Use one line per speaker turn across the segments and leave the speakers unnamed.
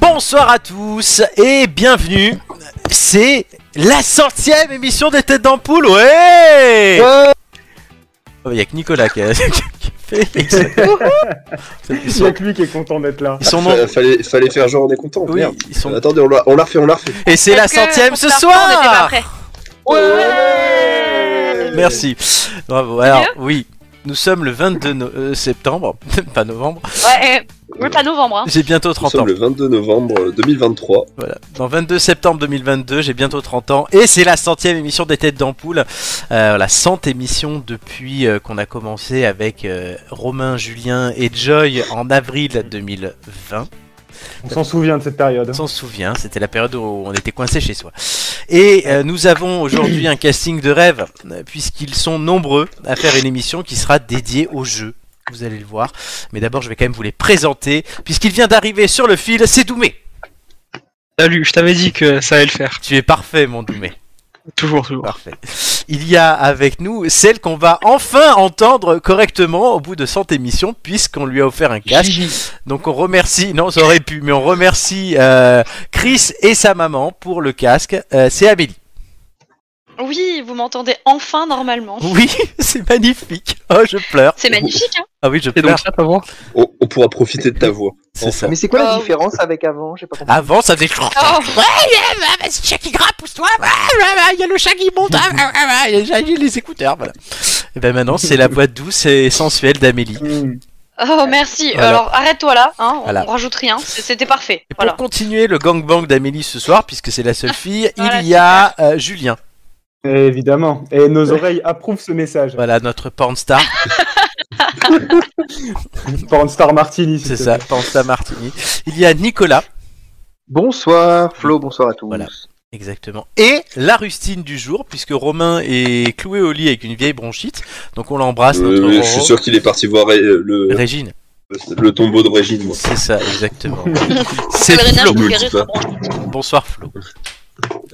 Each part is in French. Bonsoir à tous et bienvenue. C'est la centième émission des Têtes d'Ampoule, ouais Il y a que Nicolas qui, a... qui fait. Ils
Il y a
sont,
que lui qui est content d'être là.
ils sont
Ah, Fa-
nombreux.
fallait, fallait faire genre on est content.
Oui,
merde.
ils sont...
Attendez, on l'a on l'a refait, on l'a refait.
Et c'est la
Parce que
centième
pour
ce
faire court, On n'était
soir
pas prêts.
Merci. Bravo. Alors, oui, nous sommes le 22 no- euh, septembre, pas novembre.
Ouais, euh, pas novembre. Hein.
J'ai bientôt
Nous
30 ans.
sommes le 22 novembre 2023.
Voilà. Dans 22 septembre 2022, j'ai bientôt 30 ans et c'est la centième émission des Têtes d'Ampoule. Euh, la cente émission depuis euh, qu'on a commencé avec euh, Romain, Julien et Joy en avril 2020.
On s'en souvient de cette période.
On s'en souvient, c'était la période où on était coincé chez soi. Et euh, nous avons aujourd'hui un casting de rêve euh, puisqu'ils sont nombreux à faire une émission qui sera dédiée au jeu. Vous allez le voir. Mais d'abord, je vais quand même vous les présenter puisqu'il vient d'arriver sur le fil. C'est Doumé.
Salut, je t'avais dit que ça allait le faire.
Tu es parfait, mon Doumé.
Toujours, toujours.
Parfait. Il y a avec nous celle qu'on va enfin entendre correctement au bout de 100 émissions, puisqu'on lui a offert un casque.
Gigi.
Donc on remercie, non, ça aurait pu, mais on remercie euh, Chris et sa maman pour le casque. Euh, c'est Amélie.
Oui, vous m'entendez enfin normalement.
Oui, c'est magnifique. Oh, je pleure.
C'est magnifique, hein
Ah oui, je
C'est
pleure.
donc ça ta voix
On, on pourra profiter de ta voix.
C'est ça.
Mais c'est quoi
Oh.
la différence avec avant J'ai pas compris.
Avant, ça faisait.
Oh,
Ah, vas-y, chat qui grappe, pousse-toi. Ah, ah, ah, Il y a le chat qui monte. Ah, ah, ah, ah, il y a- J'ai les écouteurs, voilà. Et ben maintenant, c'est la voix douce et sensuelle d'Amélie.
Hmm.
oh, merci.
Voilà.
Alors arrête-toi là, hein, on,
Voilà.
on rajoute rien. C- C'était parfait.
Et pour
Voilà.
continuer le gangbang d'Amélie ce soir, puisque c'est la seule fille,
Voilà,
il y a euh, Julien,
Évidemment. Et nos oreilles approuvent ce message.
voilà notre pornstar,
Pornstar Martini. s'il
c'est
te
ça,
plaît.
pornstar Martini. Il y a Nicolas,
Bonsoir Flo, bonsoir à tous.
Voilà. exactement, et la rustine du jour, puisque Romain est cloué au lit avec une vieille bronchite, donc on l'embrasse,
Euh,
notre
mais je
Roro.
suis sûr qu'il est parti voir euh, le,
Régine,
le tombeau de Régine. Moi.
c'est ça, exactement. c'est
Pèlerinage
Flo.
me le
guérir
dis
sa
pas.
branche.
Bonsoir Flo.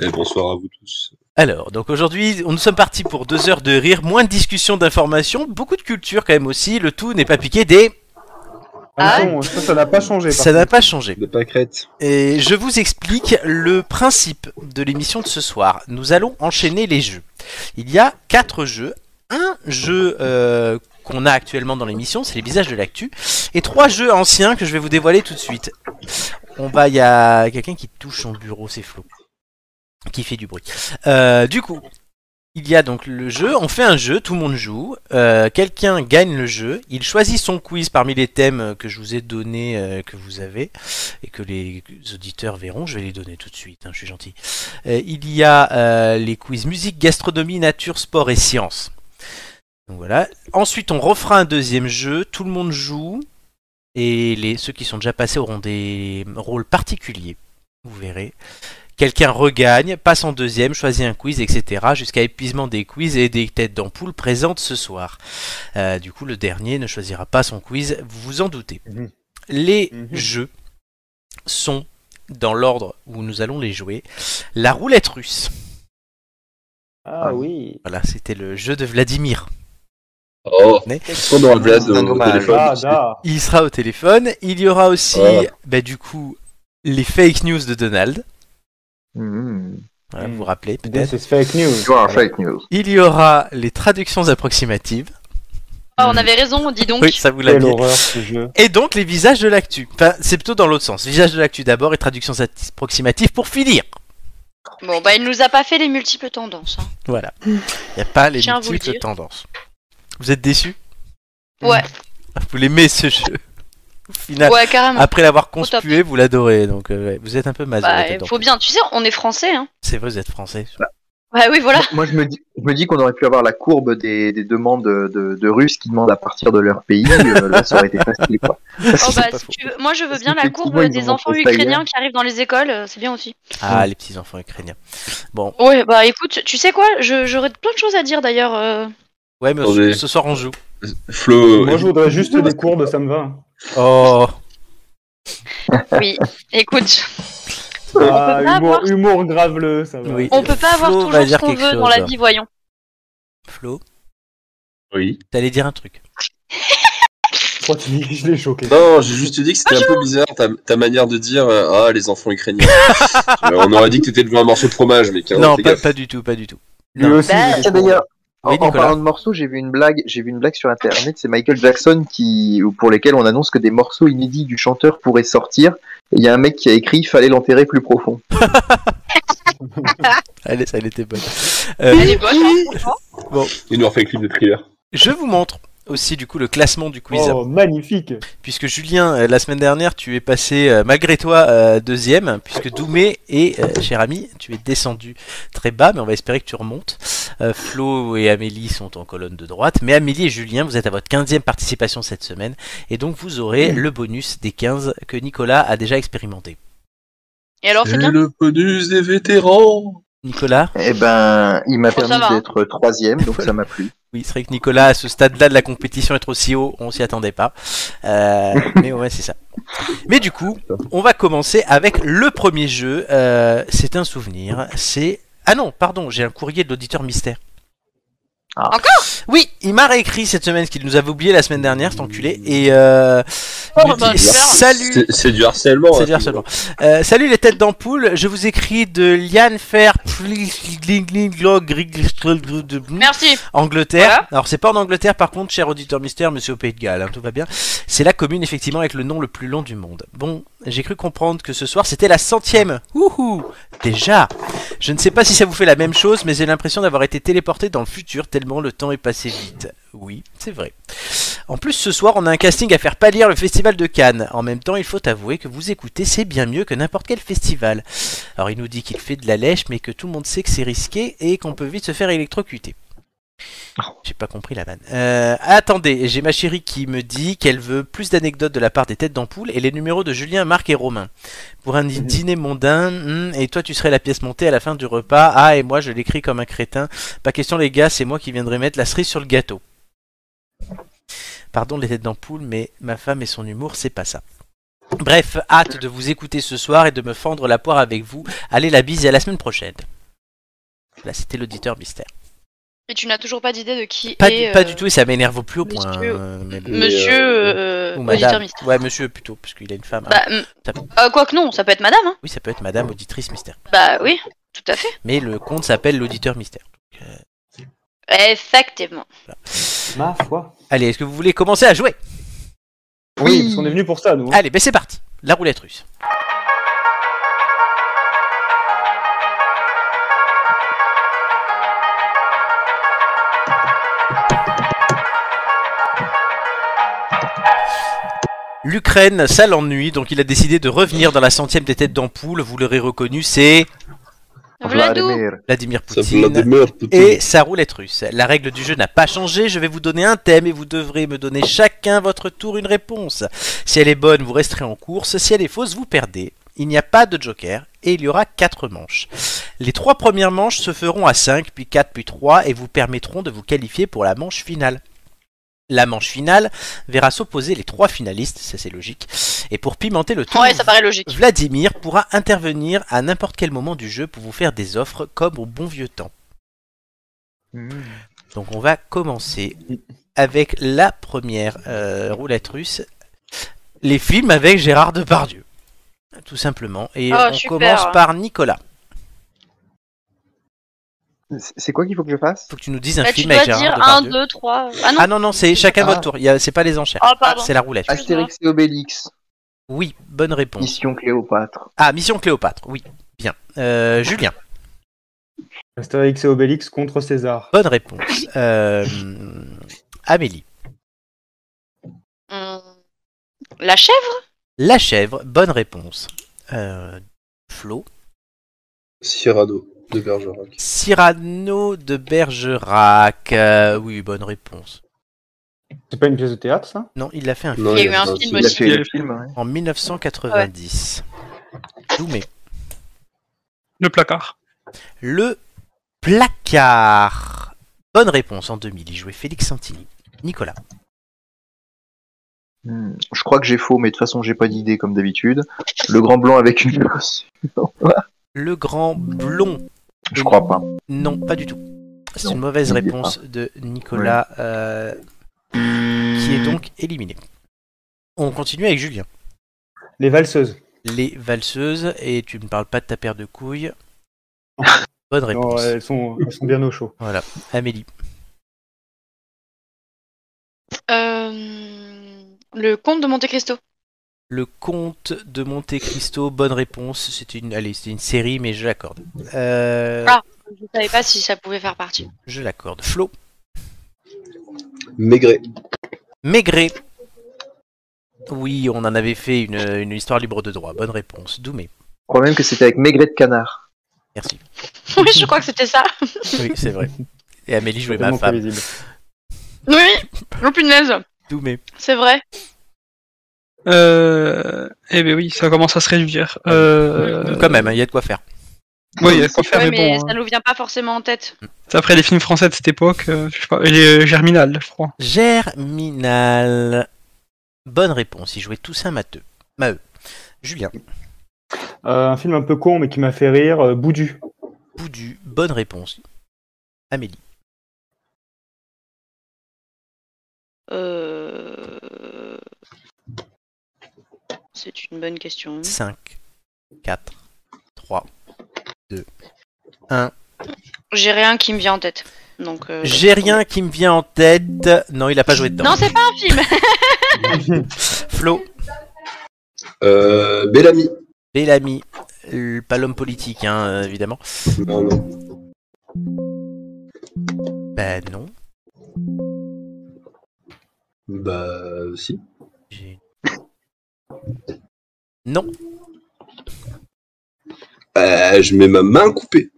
Eh, bonsoir à vous tous.
Alors, donc aujourd'hui, on nous sommes partis pour deux heures de rire, moins de discussion, d'informations, beaucoup de culture quand même aussi, le tout n'est pas piqué des...
Ah,
Ah.
non, ça, ça n'a pas changé. par
Ça n'a pas changé.
De pâquerette.
Et je vous explique le principe de l'émission de ce soir. Nous allons enchaîner les jeux. Il y a quatre jeux. Un jeu euh, qu'on a actuellement dans l'émission, c'est les visages de l'actu. Et trois jeux anciens que je vais vous dévoiler tout de suite. On va, il y a quelqu'un qui touche son bureau, c'est Flo. Qui fait du bruit. Euh, du coup, il y a donc le jeu, on fait un jeu, tout le monde joue, euh, quelqu'un gagne le jeu, il choisit son quiz parmi les thèmes que je vous ai donnés, euh, que vous avez, et que les auditeurs verront, je vais les donner tout de suite, hein, je suis gentil. Euh, il y a euh, les quiz musique, gastronomie, nature, sport et sciences. Donc voilà. Ensuite, on refera un deuxième jeu, tout le monde joue, et les, ceux qui sont déjà passés auront des rôles particuliers, vous verrez. Quelqu'un regagne, passe en deuxième, choisit un quiz, etc. Jusqu'à épuisement des quiz et des têtes d'ampoule présentes ce soir. Euh, du coup, le dernier ne choisira pas son quiz, vous vous en doutez.
Mhm.
Les
Mhm.
jeux sont, dans l'ordre où nous allons les jouer, la roulette russe.
Ah oui.
Voilà, c'était le jeu de Vladimir.
Oh,
Mais-
est-ce qu'on aura le blast
C'est un
au
hommage.
téléphone
Ah, da.
Il sera au téléphone. Il y aura aussi,
Voilà.
bah, du coup, les fake news de Donald.
Mhm.
Voilà,
Mm.
Vous vous rappelez
This
peut-être.
is fake news.
You are fake news.
Il y aura les traductions approximatives.
Ah, on avait raison, dis donc.
Oui, ça vous l'a
Quelle
dit.
horreur ce jeu.
Et donc les visages de l'actu. Enfin, c'est plutôt dans l'autre sens. Visages de l'actu d'abord et traductions approximatives pour finir.
Bon, bah il nous a pas fait les multiples tendances. hein.
Voilà. Il n'y a pas les
Tiens à vous le
multiples
dire.
tendances. Vous êtes déçus Ah,
Ouais.
Vous l'aimez ce jeu Au final,
Ouais, carrément.
Mmh. après l'avoir
Au top.
conspué, vous l'adorez. Donc euh, ouais, vous êtes un peu maso.
Bah,
les têtes
faut bien. Tu sais, on est français, hein.
C'est vrai, vous êtes français.
Bah oui, voilà.
Moi je me dis, je me dis qu'on aurait pu avoir la courbe des, des demandes de, de- de Russes qui demandent à partir de leur pays. euh, là ça aurait été facile quoi.
Oh,
C'est
bah,
pas
si
faux.
tu veux- Moi, je veux
Parce
bien
que
la
effectivement,
courbe
ils
des
ont
enfants
montré ça hier.
ukrainiens qui arrivent dans les écoles. euh, C'est bien aussi.
Ah, les petits enfants ukrainiens. Bon,
Ouais, bah écoute, tu sais quoi Je- J'aurais plein de choses à dire d'ailleurs. euh.
ouais, mais
Attendez.
ce, ce soir on joue. Euh,
Flo, euh,
Moi, je voudrais juste des courbes, ça me va.
Oh,
Oui, écoute.
Ah,
peut pas
humour,
avoir-
humour graveleux, ça va.
Oui.
On peut pas avoir
Flo va
toujours ce
dire
qu'on
quelque
veut
chose,
dans
là.
la vie, voyons.
Flo,
oui.
t'allais dire un truc.
crois que je l'ai choqué.
Non, j'ai juste dit que c'était un peu bizarre ta, ta manière de dire euh, Ah, les enfants ukrainiens. Euh, on aurait dit que t'étais devant un morceau de fromage, mais
non,
fais
pas,
gaffe.
pas du tout, pas du tout.
Lui
Non.
aussi.
Bah,
il est
Tiens, Eh, d'ailleurs, en,
Oui,
en
Nicolas.
parlant de morceaux, j'ai vu une blague, j'ai vu une blague sur internet, c'est Michael Jackson qui, ou pour lesquels on annonce que des morceaux inédits du chanteur pourraient sortir. Et Il y a un mec qui a écrit fallait l'enterrer plus profond.
Elle, elle était bonne. Euh,
Elle est bonne, hein, franchement.
Il nous refait un clip de thriller.
je vous montre aussi du coup le classement du quiz.
Oh, magnifique.
Puisque Julien, euh, la semaine dernière, tu es passé euh, malgré toi euh, deuxième, puisque Doumé et euh, cher ami, tu es descendu très bas, mais on va espérer que tu remontes. Euh, Flo et Amélie sont en colonne de droite, mais Amélie et Julien, vous êtes à votre 15e participation cette semaine, et donc vous aurez le bonus des 15 que Nicolas a déjà expérimenté.
Et alors, Oh, c'est bien
le bonus des vétérans.
Nicolas
Eh ben, il m'a
Bon, ça
permis
va, hein.
d'être troisième, donc ça m'a plu.
Oui, c'est vrai que Nicolas, à ce stade-là de la compétition, être aussi haut, on s'y attendait pas. Euh, mais ouais, c'est ça. Mais du coup, on va commencer avec le premier jeu. Euh, c'est un souvenir. C'est. Ah non, pardon, j'ai un courrier de l'auditeur mystère.
Ah.
Encore Oui, il m'a réécrit cette semaine ce qu'il nous avait oublié la semaine dernière, cet enculé. Et. Euh,
Oh,
nous
bah,
dit,
super.
Salut
C'est- C'est du harcèlement.
c'est
hein,
dire
tout le
seulement. Euh, salut les têtes d'ampoule, je vous écris de Liane Fer,
Merci.
Angleterre.
Voilà.
Alors c'est pas en Angleterre par contre, cher auditeur mystère, monsieur au Pays de Galles, hein, tout va bien. C'est la commune effectivement avec le nom le plus long du monde. Bon, j'ai cru comprendre que ce soir c'était la centième. Ouhou Déjà Je ne sais pas si ça vous fait la même chose, mais j'ai l'impression d'avoir été téléporté dans le futur tellement le temps est passé vite. Oui, c'est vrai. En plus, ce soir, on a un casting à faire pâlir le festival de Cannes. En même temps, il faut avouer que vous écoutez, c'est bien mieux que n'importe quel festival. Alors, il nous dit qu'il fait de la lèche, mais que tout le monde sait que c'est risqué et qu'on peut vite se faire électrocuter. J'ai pas compris la vanne. Euh, attendez, j'ai ma chérie qui me dit qu'elle veut plus d'anecdotes de la part des têtes d'ampoule et les numéros de Julien, Marc et Romain. Pour un dîner mondain, hmm, et toi tu serais la pièce montée à la fin du repas. Ah, et moi je l'écris comme un crétin. Pas question les gars, c'est moi qui viendrai mettre la cerise sur le gâteau. Pardon les têtes d'ampoule, mais ma femme et son humour, c'est pas ça. Bref, hâte de vous écouter ce soir et de me fendre la poire avec vous. Allez la bise et à la semaine prochaine. Là, c'était l'auditeur mystère.
Et tu n'as toujours pas d'idée de qui
Pas,
est.
du, pas
euh,
du tout, et ça m'énerve au plus haut point.
monsieur-
euh, mais bon.
Monsieur. euh,
Ou
auditeur
madame.
mystère.
Ouais, monsieur plutôt, parce qu'il a une femme. hein.
Bah, hum, euh, quoi que non, ça peut être madame, hein.
Oui, ça peut être madame auditrice mystère.
Bah oui, tout à fait.
Mais le compte s'appelle l'auditeur mystère.
Effectivement.
Ma foi.
Allez, est-ce que vous voulez commencer à jouer
Oui, parce qu'on est venu pour ça, nous. hein.
Allez, ben c'est parti. La roulette russe. L'Ukraine, ça l'ennuie, donc il a décidé de revenir dans la centième des têtes d'ampoule. Vous l'aurez reconnu, c'est
Vladou.
Vladimir.
Vladimir
monde. Ça me la
Poutine.
demeure, tout
Et sa roulette russe. La règle du jeu n'a pas changé, je vais vous donner un thème et vous devrez me donner chacun votre tour une réponse. Si elle est bonne, vous resterez en course, si elle est fausse, vous perdez. Il n'y a pas de joker et il y aura 4 manches. Les 3 premières manches se feront à 5, puis 4, puis 3 et vous permettront de vous qualifier pour la manche finale. La manche finale verra s'opposer les 3 finalistes, ça c'est logique. Et pour pimenter le tour,
Ouais, ça paraît logique.
Vladimir pourra intervenir à n'importe quel moment du jeu pour vous faire des offres comme au bon vieux temps. Donc on va commencer avec la première euh, roulette russe, les films avec Gérard Depardieu. Tout simplement. Et
Oh,
on
super.
commence par Nicolas.
C'est c'est quoi qu'il faut que je fasse
Faut que tu nous dises un
Bah, tu
film
dois
avec Gérard
dire 1,
Depardieu.
2, 3. Ah non,
ah non, non, c'est chacun
Ah.
votre tour. Il y a- C'est pas les enchères.
Ah, pardon.
c'est la roulette.
Astérix et Obélix,
Oui, bonne réponse.
Mission Cléopâtre.
Ah, Mission Cléopâtre. Oui, bien. Euh, Julien,
Astérix et Obélix contre César.
bonne réponse. Euh, Amélie.
Hum, La chèvre
La chèvre, bonne réponse. Euh, Flo.
Cyrano de Bergerac.
Cyrano de Bergerac. Euh, oui, bonne réponse.
C'est pas une pièce de théâtre, ça
Non, il l'a fait un-
Non,
Il y a eu
pas
un film
Il a
aussi.
fait le film. ouais.
en 1990. Doumé.
Le placard.
Le placard. Bonne réponse en 2000. Il jouait Félix Santini. Nicolas.
Hmm, Je crois que j'ai faux, mais de toute façon, j'ai pas d'idée comme d'habitude. Le grand blanc avec une.
Le grand blond.
je crois pas.
Non, pas du tout. C'est
Non,
une mauvaise
il y est
réponse de Nicolas, euh, qui est donc éliminé. on continue avec Julien.
Les valseuses.
Les valseuses, et tu me parles pas de ta paire de couilles. Bonne
Non,
réponse.
elles sont, elles sont bien au chaud.
Voilà, Amélie.
Euh, Le comte de Monte Cristo.
Le comte de Monte Cristo, bonne réponse. C'était une, allez, c'était une série, mais je l'accorde. Euh,
Ah. Je savais pas si ça pouvait faire partie.
Je l'accorde. Flo,
Maigret.
Maigret. Oui, on en avait fait une, une histoire libre de droit. Bonne réponse. Doumé.
Je crois même que c'était avec Maigret de Canard.
Merci.
Oui, je crois que c'était ça.
Oui, c'est vrai. Et Amélie jouait ma
Tellement
femme.
prévisible.
Oui, oh punaise,
Doumé.
c'est vrai.
Euh, eh ben oui, ça commence à se réduire. Euh,
Quand même, hein, il y a de quoi faire.
ouais, il y a de quoi faire,
Ouais,
mais
mais ça
bon. hein.
nous vient pas forcément en tête.
C'est Après les films français de cette époque, euh, je sais pas, et les euh, Germinal, je crois.
Germinal. Bonne réponse. Ils jouaient tous un matheux. Maheu. Julien.
Euh, un film un peu con mais qui m'a fait rire, euh, Boudu.
Boudu. Bonne réponse. Amélie.
Euh... C'est une bonne
Mmh.
question.
5, 4, 3.
Euh,
J'ai rien qui me vient en tête. Donc. euh,
J'ai rien qui me vient en tête. Non, il a pas joué dedans.
Non, c'est pas un film.
Flo.
Euh, Bellamy.
Bellamy. Euh, Pas l'homme politique, hein, euh, évidemment.
Non, non.
Ben non.
Bah, si.
J'ai- Non.
Euh, je mets ma main coupée.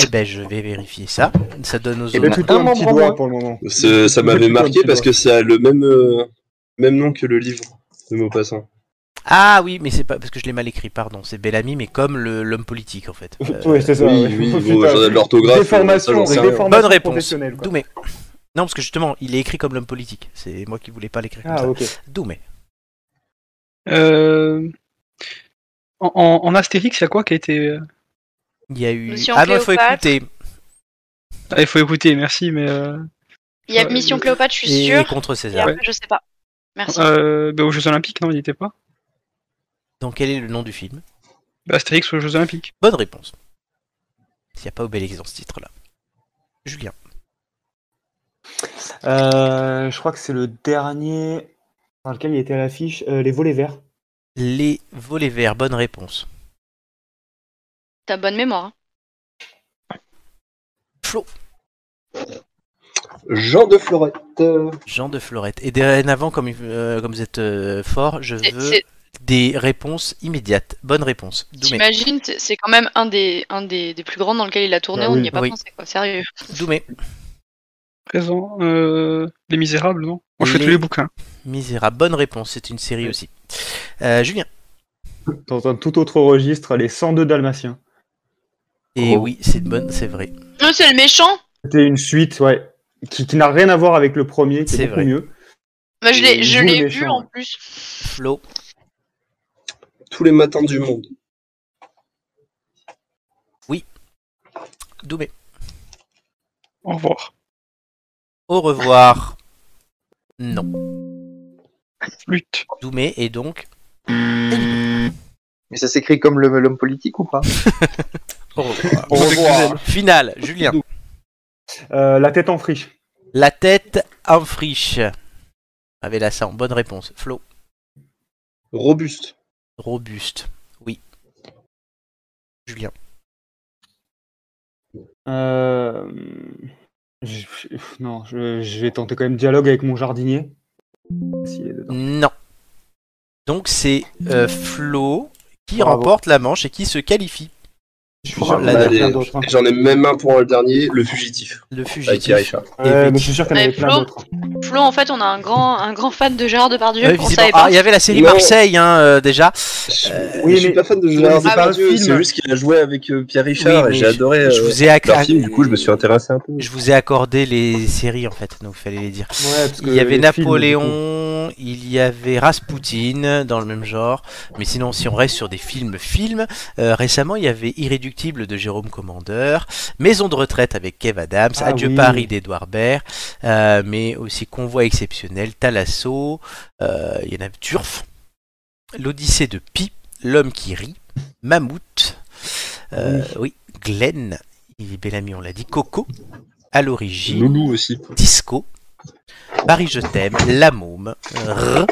Eh ben, je vais vérifier ça. Ça donne aux
Et
Le
autres.
tuto un
membre
petit
en
doigt
moins.
pour le moment.
Ce- ça m'avait
Petit doigt,
marqué
petit
parce
doigt.
que ça a le même, euh, même nom que le livre de Maupassant.
Ah oui, mais c'est pas parce que je l'ai mal écrit, pardon. C'est Bellamy, mais comme le- l'homme politique, en fait. Euh,
Oui, c'est ça.
oui,
ouais.
oui,
Oh,
bon,
putain.
j'en ai de l'orthographe, ça,
Déformation,
j'en sais rien.
déformation
Bonne réponse.
professionnelle, quoi.
Doumé. Non, parce que justement, il est écrit comme l'homme politique. C'est moi qui voulais pas l'écrire comme
Ah,
ça.
ok.
Doumé.
Euh, en, en- en Astérix, il y a quoi qui a été. euh,
Il y a eu.
Monsieur
Ah non, il faut
Cléopâtre.
écouter.
Ah, il faut écouter, merci, mais. Euh,
Il y a
Ouais,
Mission
le-
Cléopâtre, je suis
Et
sûre.
contre
Et
César.
après, je sais pas. Merci.
euh, ben, aux Jeux Olympiques, non, il n'y était pas.
Donc quel est le nom du film
Ben, Astérix aux Jeux Olympiques.
Bonne réponse. S'il n'y a pas Obélix dans ce titre-là. Julien.
Euh, je crois que c'est le dernier dans lequel il était à l'affiche, euh, Les Volets Verts.
Les volets verts. Bonne réponse.
T'as bonne mémoire. hein.
Jean de Florette. euh,
Jean de Florette. Et dorénavant, comme, euh, comme vous êtes euh, fort, je
C'est-
veux
c'est-
des réponses immédiates. Bonne réponse. Doumé.
T'imagines, c'est- c'est quand même un des, un des, des plus grands dans lequel il a tourné.
Bah
on
oui.
n'y a pas
Oui.
pensé, quoi. Sérieux.
Doumé.
Présent. Euh, les Misérables, non Moi, je fais
Les-
tous les bouquins.
Misérable. Bonne réponse. C'est une série aussi. Euh, Julien.
Dans un tout autre registre, Les 102 Dalmatiens.
Et
Oh.
oui, c'est une bonne, c'est vrai.
Non, c'est le méchant.
C'était une suite, ouais, qui, qui n'a rien à voir avec le premier, qui
C'est
est beaucoup
vrai.
mieux.
Bah, je l'ai,
Il
je
joue le
l'ai
méchant,
vu en
ouais.
plus.
Flo.
tous les matins du monde.
Doumé.
Au revoir.
Au revoir. Non.
Lutte.
Doumé est donc
Mais ça s'écrit comme le- l'homme politique ou pas
au revoir.
Au revoir.
Finale. Julien.
Euh, la tête en friche.
La tête en friche. Avec la sang, bonne réponse. Flo,
Robuste.
robuste. Oui. Julien.
Euh, je- je- non, je, je vais tenter quand même dialogue avec mon jardinier. S'il est dedans.
Non. Donc c'est euh, Flo qui
Bravo.
remporte la manche et qui se qualifie.
Je suis
Oh,
sûr qu'il y en
la-
a plein d'autres. hein.
Et J'en ai même un pour le dernier, le fugitif.
Le
Ah,
Avec Thierry
fugitif.
Richard.
Ouais, mais je suis sûr qu'il y en
Mais
avait plein
Flo,
d'autres. hein.
Flo, en fait, on a un grand, un grand fan de Gérard Depardieu.
Ouais,
on
visiblement.
savait
Ah,
pas.
il y avait la série
Non.
Marseille hein, euh, déjà.
Je-
oui,
Euh, je suis
mais-
pas fan de
mais
Gérard
c'est
Ah,
pas un
Depardieu,
film.
c'est juste qu'il a joué avec euh, Pierre Richard
Oui, mais
et j'ai adoré
je
euh,
vous ai acc-
leur film, du coup je me suis intéressé un peu.
je vous ai accordé les séries en fait, donc fallait les dire.
Ouais, parce que
Il y avait
les films, du coup.
Napoléon, il y avait Raspoutine dans le même genre, mais sinon si on reste sur des films films, euh, récemment il y avait Indéstructible de Jérôme Commandeur, Maison de retraite avec Kev Adams,
Ah
Adieu
oui.
Paris d'Edouard Baird, euh, mais aussi Convoi exceptionnel, Talasso, euh, il y en a Turf, L'Odyssée de Pi, L'homme qui rit, Mammouth, euh, oui. Glenn, il est Bellamy, on l'a dit, Coco, à l'origine,
Loulou aussi.
Disco, Paris je t'aime, La Môme, R,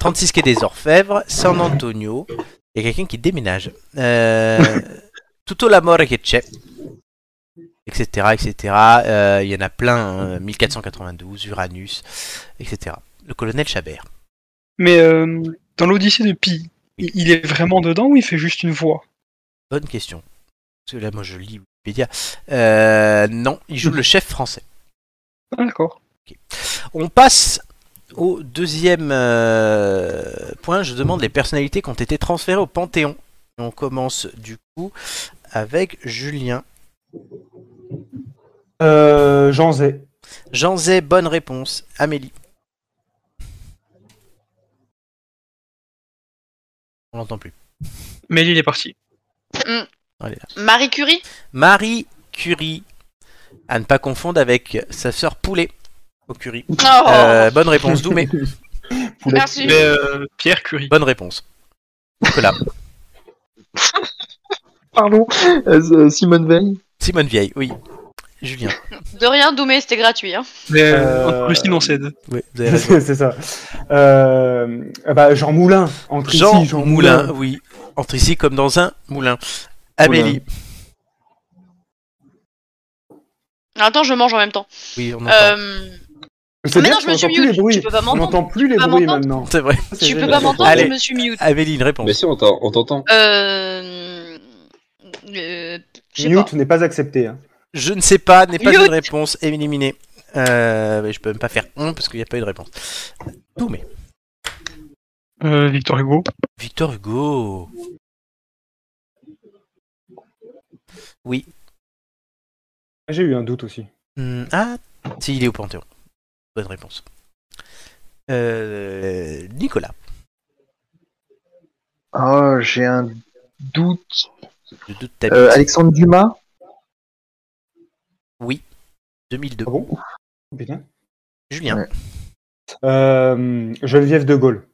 36 Quai des Orfèvres, San Antonio, il y a quelqu'un qui déménage, euh, Tutto l'amore che c'è, etc., etc., euh, il y en a plein, hein, 1492, Uranus, etc., le colonel Chabert.
Mais euh, dans l'Odyssée de Pi, il il est vraiment dedans ou il fait juste une voix
Bonne question. Parce que là, moi, je lis Wikipédia. Euh, non, il joue le chef français.
Ah, D'accord.
On passe au deuxième euh, point. Je demande les personnalités qui ont été transférées au Panthéon. On commence du coup avec Julien.
Euh, Jean Zay.
Jean Zay, bonne réponse. Amélie. On l'entend plus.
Mais il est parti.
Marie Curie
Marie Curie. À ne pas confondre avec sa sœur Poulet au Curie.
Non
Euh, bonne réponse, Doumé.
Oh, Merci.
Mais euh, Pierre Curie.
Bonne réponse. Nicolas.
Pardon Euh, Simone Veil
Simone Vieille, oui. Julien.
De rien, Doumé, c'était gratuit. Hein.
Mais
Euh,
euh, Rusty n'en cède.
Oui, vous avez raison.
C'est c'est ça. Euh, ah bah, Jean Moulin. Entre
Jean,
ici, Jean
Moulin, oui. Entre ici comme dans un moulin. Amélie.
Attends, je mange en même temps.
Oui, on entend.
Euh,
C'est
Mais
bien
non,
qu'on
je me suis
entend plus
mute.
les bruits.
Tu peux pas
On
m'entendre.
n'entend plus les
pas
bruits
m'entendre
maintenant.
C'est vrai.
Ça, c'est
Tu peux
génial.
pas m'entendre,
Allez.
je me suis mute.
Amélie, une réponse.
Mais si, on t'en- on t'entend.
Euh... euh, je sais pas.
Mute n'est pas accepté. hein.
Je ne sais pas, n'est pas
Mute.
une réponse. Éliminée. Euh, mais je peux même pas faire on parce qu'il n'y a pas eu de réponse. Doumé.
Euh, Victor Hugo.
Victor Hugo. Oui.
Ah, J'ai eu un doute aussi.
Hmm, ah, si, il est au Panthéon. Bonne réponse. Euh, Nicolas.
Ah, j'ai un doute.
Je doute ta
Euh,
bite.
Alexandre Dumas
2002.
Ah bon Putain.
Julien.
Ouais.
Euh, Geneviève de Gaulle.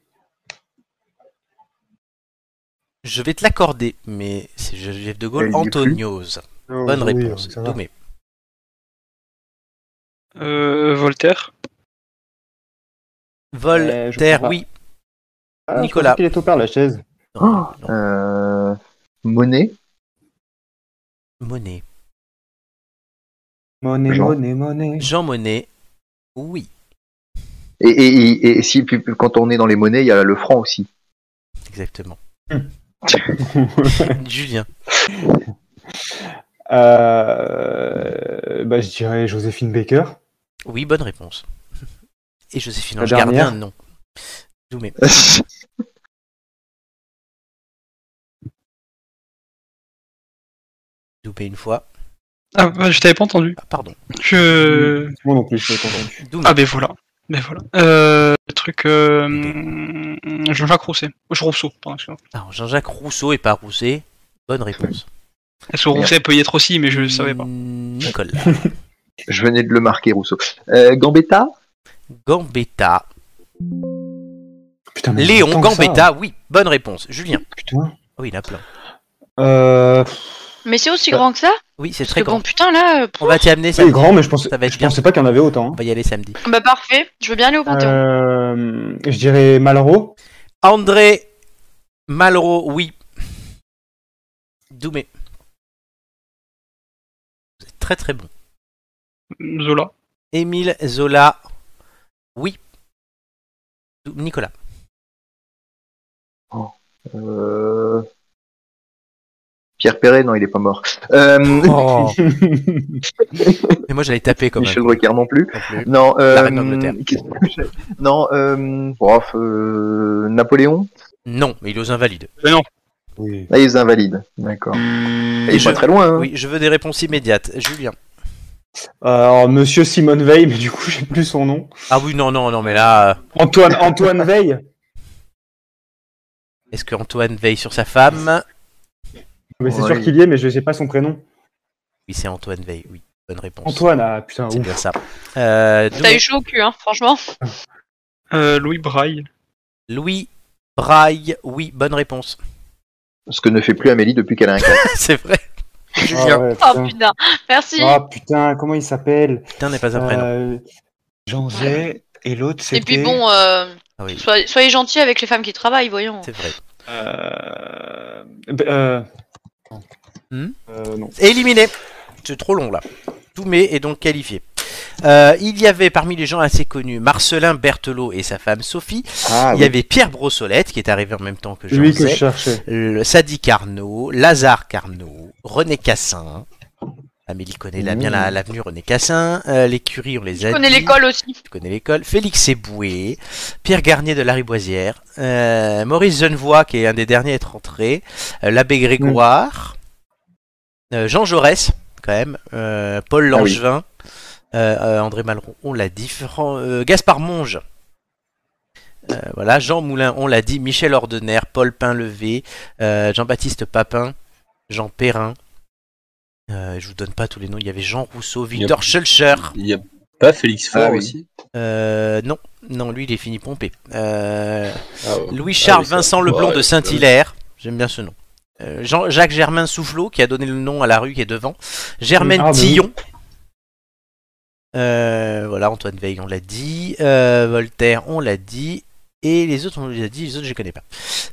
Je vais te l'accorder, mais c'est Geneviève de Gaulle.
Elle y est plus.
Antoniose. Bonne
Oh, Oui,
réponse.
ça va.
Doumé.
Euh, Voltaire.
Euh, je
Voltaire,
comprends
oui.
Ah, je
Nicolas.
pensais qu'il est au père la chaise.
Non, non.
euh, Monet
Monet.
Monnaie,
Jean.
monnaie, monnaie.
Jean Monet, oui.
et, et, et- et si, puis, puis, quand on est dans les monnaies, il y a le franc aussi.
Exactement.
Mmh.
Julien.
Euh, bah, je dirais Joséphine Baker.
Oui, bonne réponse. Et Joséphine
La
Ange
dernière. Euh.
Gardien, non. Doumé. Doumé une fois.
Ah, bah, je t'avais pas entendu.
Ah, pardon.
Je...
Moi non plus, je suis content.
Doumé.
Ah, ben voilà. Ben voilà. Euh, le truc. Euh... mm, Jean-Jacques Rousset. Je Rousseau, pardon. excuse-moi.
Alors, Jean-Jacques Rousseau et pas Rousset. Bonne réponse. Mmh,
Est-ce que Rousset peut y être aussi, mais je le savais pas.
Nicole.
Je venais de le marquer, Rousseau. Euh, Gambetta
Gambetta.
Putain, mais
Léon
tant que ça, hein.
Gambetta, oui. Bonne réponse. Julien.
Putain.
Oh, il y en a plein.
Euh,
Mais c'est aussi
Ouais.
grand que ça
Oui, c'est
Parce
très
que bon,
grand.
putain, là. euh, pff,
On va t'y amener
c'est
samedi.
grand, mais je pensais,
Ça va être
je
bien.
pensais pas qu'il y en avait autant.
On va y aller samedi.
Bah parfait, je veux bien aller au
hein.
Panthéon.
Euh, je dirais Malraux.
André Malraux, oui. Doumé. Vous êtes très très bon.
Zola.
Émile Zola, oui. Dou- Nicolas.
Euh, Pierre Perret, non, il est pas mort. Euh,
Oh,
Oh.
Mais moi j'allais taper comme
Michel Drucker non plus. Non,
La
euh,
reine d'Angleterre.
qu'est-ce que j'ai non, euh, bof, euh, Napoléon
Non, mais il est aux invalides.
Oui.
Ah, les invalides, d'accord. Il est
Hmm. je-
pas très loin, hein.
Oui, je veux des réponses immédiates. Julien.
Euh, Alors, monsieur Simone Veil, mais du coup, j'ai plus son nom.
Ah oui, non, non, non, mais là, euh,
Antoine, Antoine Veil.
est-ce que Antoine veille sur sa femme
Mais c'est
Ouais.
sûr qu'il y est, mais je sais pas son prénom.
Oui, c'est Antoine Veil, oui. Bonne réponse.
Antoine, ah putain,
C'est
ouf.
bien ça. Euh,
T'as eu
donc,
chaud au cul, hein, franchement.
Euh, Louis Braille.
Louis Braille, oui, bonne réponse.
Ce que ne fait plus Amélie depuis qu'elle a un casque.
c'est vrai.
Ah, ouais,
Oh
putain.
putain, merci.
Ah, putain, comment il s'appelle
Putain, n'est pas un prénom.
Euh, Jean Zay, et l'autre c'était.
Et puis bon, euh,
Ah oui,
soyez, soyez gentils avec les femmes qui travaillent, voyons.
c'est vrai.
Euh. b- euh,
Hmm
euh, non.
Éliminé. C'est trop long là. Toumé est donc qualifié. Euh, il y avait parmi les gens assez connus Marcelin Berthelot et sa femme Sophie.
Ah,
il y avait Pierre Brossolette qui est arrivé en même temps que Jean
Lui que
Zay.
je cherchais.
le Sadi Carnot, Lazare Carnot, René Cassin. Amélie connaît la, bien la- l'avenue René Cassin. Euh, L'écurie, on les a
Je connais
dit.
l'école aussi.
Tu connais l'école. Félix Eboué, Pierre Garnier de Lariboisière, euh, Maurice Genevois, qui est un des derniers à être rentré, euh, l'abbé Grégoire, euh, Jean Jaurès, quand même, euh, Paul
Ah oui.
Langevin, euh, euh, André Malron, on l'a dit, Fran- euh, Gaspard Monge. Euh, voilà, Jean Moulin, on l'a dit, Michel Ordener, Paul Pinlevé, euh, Jean-Baptiste Papin, Jean Perrin. Euh, je vous donne pas tous les noms. Il y avait Jean Rousseau, Victor Schulcher.
Il n'y a pas Félix Faure
Ah oui.
aussi
Euh, non, non, lui il est fini pompé. Euh,
Ah ouais.
Louis-Charles
Ah oui, ça.
Vincent Leblond
Ouais,
de
euh,
ouais.
Saint-Hilaire, j'aime bien ce nom. Euh, Jean- Jacques Germain Soufflot qui a donné le nom à la rue qui est devant. Germaine
Ah, bah oui.
Tillon. Euh, voilà, Antoine Veil, on l'a dit. Euh, Voltaire, on l'a dit. Et les autres, on les a dit, les autres, je les connais pas.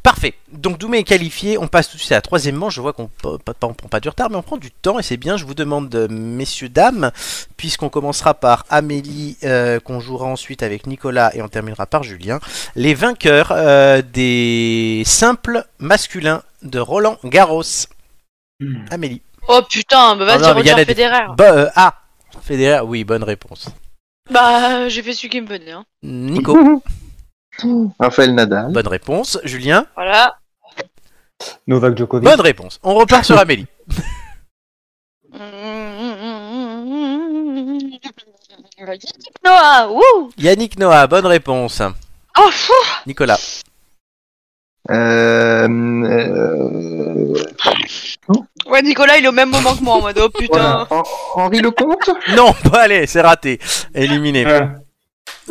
Parfait. Donc Doumé est qualifié. On passe tout de suite à la troisième manche. Je vois qu'on ne prend pas du retard, mais on prend du temps et c'est bien. Je vous demande, euh, messieurs, dames, puisqu'on commencera par Amélie, euh, qu'on jouera ensuite avec Nicolas et on terminera par Julien, les vainqueurs euh, des simples masculins de Roland Garros. Amélie.
Oh putain, bah
Ah
vas-y,
non, mais y en
Roger
a des-
Federer.
Bah, euh, ah, Federer, oui, bonne réponse.
Bah, j'ai fait celui qui me venait. Hein.
Nico,
Raphaël Nadal.
bonne réponse. Julien,
Voilà.
Novak Djokovic.
bonne réponse. On repart sur Amélie.
Yannick Noah, wouh
Yannick Noah, bonne réponse.
Oh fou
Nicolas,
Euh, euh,
Ouais, Nicolas, il est au même moment que moi en mode oh putain.
voilà. Hen- Henri Lecomte
non, pas allez, c'est raté. Éliminé.
Ah,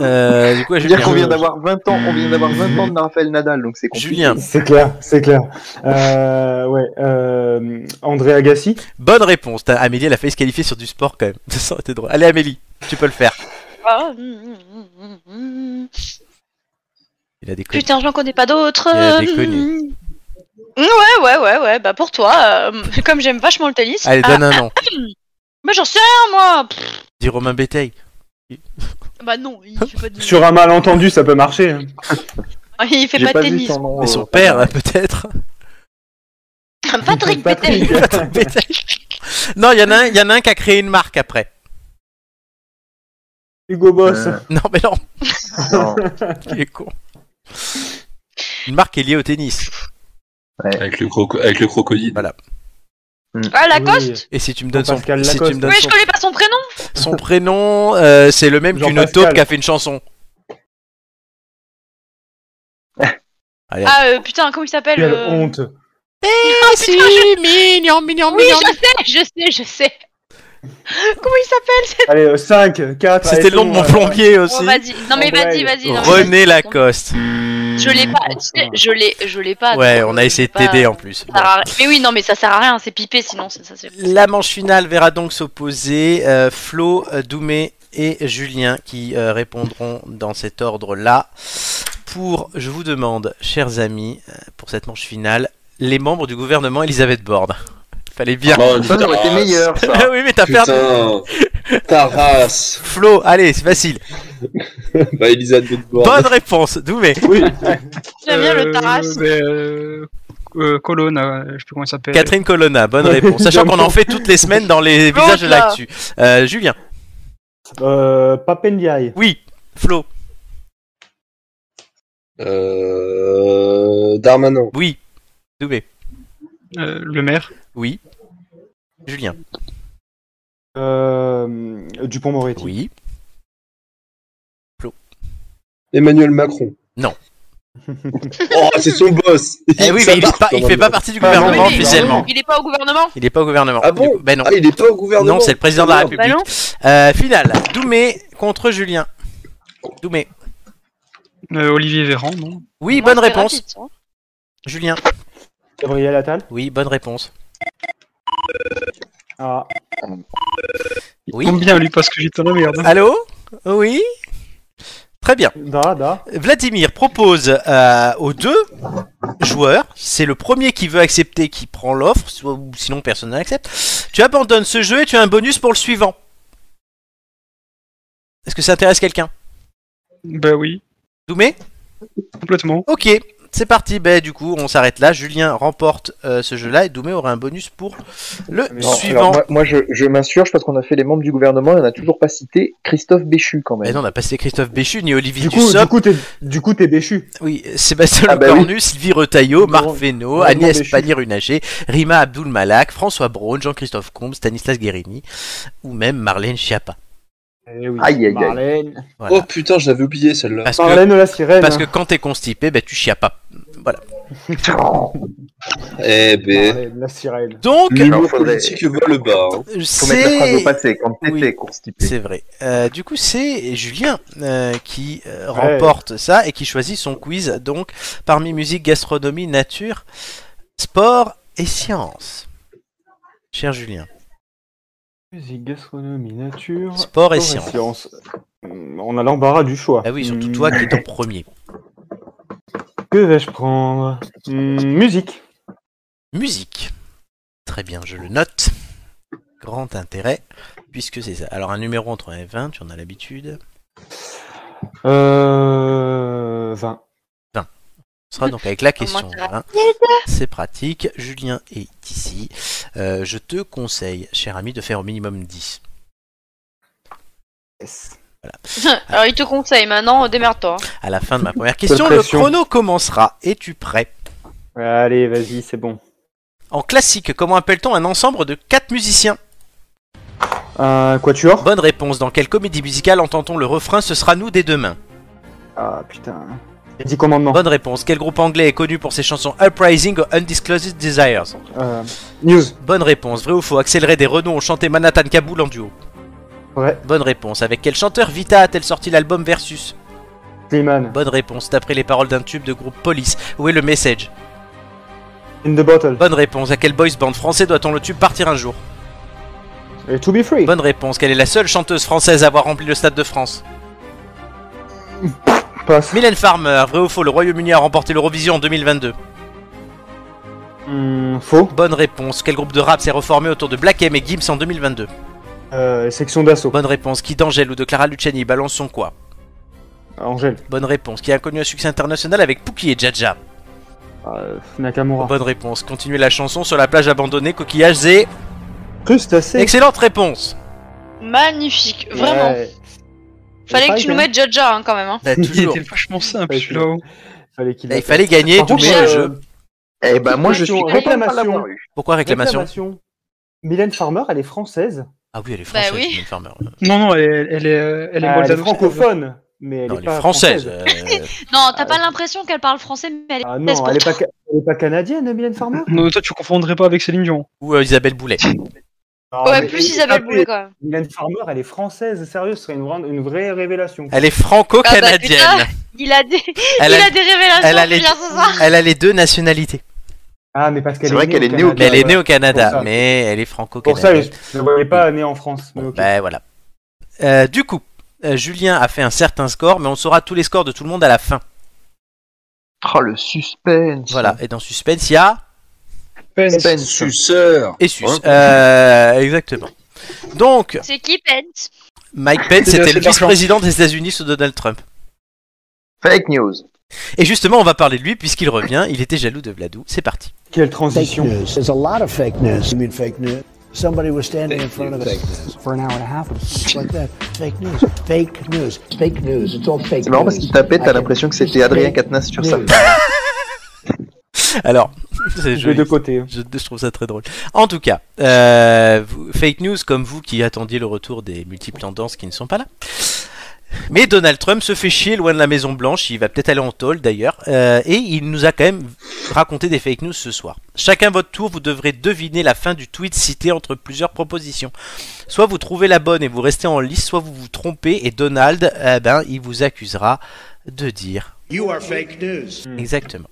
Euh, du coup,
Je veux
Julien.
dire qu'on vient d'avoir 20 ans, on vient d'avoir 20 ans de Raphaël Nadal, donc c'est compliqué.
Julien,
c'est clair, c'est clair. Euh, ouais, euh, André Agassi.
bonne réponse. T'as- Amélie, elle a failli se qualifier sur du sport quand même. Ça aurait été drôle. Allez, Amélie, tu peux le faire.
Ah, mm, mm, mm, mm.
Il a des couilles.
Putain, j'en connais pas d'autres.
Il a
euh,
déconné.
mm. Ouais, ouais, ouais, ouais, bah pour toi, euh, comme j'aime vachement le tennis,
Allez,
ah,
donne un nom.
bah j'en sais rien moi Pff,
Dis Romain Béteille.
Bah non, il fait pas de,
Sur un malentendu, ça peut marcher. hein.
il fait
J'ai
pas de
pas vu
tennis.
son nom,
Mais son
euh,
père, peut-être.
Ah, Patrick Bettel
Patrick.
Patrick Béteille. Non, il y, en a un- il y en a un qui a créé une marque après.
Hugo Boss.
euh,
Non, mais non,
non.
il est con. Une marque est liée au tennis.
Avec le, croco- avec le crocodile.
Voilà.
Ah, Lacoste
Oui.
Et si tu me donnes son,
Pascal
si tu me
Lacoste.
donnes
Ouais, je
son-
connais pas son prénom
son prénom, euh, c'est le même
Jean
qu'une taupe
Pascal.
qui a fait une chanson. Allez, Ah,
Ah, euh, putain, comment il s'appelle
Quelle
euh,
honte.
mignon, mignon,
Oui, je sais, je sais, je sais. Comment il s'appelle cette...
Allez, euh, 5, 4.
C'était le nom de
euh,
mon plombier
Oh,
aussi.
vas-y, non mais vas-y,
André.
vas-y. non, mais
René
vas-y.
Lacoste.
Je l'ai pas, tu sais, je l'ai, je l'ai pas.
Ouais,
donc,
on a
euh,
essayé de
je l'ai
t'aider
pas.
en plus.
Ça sert à rien. Mais oui, non, mais ça sert à rien, c'est pipé sinon. c'est- Ça, c'est...
La manche finale verra donc s'opposer euh, Flo, euh, Doumé et Julien qui euh, répondront dans cet ordre-là. Pour, je vous demande, chers amis, euh, pour cette manche finale, les membres du gouvernement Elisabeth Borne. Fallait bien.
Oh,
Ça aurait été
putain,
meilleur, ça.
oui, mais t'as perdu.
Putain, ta race.
Flo, allez, c'est facile.
Bah, Elisabeth Borne.
Bonne réponse, Doumé.
Oui.
J'aime bien le
Euh,
Taras.
mais, euh, euh, Colonne, euh, je sais plus comment il s'appelle.
Catherine Colonna, bonne réponse. Sachant qu'on en fait toutes les semaines dans les
L'autre,
visages de
là.
l'actu. Euh, Julien,
Euh, Papendiaï.
oui. Flo,
Euh, Darmanin.
oui. Doumé,
Euh, le maire.
oui. Julien,
Euh, Dupont-Moretti.
oui.
Emmanuel Macron. Oh, c'est son boss
Eh oui,
Ça
mais il, est
part
pas- il
quand
fait
même.
pas partie du
Ah,
gouvernement
non,
mais-
officiellement.
Il est pas au gouvernement
Il est pas au gouvernement.
Ah bon
Du coup- Ben non.
Ah, il est pas au gouvernement
Non, c'est le président de la
Merde.
République.
Bah non.
Euh, finale, Doumé contre Julien. Doumé.
Euh, Olivier Véran, non
Oui,
Moi,
bonne
c'est
réponse.
rapide, hein.
Julien.
Gabriel Attal
Oui, bonne réponse.
Ah,
Oui.
Combien lui parce que j'étais dans la merde
Allô Oui Très bien.
da, da.
Vladimir propose euh, aux deux joueurs, c'est le premier qui veut accepter qui prend l'offre, soit- ou sinon personne ne l'accepte. Tu abandonnes ce jeu et tu as un bonus pour le suivant. Est-ce que ça intéresse quelqu'un
Bah oui,
Doumé
complètement.
Ok, c'est parti. Ben, du coup, on s'arrête là. Julien remporte euh, ce jeu-là et Doumé aura un bonus pour le
Mais non,
Non,
suivant.
alors moi, moi, je, je m'insurge parce qu'on a fait les membres du gouvernement et on n'a toujours pas cité Christophe Béchu quand
Mais
même.
non, on n'a pas cité Christophe Béchu ni Olivier
Du coup, du
Dussopt.
coup, t'es, du coup, t'es déchu.
Oui, Sébastien
Ah bah oui.
Lecornu, Sylvie Retailleau, Marc
Laurent-
Fesneau,
Laurent
Agnès
Béchu.
Pannier-Runager, Rima Abdul-Malak, François Braun, Jean-Christophe Combes, Stanislas Guérini ou même Marlène Schiappa.
Eh oui.
Aïe, aïe, aïe.
Marlène.
Voilà.
Oh putain, je l'avais oublié celle-là.
parce, que,
Marlène la sirène. hein.
parce que quand t'es constipé, ben, tu chiappas.
Eh ben,
Marlène la sirène.
Donc,
l'humour
faudrait-
politique vole le bas. hein.
Faut mettre la phrase
c'est...
au passé quand t'étais
Oui.
constipé.
C'est vrai. Euh, du coup, c'est Julien euh, qui euh, remporte ça et qui choisit son quiz donc parmi musique, gastronomie, nature, sport et sciences. Cher Julien,
Musique, gastronomie, nature.
sport et
sport et
sciences.
sciences. Hum, On a l'embarras du choix.
Ah oui, surtout
Hum,
toi qui es en premier.
Que vais-je prendre Hum, Musique.
Musique. Très bien, je le note. Grand intérêt, puisque c'est ça. Alors, un numéro entre 1 et 20, tu en as l'habitude.
Euh... 20.
On sera donc avec la question
Comment ça
20. C'est pratique. Julien est ici. Euh, je te conseille, cher ami, de faire au minimum 10.
hein. Alors, il te conseille maintenant, démerde-toi. hein.
À la fin de ma première question,
Pas de
le
pression.
chrono commencera. Es-tu prêt
Allez, vas-y, c'est bon.
En classique, comment appelle-t-on un ensemble de 4 musiciens
Un quatuor
Bonne réponse. Dans quelle comédie musicale entend-on le refrain Ce sera nous dès demain
Ah putain. Les 10 commandements.
Bonne réponse. Quel groupe anglais est connu pour ses chansons Uprising ou Undisclosed Desires
Euh, news.
Bonne réponse. Vrai ou faux Accélérer des Renault ont chanté Manhattan Kaboul en duo
Ouais.
Bonne réponse. Avec quel chanteur Vita a-t-elle sorti l'album Versus
Clayman.
Bonne réponse. D'après les paroles d'un tube de groupe Police, où est le message
In the bottle.
Bonne réponse. À quel boys band français doit-on le tube Partir un jour
Et to be free.
Bonne réponse. Quelle est la seule chanteuse française à avoir rempli le Stade de France
Passe.
Mylène Farmer, vrai ou faux, le Royaume-Uni a remporté l'Eurovision en 2022
Hum, faux.
Bonne réponse. Quel groupe de rap s'est reformé autour de Black M et Gims en 2022
Euh, section d'assaut.
Bonne réponse. Qui d'Angèle ou de Clara Luciani balance son quoi
Ah, Angèle.
Bonne réponse. Qui a connu un succès international avec Pookie et Jaja
Euh, Nakamura.
Bonne réponse. Continuez la chanson sur la plage abandonnée, coquillages et...
Crustacé.
Excellente réponse
Magnifique, vraiment.
Ouais.
Fallait que
Pareil,
tu nous
quand même.
mettes Jaja hein, quand même. hein.
Bah,
Il
toujours.
était vachement simple
Ouais,
celui-là.
Fallait qu'il
Bah, il fallait gagner,
Par contre,
Doumé, le
euh,
jeu.
Eh ben moi je suis content de pas
Réclamation.
l'avoir eu.
Pourquoi réclamation
réclamation. Mylène Farmer, elle est française.
Ah oui, elle est
Bah
française,
oui.
Mylène Farmer.
Non, non, elle est, elle est, euh, elle est
Ah, elle est
moldave.
francophone, mais elle
Non,
est
elle
pas
est française. euh,
Non, t'as
Ah,
pas l'impression qu'elle parle français, mais elle est
Ah
française
non,
pour
elle est
toi.
pas, ca- elle est pas canadienne, Mylène Farmer
Non, toi, tu confondrais pas avec Céline Dion.
Ou euh, Isabelle Boulet.
Non,
Ouais,
mais-
plus Isabelle
Ah,
Boulet quand même.
Mylène Farmer, elle est française, sérieux, ce serait une, grande- une vraie révélation.
Elle est franco-canadienne.
Ah bah, Il a des,
elle,
il
a,
a des révélations,
elle a les-
Julien, ce soir.
elle a les deux nationalités.
Ah, mais parce qu'elle
C'est
est,
vrai
née
qu'elle
au
est née
Canada,
au
Mais elle est née
voilà.
au Canada,
Pour ça.
mais elle est
Pour ça,
franco-canadienne.
je ne voyais pas née en France. mais
Bon,
ok.
ben voilà. Euh, du coup, euh, Julien a fait un certain score, mais on saura tous les scores de tout le monde à la fin.
Oh le suspense.
Voilà. Et dans Suspense, il y a
Suspense.
Suceur
et sus.
Hein
Euh, exactement. Donc,
C'est qui Pence
Mike Pence
C'est
était
assez
le vice-président des États-Unis sous Donald Trump.
Fake news.
Et justement, on va parler de lui puisqu'il revient. Il était jaloux de Vladou. C'est parti.
Quelle
Fake
Bah,
transition.
news. There's a lot of fake news. You mean fake news? Somebody was standing in front of us for an hour and a half or something like that. Fake news. Fake news. Fake news. It's all fake
C'est marrant parce qu'il tapait,
Ah,
t'as l'impression que c'était Adrien Quatennens sur sa
Oui.
Alors, c'est
Je vais
joli.
de côté.
Je, je trouve ça très drôle. En tout cas, euh, vous- fake news comme vous qui attendiez le retour des multiples tendances qui ne sont pas là. Mais Donald Trump se fait chier loin de la Maison Blanche, il va peut-être aller en tôle d'ailleurs, euh, et il nous a quand même raconté des fake news ce soir. Chacun votre tour, vous devrez deviner la fin du tweet cité entre plusieurs propositions. Soit vous trouvez la bonne et vous restez en lice, soit vous vous trompez et Donald, eh ben, il vous accusera de dire
You are fake news.
Hmm.
exactement.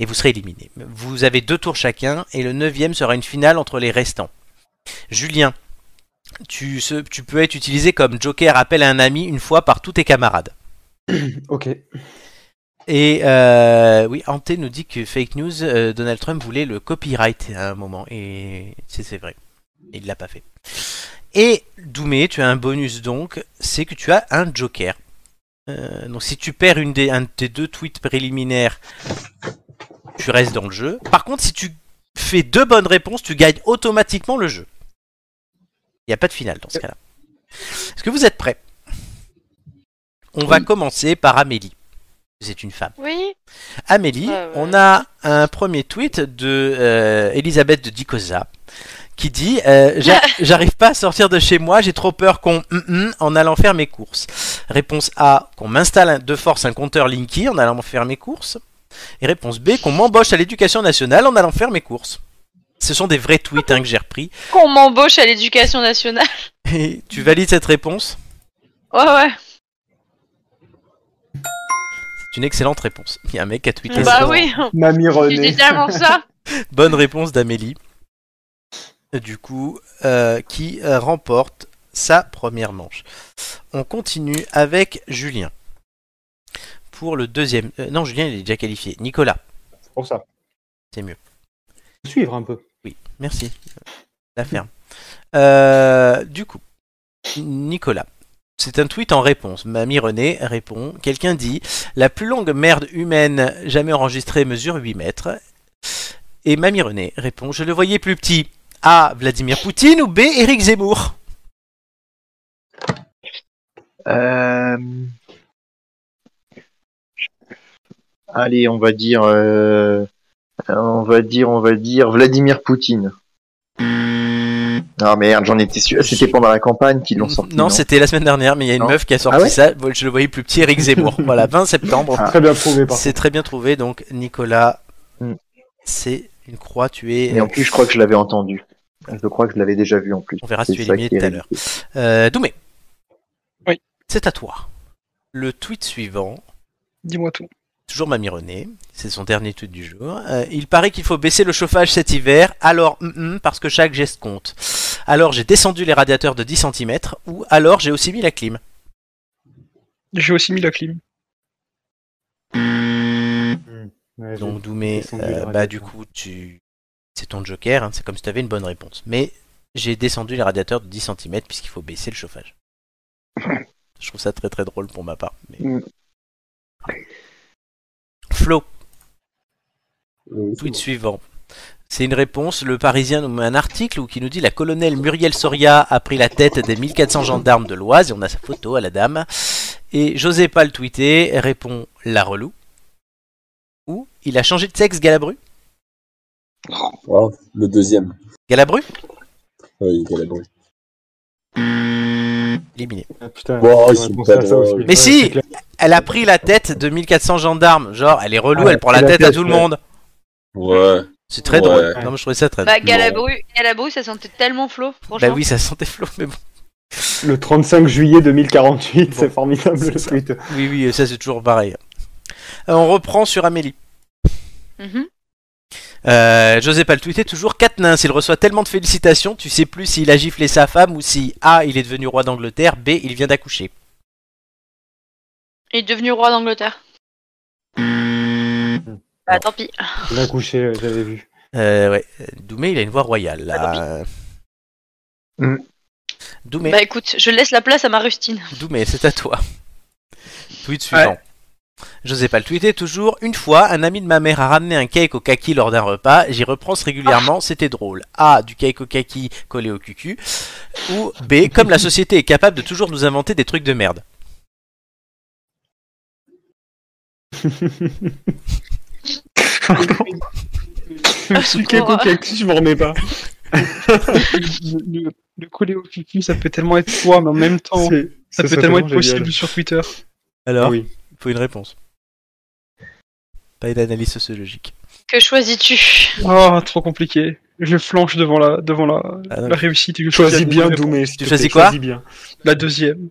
Et vous serez éliminé. Vous avez deux tours chacun, et le neuvième sera une finale entre les restants. Julien, tu, se- tu peux être utilisé comme joker appel à un ami une fois par tous tes camarades.
Ok.
Et euh, oui, Ante nous dit que fake news, euh, Donald Trump voulait le copyright à un moment, et c'est c'est vrai, il l'a pas fait. Et Doumé, tu as un bonus donc, c'est que tu as un joker. Euh, donc si tu perds une des, un de tes deux tweets préliminaires, tu restes dans le jeu. Par contre, si tu fais deux bonnes réponses, tu gagnes automatiquement le jeu. Il n'y a pas de finale dans ce cas-là. Est-ce que vous êtes prêts On va commencer par Amélie. C'est une femme.
Oui.
Amélie,
Ouais, ouais.
on a un premier tweet de euh, Elisabeth de Dicosa qui dit euh, J'a- J'arrive pas à sortir de chez moi, j'ai trop peur qu'on hum, hum en allant faire mes courses. Réponse A Qu'on m'installe un- de force un compteur Linky en allant faire mes courses. Et réponse B Qu'on m'embauche à l'éducation nationale en allant faire mes courses. Ce sont des vrais tweets hein, que j'ai repris.
Qu'on m'embauche à l'éducation nationale.
Et tu valides cette réponse
Ouais, ouais.
C'est une excellente réponse. Il y a un mec qui a tweeté
Bah
ça.
oui.
Mamie
Je dis
René.
tellement ça.
Bonne réponse d'Amélie. Du coup, euh, qui euh, remporte sa première manche. On continue avec Julien. Pour le deuxième. euh, non, Julien, il est déjà qualifié. Nicolas,
Pour ça.
c'est mieux.
Suivre un peu.
Merci. La ferme. Euh, du coup, Nicolas. C'est un tweet en réponse. Mamie René répond. Quelqu'un dit La plus longue merde humaine jamais enregistrée mesure 8 mètres. Et Mamie René répond Je le voyais plus petit. A. Vladimir Poutine ou B. Éric Zemmour
Euh... Allez, on va dire, euh, on va dire, on va dire Vladimir Poutine. Ah merde, j'en étais sûr. C'était pendant la campagne qu'ils l'ont sorti.
Hmm. Non, c'était la semaine dernière, mais il y a une
Non.
meuf qui a sorti
Ah ouais Ah,
ça. Je le voyais plus petit, Éric Zemmour. voilà, 20 septembre.
Très bien prouvé par
C'est très bien trouvé. Donc, Nicolas,
Mm.
c'est une croix. Tu es.
Et en plus, je crois que je l'avais entendu. Je crois que je l'avais déjà vu en plus.
On verra si
C'est
tu es
ça
éliminé
qui est
tout à l'heure.
ridicule.
Euh, Doumé.
Oui.
C'est à toi. Le tweet suivant,
Dis-moi tout.
toujours Mamie René, c'est son dernier tweet du jour. Euh, il paraît qu'il faut baisser le chauffage cet hiver, alors hum, hum, parce que chaque geste compte. Alors j'ai descendu les radiateurs de 10 cm, ou alors j'ai aussi mis la clim.
J'ai aussi mis la clim.
Ouais,
Donc Doumé,
descendu
euh,
les
bah
radiateurs.
du coup tu, c'est ton joker, hein, c'est comme si tu avais une bonne réponse. Mais j'ai descendu les radiateurs de 10 cm puisqu'il faut baisser le chauffage. Je trouve ça très très drôle pour ma part. mais-
Mm.
Flo,
Oui,
Tweet suivant. C'est une réponse. Le Parisien nous met un article où qui nous dit la colonelle Muriel Soria a pris la tête des 1400 gendarmes de l'Oise. Et on a sa photo à la dame. Et José pas le tweeter répond la relou. Ou il a changé de sexe Galabru.
Oh, le deuxième.
Galabru
Oui, il est bon.
éliminé.
Ah, putain,
Bon,
j'aurais
c'est
pensé
pas
à ça aussi.
drôle.
Mais
Ouais,
si
c'est clair.
Elle a pris la tête de 1400 gendarmes. Genre elle est relou,
Ah,
elle prend la
la
tête à
tête,
tout le
ouais.
monde.
Ouais.
C'est très
Ouais.
drôle. Non mais je trouvais ça très drôle.
Bah, Galabru, Galabru, ça sentait tellement flot, franchement.
Bah oui, ça sentait flou, mais bon.
Le 35 juillet 2048, c'est formidable
C'est
le
ça.
tweet.
Oui, oui, ça c'est toujours pareil. Euh, On reprend sur Amélie.
Mhm.
Euh, José pas le tweeter toujours Katnins, il reçoit tellement de félicitations, tu sais plus s'il a giflé sa femme ou si A il est devenu roi d'Angleterre, B il vient d'accoucher.
Il est devenu roi d'Angleterre.
Hmm.
Bah, tant pis.
Bien couché, ouais, j'avais vu.
Euh, ouais, euh, Doumé il a une voix royale là.
Mm.
Doumé,
Bah, écoute, je laisse la place à ma rustine.
Doumé, c'est à toi. Tweet suivant. José pas le tweeter toujours une fois un ami de ma mère a ramené un cake au kaki lors d'un repas, j'y repense régulièrement, c'était drôle. A du cake au kaki collé au cucu ou B comme la société est capable de toujours nous inventer des trucs de merde.
Merci Keko Kaki, je m'en remets pas.
le, le, le collé au kiki, ça peut tellement être toi, mais en même temps.
Oh.
C'est- Ça
Ça peut
serait
tellement être
tellement génial.
possible sur Twitter.
Alors,
Oui.
il faut une réponse. Pas une analyse sociologique.
euh, Que choisis-tu
Oh, trop compliqué. Je flanche devant la, devant la,
Ah, non.
la réussite. Je
Choisis bien
d'où
Doumé. s'il te
Tu
plaît,
choisis quoi
bien.
La deuxième.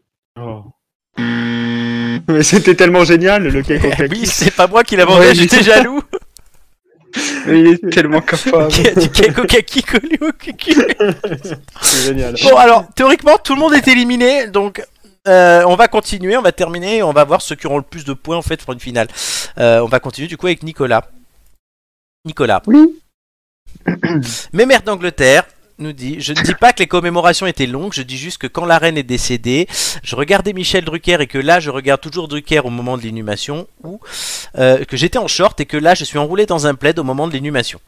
Mais c'était tellement génial le cake en
Eh oui, c'est pas moi qui l'avais
Ouais,
j'étais jaloux.
Mais il est tellement capable.
Qui a du Keiko Kaki collé au cucu.
c'est génial.
Bon, alors, théoriquement, tout le monde est éliminé, donc euh, on va continuer, on va terminer, et on va voir ceux qui auront le plus de points en fait pour une finale. Euh, on va continuer du coup avec Nicolas. Nicolas.
Oui.
Mes mères d'Angleterre nous dit Je ne dis pas que les commémorations étaient longues, je dis juste que quand la reine est décédée, je regardais Michel Drucker et que là, je regarde toujours Drucker au moment de l'inhumation, ou euh, que j'étais en short et que là, je suis enroulé dans un plaid au moment de l'inhumation.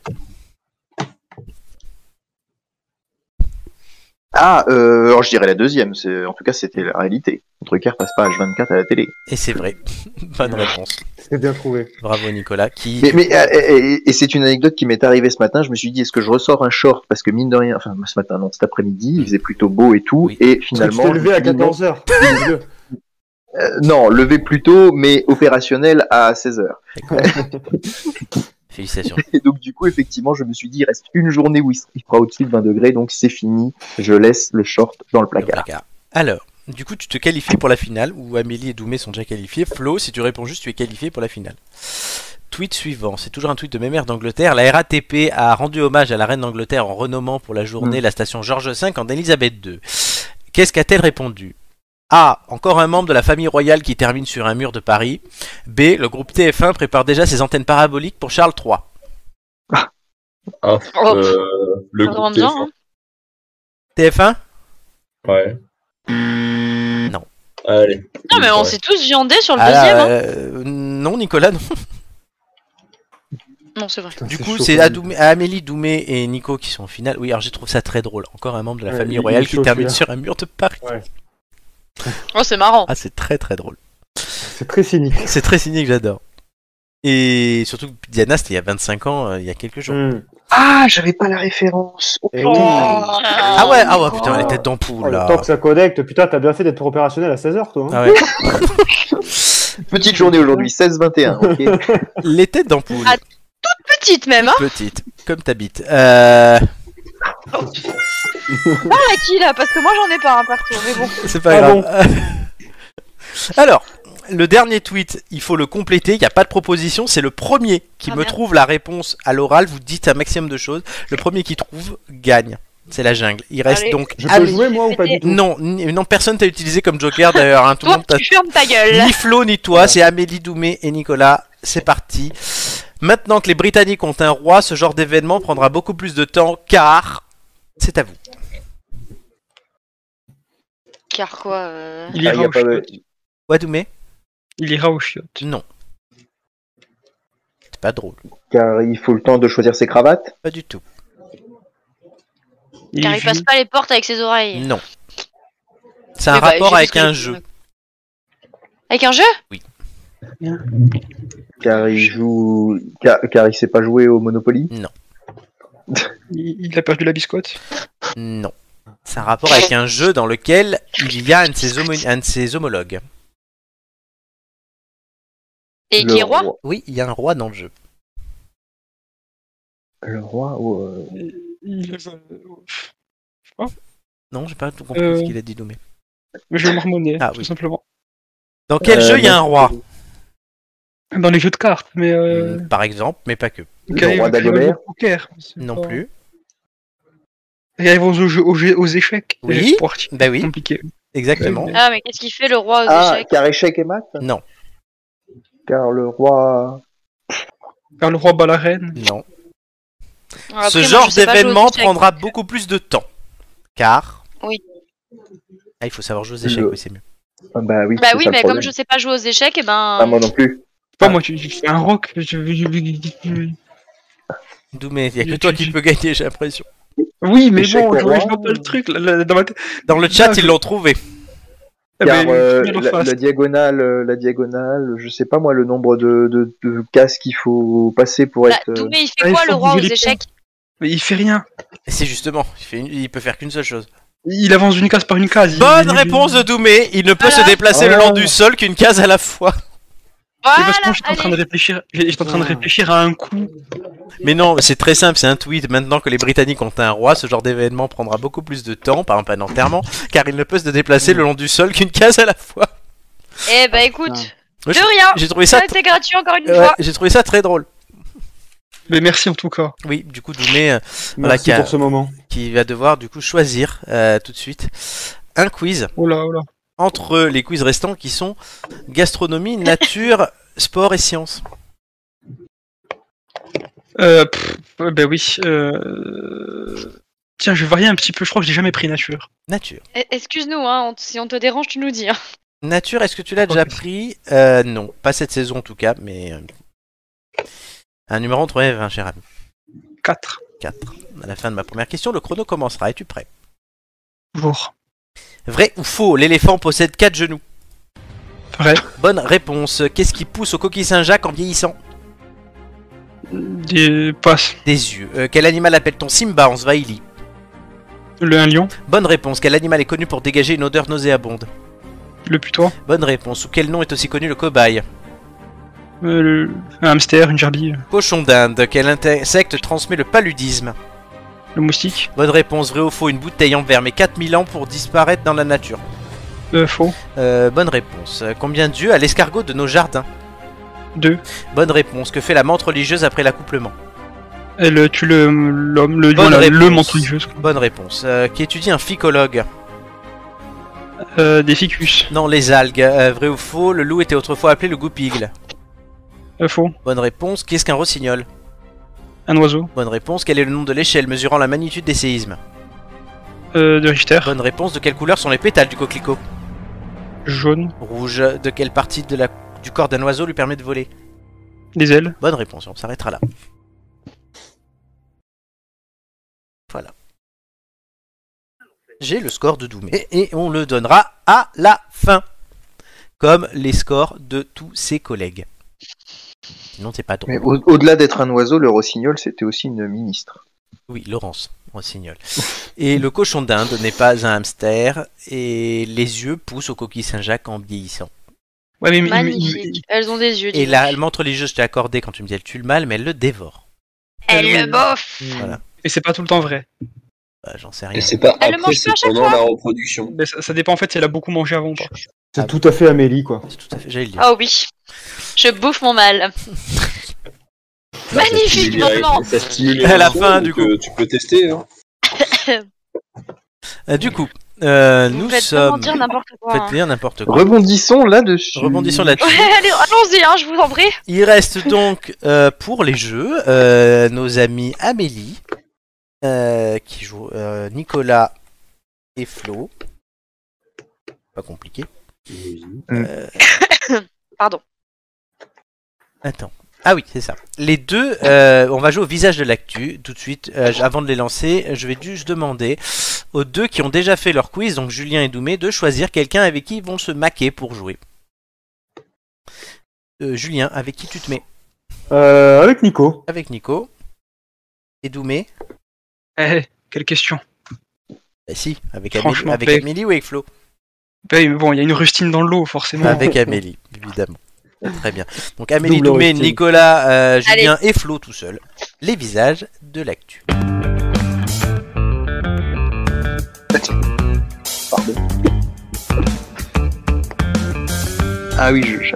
Ah, euh, alors je dirais la deuxième. c'est- En tout cas, c'était la réalité. Drucker passe pas H24 à la télé.
Et c'est vrai. Bonne réponse.
C'est bien trouvé.
Bravo Nicolas. Qui...
Mais, mais euh, et, et- et c'est une anecdote qui m'est arrivée ce matin. Je me suis dit, est-ce que je ressors un short Parce que mine de rien, enfin ce matin, non, cet après-midi, il faisait plutôt beau et tout.
Oui.
Et
Tu
finalement,
t'es levé à
je me suis dit, non,
14h.
euh, non, levé plus tôt, mais opérationnel à 16h.
Félicitations.
Et donc du coup, effectivement, je me suis dit, il reste une journée où il s- il fera au-dessus de 20 degrés, donc c'est fini. Je laisse le short dans le
Le
placard.
placard. Alors, du coup, tu te qualifies pour la finale où Amélie et Doumé sont déjà qualifiés. Flo, si tu réponds juste, tu es qualifié pour la finale. Tweet suivant, c'est toujours un tweet de mes mères d'Angleterre. La RATP a rendu hommage à la reine d'Angleterre en renommant pour la journée la station George V en Elisabeth II. Qu'est-ce qu'a-t-elle répondu A. Encore un membre de la famille royale qui termine sur un mur de Paris. B. Le groupe TF1 prépare déjà ses antennes paraboliques pour Charles III.
Oh,
Euh, le
ça
groupe
rentre bien,
TF1
hein.
téléphone. Ouais.
Non.
Allez.
hein. Non, mais on
Ouais.
s'est tous viandés sur le
Ah,
deuxième. hein.
euh, Non, Nicolas, non.
Non, c'est vrai.
Du coup, c'est à Doumé- à Amélie, Doumé et Nico qui sont en finale. Oui, alors je trouve ça très drôle. Encore un membre de la
Ouais,
famille
il- il
royale qui
chauffe,
termine
là.
sur un mur de Paris.
Ouais.
Oh, c'est marrant.
Ah, c'est très très drôle.
C'est très cynique.
C'est très cynique, j'adore. Et surtout, que Diana, c'était il y a 25 ans, euh, il y a quelques jours.
Ah, j'avais pas la référence. Oh,
Eh
putain.
Hum. oui.
Ah ouais, ah ouais, putain, la tête
Oh,
d'ampoule
le
là.
temps que ça connecte, putain, t'as bien fait d'être opérationnel à 16h, toi. hein.
Ah ouais.
Petite journée aujourd'hui, 16-21. ok.
Les têtes d'ampoule,
Ah, Petite même, hein.
petites, comme ta bite. Euh,
Pas à qui là Parce que moi j'en ai pas un partout. Mais bon.
c'est pas
Ah
grave. alors, le dernier tweet, il faut le compléter. Il n'y a pas de proposition. C'est le premier qui
Ah,
me
merde.
trouve la réponse à l'oral. Vous dites un maximum de choses. Le premier qui trouve gagne. C'est la jungle. Il reste
Allez.
donc
Je peux
Amélie-
jouer, moi, ou pas du tout
Non, ni- non, personne t'a utilisé comme joker d'ailleurs. hein, Tout le
Toi,
monde t'a
Oh, tu fermes ta gueule.
Ni Flo ni toi, c'est Amélie Doumé et Nicolas. C'est parti. Maintenant que les Britanniques ont un roi, ce genre d'événement prendra beaucoup plus de temps car c'est à vous.
Car quoi euh,
Il
Ah,
ira
y a
au
pas de-
chiottes.
Ouais Doumé
Il ira au chiottes.
Non. C'est pas drôle.
Car il faut le temps de choisir ses cravates.
Pas du tout.
Il
Car il
vit-
passe pas les portes avec ses oreilles.
Non. C'est un
Mais bah,
rapport
j'ai
avec
compris.
un jeu.
Avec un jeu
Car il joue. Car, car il sait pas jouer au Monopoly.
il il a perdu la biscotte.
Non. C'est un rapport avec un jeu dans lequel il y a un de ses, homo- un de ses homologues.
Et
Le
qui est roi
Oui, il y a un roi dans le jeu.
Le roi ou, euh,
Il-
Non, j'ai pas tout compris
Euh.
ce qu'il a dit Doumé.
Mais je vais marmonner,
Ah,
tout
oui.
simplement.
Dans quel
Euh,
jeu il y a
non,
un roi
Dans les jeux de cartes, mais. Euh...
Mm, Par exemple, mais pas que.
quand il
roi
joue
d'Agobert
au poker, mais c'est
Non
pas-
plus.
Il arrive aux, jeux- aux, jeux- aux échecs.
Oui.
Les jeux sportifs,
Bah oui,
compliqué.
exactement.
Ah, mais qu'est-ce qu'il fait le roi aux
Ah,
échecs
car échec et mat
Non,
Car le roi.
Car le roi bat la reine.
non.
Après,
Ce
moi, je
genre
sais pas jouer aux
d'événement
échecs.
prendra beaucoup plus de temps. Car.
Oui.
Ah, il faut savoir jouer aux échecs,
Le-
oui, c'est mieux.
Ah, bah oui,
Bah
c'est
oui,
ça le
mais
problème.
comme je sais pas jouer aux échecs, et ben.
Ah, moi non plus.
Pas moi, tu, tu fais un rock. je- je- je-
Doumé, il n'y a que toi qui peux gagner, j'ai l'impression.
Oui, mais
Échec
bon,
au
je,
roi.
je vois pas le truc. là, là, dans ma tête.
Dans le chat, ils l'ont trouvé.
Eh
Car
ben,
euh,
mets-le en
la,
face.
la diagonale, euh, la diagonale, je sais pas moi le nombre de, de, de cases qu'il faut passer pour
Bah,
être. euh,
Doumé, il
Ah,
fait
il
quoi
faut
le roi aux
bouger les
échecs
Mais il fait rien.
Et C'est justement, il, fait une- il peut faire qu'une seule chose.
Il avance d'une case par une case. il-
Bonne
il-
réponse de Doumé. Il ne peut
Voilà.
se déplacer le
Voilà.
long du sol qu'une case à la fois.
C'est
Voilà,
parce que moi, j'étais en train de
allez.
réfléchir. J'étais en train de
Ah.
réfléchir à un coup.
Mais non, c'est très simple, c'est un tweet. Maintenant que les Britanniques ont un roi, ce genre d'événement prendra beaucoup plus de temps, par exemple un enterrement, car il ne peut se déplacer le long du sol qu'une case à la fois.
Eh bah écoute,
Moi,
de
j'ai-
rien.
J'ai trouvé
Ça
Ah. ça,
a été gratuit encore une
ouais,
fois.
j'ai trouvé ça très drôle.
Mais merci en tout cas.
Oui, du coup Doumé euh, Voilà,
Merci
qui a-
pour ce moment.
qui va devoir du coup choisir euh, tout de suite un quiz
Oh là, oh là.
entre les quiz restants qui sont gastronomie, nature, sport et sciences.
Euh, pff, euh, ben oui. euh, Tiens, je vais varier un petit peu. Je crois que j'ai jamais pris nature.
Nature.
Eh, Excuse-nous, hein, on- si on te dérange, tu nous dis. hein.
Nature, est-ce que tu l'as déjà pris Euh, Non, pas cette saison en tout cas, mais euh, un numéro entre 1 et 20, cher ami.
4
4. À la fin de ma première question, le chrono commencera. Es-tu prêt
jours.
Vrai ou faux L'éléphant possède 4 genoux.
Vrai.
Bonne réponse. Qu'est-ce qui pousse au coquille Saint-Jacques en vieillissant
Des passes.
Des yeux. Euh, quel animal appelle-t-on Simba en Swahili
Le un lion.
Bonne réponse. Quel animal est connu pour dégager une odeur nauséabonde
Le putois.
Bonne réponse. Sous quel nom est aussi connu le cobaye
euh, le- Un hamster. Une gerbille.
Cochon d'Inde. Quel insecte transmet le paludisme
Le moustique.
Bonne réponse. Vrai ou faux Une bouteille en verre met 4000 ans pour disparaître dans la nature.
Euh, faux.
Euh, bonne réponse. Euh, Combien d'yeux a l'escargot de nos jardins
2.
Bonne réponse. Que fait la menthe religieuse après l'accouplement
Elle tue le l'homme. Le
Bonne
lion, là, le
réponse.
manteau religieuse.
Bonne réponse. Euh, qui étudie un phycologue
Euh, des ficus.
Non, les algues. Euh, vrai ou faux, le loup était autrefois appelé le goupigle.
Euh, faux.
Bonne réponse. Qu'est-ce qu'un rossignol
Un oiseau.
Bonne réponse. Quel est le nom de l'échelle mesurant la magnitude des séismes
Euh, de Richter.
Bonne réponse. De quelle couleur sont les pétales du coquelicot
Jaune.
Rouge. De quelle partie de la... du corps d'un oiseau lui permet de voler
Des ailes.
Bonne réponse. On s'arrêtera là. Voilà. J'ai le score de Doumé et on le donnera à la fin. Comme les scores de tous ses collègues. Sinon, c'est pas drôle.
Mais au- au-delà d'être un oiseau, le rossignol, c'était aussi une ministre.
Oui, Laurence, on signale. Et le cochon d'Inde n'est pas un hamster, et les yeux poussent au coquille Saint-Jacques en vieillissant.
Ouais, mais- mais- mais-
Magnifique. Elles ont des yeux.
Et
dis
la
donc.
menthe religieuse, je t'ai accordé quand tu me disais elle tue le mal, mais elle le dévore.
Elle le bof.
Voilà.
mais c'est pas tout le temps vrai.
Bah, J'en sais rien.
Et c'est pas
Elle le
après,
mange
c'est
pas à chaque
pendant
fois
la reproduction.
Mais ça, ça dépend en fait si elle a beaucoup mangé avant. ou pas.
Ah.
C'est tout à fait Amélie, quoi.
C'est tout à fait. J'allais le dire.
Oh oui. Je bouffe mon mal. Magnifique moment.
Ça stimule
À la
les
fin,
enfants,
du
donc, euh, Tu peux tester. Hein.
Euh, du coup, euh,
Vous
nous
faites
sommes.
vraiment dire n'importe quoi.
Faites
hein.
dire n'importe quoi.
Rebondissons là-dessus.
Rebondissons là-dessus.
Ouais, allez, allons-y, hein, je vous en prie.
Il reste donc euh, pour les jeux euh, nos amis Amélie, euh, qui joue euh, Nicolas et Flo. Pas compliqué. Euh,
Pardon.
Attends. Ah oui, c'est ça. Les deux, euh, on va jouer au visage de l'actu tout de suite. Euh, j- avant de les lancer, je vais juste demander aux deux qui ont déjà fait leur quiz, donc Julien et Doumé, de choisir quelqu'un avec qui ils vont se maquer pour jouer. Euh, Julien, avec qui tu te mets
Euh, avec Nico.
Avec Nico. Et Doumé
Eh, quelle question.
Bah si, avec, Amélie,
Franchement,
avec
mais-
Amélie ou avec Flo
Bah oui, mais bon, il y a une rustine dans l'eau, forcément.
Avec Amélie, évidemment. Très bien. Donc Amélie,
Double
Doumé,
origine.
Nicolas, euh, Julien et Flo tout seul. Les visages de l'actu.
Ah oui, je. je-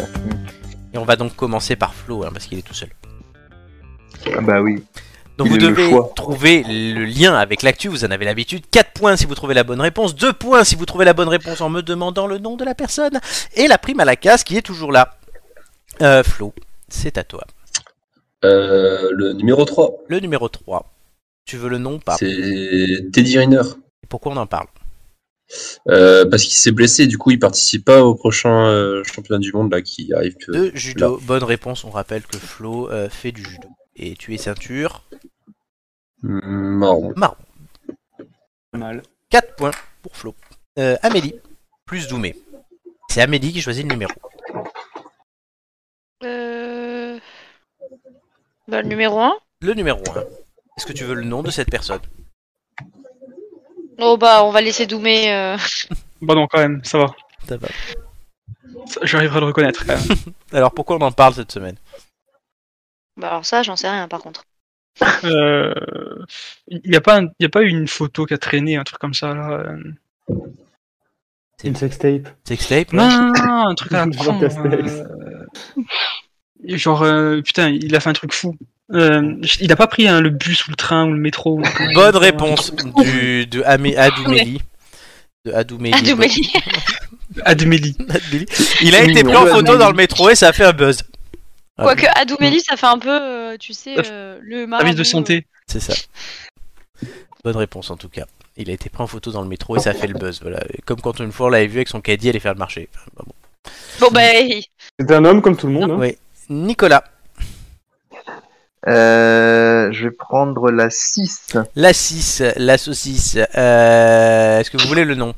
Et on va donc commencer par Flo, hein, parce qu'il est tout seul.
Ah bah oui.
Donc
Il
vous
est le
devez
choix.
trouver le lien avec l'actu, vous en avez l'habitude. 4 points si vous trouvez la bonne réponse, 2 points si vous trouvez la bonne réponse en me demandant le nom de la personne, et la prime à la casse qui est toujours là. Euh, Flo, c'est à toi.
Euh, le numéro 3,
Le numéro 3. Tu veux le nom ou pas
c'est Teddy Riner.
Et Pourquoi on en parle
Euh, parce qu'il s'est blessé, du coup, il participe pas au prochain euh, championnat du monde là qui arrive. euh, que-
Euh,
De judo. Bonne réponse, on rappelle que Flo euh, fait du judo. Et tu es ceinture
Hmm, marron.
marron.
Mal.
4 points pour Flo. Euh, Amélie, plus Doumé. C'est Amélie qui choisit le numéro.
Euh... Bah, le numéro 1.
Le numéro 1. Est-ce que tu veux le nom de cette personne
Oh bah, on va laisser Doumé. euh,
Bon, non, quand même, ça va.
Ça va.
Ça, J'arriverai à le reconnaître. quand même.
Alors pourquoi on en parle cette semaine
Bah, alors ça, j'en sais rien par contre.
Euh, Il n'y a, pas un- il y a pas eu une photo qui a traîné, un truc comme ça, là. euh.
Une sextape.
Sextape
Non,
ouais.
non, non, non, un truc à la
Jean
con,
Castex.
euh, Genre, euh, putain, il a fait un truc fou. Euh, il a pas pris hein, le bus ou le train ou le métro. ou-
Bonne réponse du, de Amé, Adoumeli. De Adoumeli.
Ah, Doumé.
Admélie.
Adoumeli. Il a
C'est
été pris en
mignon.
photo dans le métro et ça a fait un buzz.
Quoique
Ah,
Adoumeli, ah, ça fait un peu, euh, tu sais, euh, le
Service de
marabout,
santé.
C'est ça. Bonne réponse en tout cas. Il a été pris en photo dans le métro et ça a fait le buzz. Voilà. Et Comme quand une fois on l'avait vu avec son caddie aller faire le marché. Enfin, bah bon.
euh. Bon bah, hey.
C'est un homme comme tout le monde. hein.
Ouais. Nicolas,
Euh, je vais prendre la 6.
la 6, la saucisse. euh, Est-ce que vous voulez le nom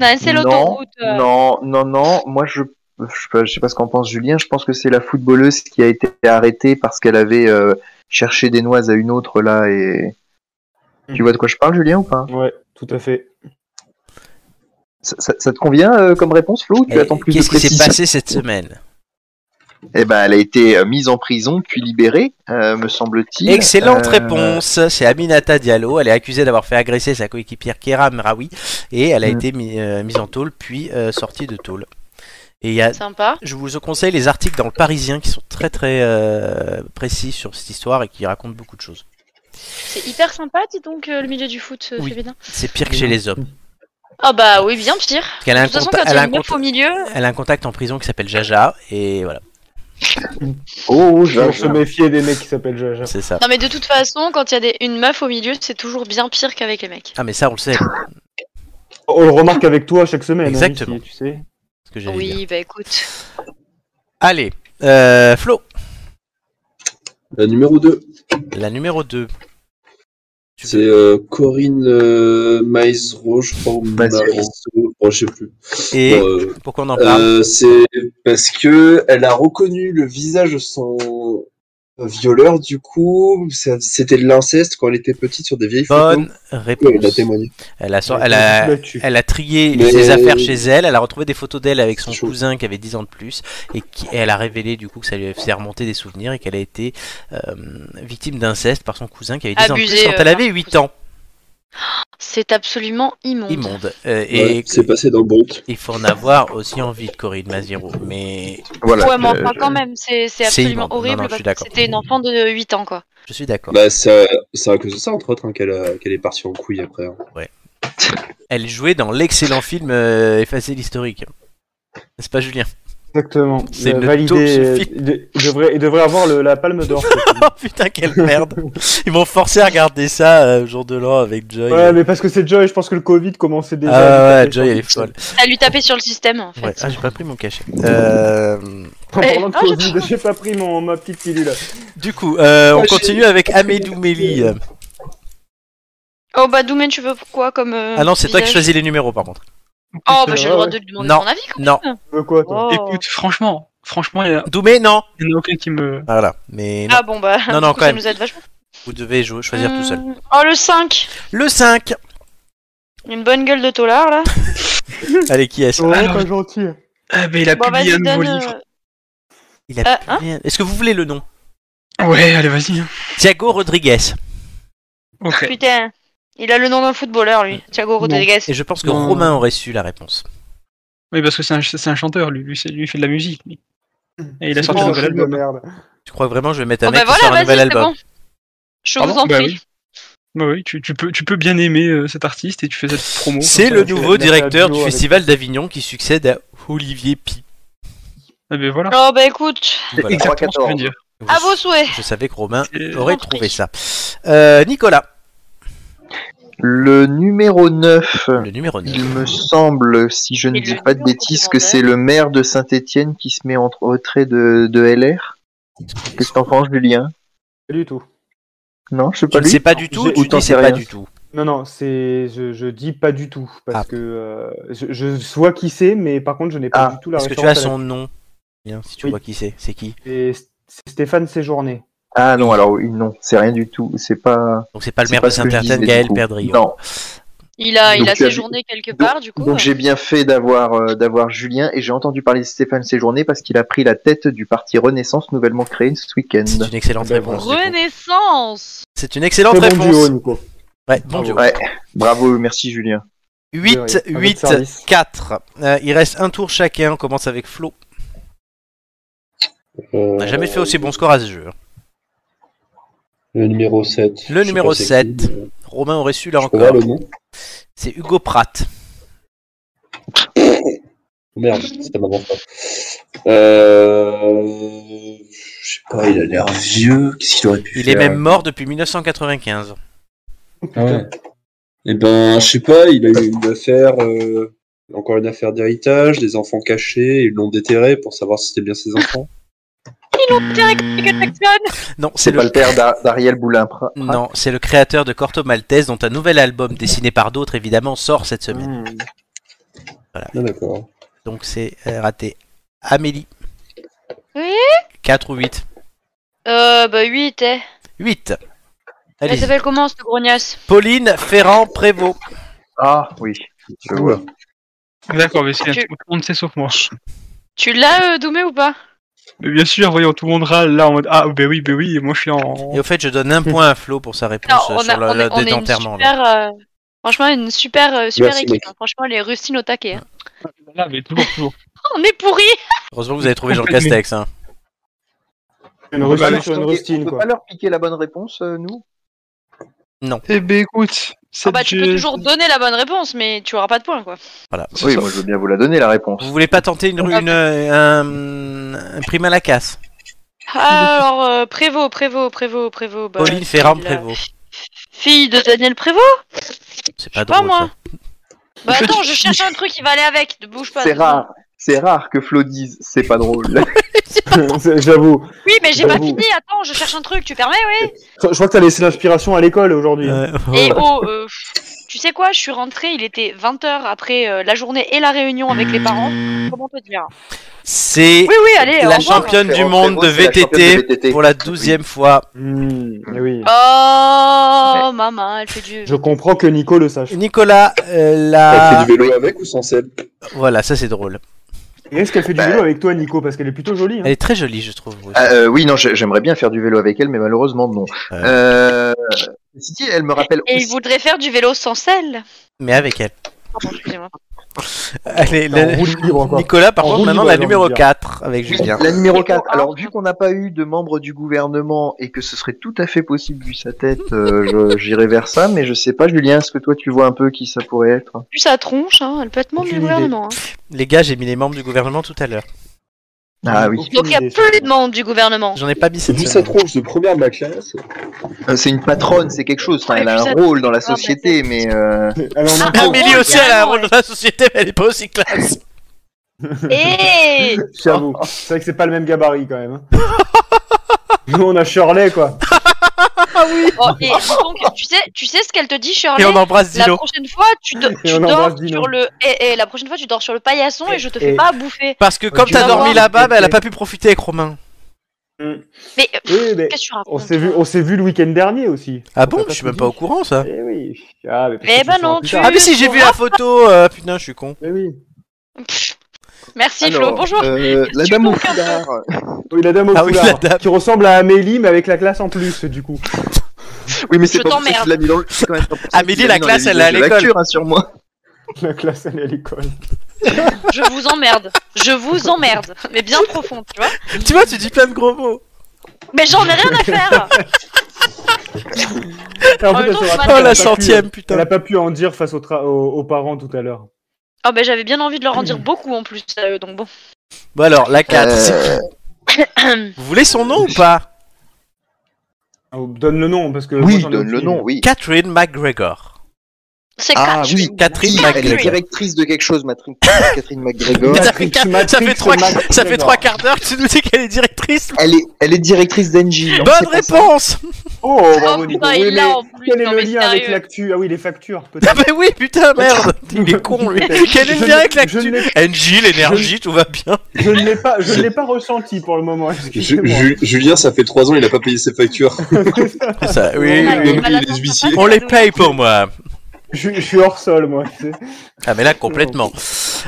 non, c'est
non,
l'autoroute. euh.
non, non, non. Moi, je, je, peux- je sais pas ce qu'en pense Julien. Je pense que c'est la footballeuse qui a été arrêtée parce qu'elle avait euh, cherché des noises à une autre là. Et
Mhm.
tu vois de quoi je parle, Julien, ou pas
Hum. Ouais, tout à fait.
ça, ça- ça te convient euh, comme réponse, Flo ou Tu
Et
attends plus de
Eh, Qu'est-ce qui s'est
précision
passé cette semaine
Eh ben, elle a été euh, mise en prison puis libérée, euh, me semble-t-il.
Excellente
Euh,
réponse. C'est Aminata Diallo. Elle est accusée d'avoir fait agresser sa coéquipière Kera Mraoui et elle a
Mm.
été mi- euh, mise en tôle puis euh, sortie de tôle. Et il y a
Sympa.
Je vous conseille les articles dans le Parisien qui sont très très euh, précis sur cette histoire et qui racontent beaucoup de choses.
C'est hyper sympa, dis donc, euh, le milieu du foot euh,
Oui.
féminin.
C'est pire que
Mm.
chez les hommes.
Ah bah oui, bien pire.
Parce qu'elle a,
De
un
toute façon,
conta-
quand il
elle
y
a
a
un
une meuf
conta-
au milieu,
elle a un contact en prison qui s'appelle Jaja et voilà,
Oh,
Je
je,
se méfier des mecs qui s'appellent
Mm.
Jaja.
c'est ça.
Non mais de toute façon, quand il y a des- une meuf au milieu, c'est toujours bien pire qu'avec les mecs.
Ah mais ça on le sait, ce
Oh, On le remarque avec toi chaque semaine. hein,
Exactement.
ici, tu sais.
que j'allais dire.
Oui, bah écoute.
Allez, euh, Flo,
La Euh, numéro 2,
la numéro 2.
c'est euh, Corinne euh, Maizro, je crois, ou
Maizero.
Marisot, oh, je sais plus.
Et Ah.
Bon, euh,
pourquoi on en parle
Euh, c'est parce que elle a reconnu le visage de son euh, violeur, du coup, ça- c'était de l'inceste quand elle était petite sur des vieilles photos.
Bonne
Euh, Ouais, Elle a
réponse.
témoigné.
Elle a, sor- elle a,
Là-dessus.
Elle a trié
Mais-
ses affaires chez elle, elle a retrouvé des photos d'elle avec son
C'est chaud.
cousin qui avait 10 ans de plus, et, qui- et elle a révélé du coup que ça lui faisait remonter des souvenirs et qu'elle a été euh, victime d'inceste par son cousin qui avait 10 ans de
Abusée,
plus quand elle
euh,
avait 8 ans.
C'est absolument immonde.
Immonde. Euh,
Ouais,
et
c'est passé dans le Bronx.
il faut en avoir aussi envie de Corinne Maziro, mais
voilà.
ouais, mais
je-
enfin quand même, c'est c'est
C'est
absolument
immonde. Non,
horrible
non, je
parce
suis
que
d'accord.
c'était une enfant de 8 ans quoi.
je suis d'accord.
Bah, c'est c'est à cause de ça, entre autres, hein, qu'elle a- qu'elle est partie en couille après. hein.
Elle jouait dans l'excellent film euh, Effacer l'historique. N'est-ce pas Julien
Exactement.
C'est
Euh,
le
validé,
taux
euh,
suffit.
de- il devrait, il devrait avoir le- la palme d'or. ce film.
Oh putain quelle merde Ils m'ont forcé à regarder ça euh, jour de l'an avec Joy.
ouais, mais parce que c'est Joy, je pense que le Covid commençait déjà.
ah ouais,
à lui taper
Joy
sur
elle
le
est folle.
Ça lui tapait sur le système en fait.
Ouais. Ah j'ai pas pris mon cachet. Euh...
En
Eh,
parlant de
ah, j'ai
Covid, j'ai pas pris mon, ma petite pilule.
Du coup, euh, on
Ouais,
continue avec Amédou Méli.
Euh, Oh bah Doumen, tu veux quoi comme euh,
Ah non, c'est toi qui
visage
choisis les numéros par contre.
Oh
Ouais,
bah j'ai le droit
ouais.
de lui demander
Non.
mon avis. quoi.
Non,
Tu veux Euh, quoi, toi
Oh.
Écoute, franchement, franchement, il y, a-
Doumé, non.
il y en a aucun qui me.
Voilà, mais non,
Ah bon bah
Non,
du
non,
coup,
quand
ça
même.
nous aide vachement.
vous devez jo- choisir tout seul.
Hum, Oh le 5,
Le 5.
une bonne gueule de tolard là.
Allez, qui est-ce
Oh,
Alors-
pas gentil.
Ah, ben, il a
Bon
publié
vas-y
un nouveau
donne.
livre.
euh,
Il a
Euh, hein
publié- Est-ce que vous voulez le nom
Ouais, allez, vas-y. hein.
Thiago Rodriguez.
Ok.
Putain, il a le nom d'un footballeur lui, Thiago Rodriguez. Oh,
Et je pense que
Non.
Romain aurait su la réponse.
Oui, parce que c'est un, c'est un chanteur, lui, lui, c'est- lui, il fait de la musique. lui. Et il a
C'est
sorti
bon,
un
je
nouvel
suis de
album.
merde.
Tu crois vraiment que je vais mettre un
Oh
mec
bah
qui sort un
voilà,
nouvel
vas-y, c'est
album
bon. Je
Pardon
vous en
Bah
prie.
oui. Bah oui, tu, tu peux, tu peux bien aimer euh, cet artiste et tu fais cette promo.
C'est
comme
le
ça.
nouveau
mettre la
directeur du
bio avec-
Festival d'Avignon qui succède à Olivier Pi.
Ah, ben voilà.
Oh bah écoute,
Voilà.
Exactement ce que je veux dire.
Vous-
à vos souhaits.
Je savais que Romain
C'est-
aurait
Compris.
trouvé ça. Euh, Nicolas,
Le numéro 9.
le numéro 9.
Il me semble, si je ne
Et
dis
le
pas de
numéro
bêtises, que
complémentaire.
c'est le maire de Saint-Étienne qui se met en retrait de, de LR. Qu'est-ce que t'en penses, Julien
Pas du tout.
Non, je sais
Tu
pas
ne
lui.
sais pas du tout,
J'ai-
tu ne
autant
sais
que
pas
rien.
du tout.
Non, non, c'est, je, je dis pas du tout. Parce
Ah.
que euh, je, je vois qui c'est, mais par contre, je n'ai pas
Ah,
du tout la
Est-ce que
réponse.
tu as son nom Bien, si tu
Oui.
vois qui c'est, c'est qui
C'est c'est Stéphane Séjourné.
Ah non, alors oui, non, c'est rien du tout. C'est pas.
Donc c'est pas le
c'est
maire
pas
de
ce que je
Saint-Étienne,
disais, du
Gaël
coup.
Perdriau.
Non.
Il a, il
Donc,
a
tu as-
séjourné quelque part, du coup.
Donc j'ai bien fait d'avoir euh, d'avoir Julien et j'ai entendu parler de Stéphane Séjourné parce qu'il a pris la tête du parti Renaissance nouvellement créé ce week-end.
C'est une excellente
Ben,
réponse. du coup.
Renaissance
C'est une excellente
Très bon duo,
réponse.
Nico.
Ouais, bon duo.
Ouais, bravo, merci Julien.
8,
Oui, oui, à votre
8,
service.
4. Euh, il reste un tour chacun, on commence avec Flo. On n'a jamais fait aussi bon score à ce jeu. hein.
Le numéro 7.
Le numéro 7. Romain aurait su là
Encore
encore.
le nom.
C'est Hugo Pratt.
Oh, Merde, c'était ma bonne fois. Euh... Je sais pas, il a l'air vieux. Qu'est-ce qu'il aurait pu
Il est
faire
même mort depuis 1995.
Ah ouais. Eh ben, je sais pas, il a eu une affaire, euh, encore une affaire d'héritage, des enfants cachés, ils l'ont déterré pour savoir si c'était bien ses enfants.
Ils l'ont tiré comme Michael Jackson
Non, c'est
C'est pas
le...
le père d'A- d'Ariel Boulin. Pra-
Non, c'est le créateur de Corto Maltese dont un nouvel album dessiné par d'autres évidemment sort cette semaine.
Ah, d'accord.
Donc c'est euh, raté. Amélie.
Oui
4 ou 8
Euh, bah 8, eh.
8.
Elle
Allez.
s'appelle comment, cette grognasse
Pauline Ferrand Prévost.
Ah oui, je vois.
D'accord, mais c'est
Tu-
tout le monde sait sauf moi.
Tu l'as, euh, Doumé, ou pas
Mais bien sûr, voyons, tout le monde râle là en mode Ah, ben oui, ben oui, et moi je suis en.
Et au fait, je donne un point à Flo pour sa réponse euh, sur le- le
on est une
dédenterrement. là.
super... euh, Franchement, une super, euh, super
Merci,
équipe.
mec.
hein. Franchement, les rustines au taquet. hein.
Là, mais toujours, toujours.
Oh, On est pourris
Heureusement que vous avez trouvé Jean Castex. hein. Ah,
Une
Ouais, bah,
rustine
mais
sur une
on
rustine,
peut
quoi.
pas leur piquer la bonne réponse, euh, nous
Eh ben écoute,
Ah
cette
bah, tu peux
je-
toujours donner la bonne réponse, mais tu auras pas de points, quoi.
Voilà.
Oui, moi je veux bien vous la donner la réponse.
Vous voulez pas tenter une, une, euh, un, un prime à la casse
Alors, euh, Prévost, Prévost, Prévost, Prévost. bah,
Pauline Ferrand
la
Prévost.
Fille de Daniel Prévost
C'est
Je
pas
sais pas,
drôle.
moi.
ça.
Bah
Je-
attends, je cherche un truc qui va aller avec, ne bouge pas.
C'est rare, c'est rare que Flo dise c'est pas drôle.
C'est- J'avoue.
Oui, mais j'ai pas
J'avoue.
fini, attends, je cherche un truc, tu permets, oui
Je je crois que t'as laissé l'inspiration à l'école aujourd'hui.
Euh,
Et oh, euh, tu sais quoi, je suis rentrée, il était 20h après euh, la journée et la réunion avec les parents. Comment te dire
C'est
Oui, oui, allez, au
Mmh. la
revoir.
championne du
Ferrand
monde
Prévost,
de
c'est la championne de
VTT
VTT.
pour la douzième fois.
Hmm, eh oui.
Oh, maman, elle fait du...
Je comprends que Nico le sache.
Nicolas, euh,
Elle
la...
fait du vélo avec ou sans selle
Voilà, ça c'est drôle.
Et Est-ce qu'elle fait du
Bah.
vélo avec toi, Nico Parce qu'elle est plutôt jolie. hein.
Elle est très jolie, je trouve. aussi.
Ah, euh, oui, non, j'ai- j'aimerais bien faire du vélo avec elle, mais malheureusement non. Euh... si, si, elle me rappelle
Et
aussi-
il voudrait faire du vélo sans selle.
Mais avec elle.
Pardon, excusez-moi.
Allez,
En
la-
roue libre, quoi.
Nicolas, par
En
contre,
roue
maintenant
libre,
la
j'ai
numéro
envie de dire.
4 avec Julien.
La numéro
Et
4.
pourquoi
Alors, vu qu'on n'a pas eu de membre du gouvernement et que ce serait tout à fait possible vu sa tête, euh, je- j'irai vers ça, mais je sais pas, Julien, est-ce que toi tu vois un peu qui ça pourrait être
Plus sa tronche, hein, elle peut être membre
Aucune
du
idée.
gouvernement. hein.
Les gars, j'ai mis les membres du gouvernement tout à l'heure.
Ah oui,
Aucune
Donc il y a
idée,
plus
surtout.
de membres du gouvernement.
J'en ai pas mis cette
Vu sa
semaine.
tronche de première de ma classe.
Euh, c'est une patronne, c'est quelque chose, enfin,
Ouais,
elle a
puis
un
ça-
rôle dans la
Ah, bah,
société, mais euh,
Alors,
Ah,
Nico,
Amélie
Oh,
aussi, elle a un
carrément,
rôle dans la société, mais elle est pas aussi classe.
Et
j'avoue. C'est vrai que c'est pas le même gabarit quand même. hein. Nous, on a Shirley, quoi. Ah
Oh, et donc, tu sais, tu sais ce qu'elle te dit, Shirley
Et on embrasse
La
Dino.
prochaine fois, tu, do- tu
on
dors
embrasse Dino.
sur le. Et, et la prochaine fois, tu dors sur le paillasson et, je te fais
et-
pas à bouffer.
Parce que comme
Ok.
t'as dormi
Ok.
là-bas, bah, elle a pas pu profiter avec Romain.
Mais euh,
Oui, mais
qu'est-ce que tu
on
racontes
s'est vu, on s'est vu le week-end dernier aussi.
Ah
On
bon
t'a
Je suis
tout
même
dit.
pas au courant ça.
Eh oui. Ah, mais parce que
Eh
tu
ben
le sauras
non,
plus
tu-
tard.
Ah mais si j'ai vu la photo. euh, putain, je suis con.
Eh oui.
Pff, Merci Flo,
alors,
bonjour.
euh, la
Qu'est-ce que
dame
tu
au
veux faire
foulard.
Oui, la dame au
Ah oui,
foulard,
la dame.
qui ressemble à Amélie, mais avec la classe en plus, du coup.
Oui, mais
Je
c'est pas pour ça
t'emmerde.
qu'il l'a mis dans le. c'est quand même pas pour ça
Amélie,
qu'il
la
mis dans
classe,
les
elle est à
visages de
l'école.
lecture, hein, sur moi.
La classe, elle est à l'école.
Je vous emmerde. Je vous emmerde. Mais bien profond, tu vois.
Tu vois, tu dis plein de gros mots. Oh,
Mais j'en ai rien à faire.
Et en
En
fait,
même
elle saura
temps, Ah, je
pas,
Oh
elle a
la
pas pu-
centième,
Elle
putain.
a pas pu en dire face aux, tra- aux- aux parents tout à l'heure.
Ah ben j'avais bien envie de leur en dire beaucoup en plus à eux, donc bon.
Bon alors la 4.
Euh,
Vous voulez son nom ou pas
Oh, Donne le nom, parce que. moi,
Oui,
j'en ai
donne le
aucune
nom,
idée.
oui.
Catherine McGregor.
C'est
Ah
Catch.
oui,
Catherine
Si, elle est
McGregor.
directrice de quelque chose, Matri- Catherine McGregor.
Ça fait, quatre-
Matrix,
ça fait trois, ça
Matrix,
fait
McGregor.
trois quarts d'heure que tu nous dis qu'elle est directrice.
Elle est, elle est directrice d'Engie. non, c'est
Bonne
pas ça
réponse
Oh, bravo,
Oh,
Nico.
putain, il
Oui,
l'a
mais
en plus,
Quel est
non,
le
mais
lien avec
sérieux.
l'actu Ah oui, les factures,
Ah
peut-être.
bah oui, putain, merde Il est con, lui Quel est le lien avec
Je
l'actu
ne l'ai-
NJ, l'énergie, tout va bien.
Je ne l'ai pas, je ne l'ai pas ressenti pour le moment.
Ju-
excusez-moi.
Ju- Julien, ça fait trois ans, il a pas payé ses factures.
Ça, oui,
On a-
oui.
on a Ah, bah, la
les
chance de
huissiers.
pas
On les
nous-
paye pour moi
Je, je suis hors sol, moi. tu sais.
Ah, mais là, complètement.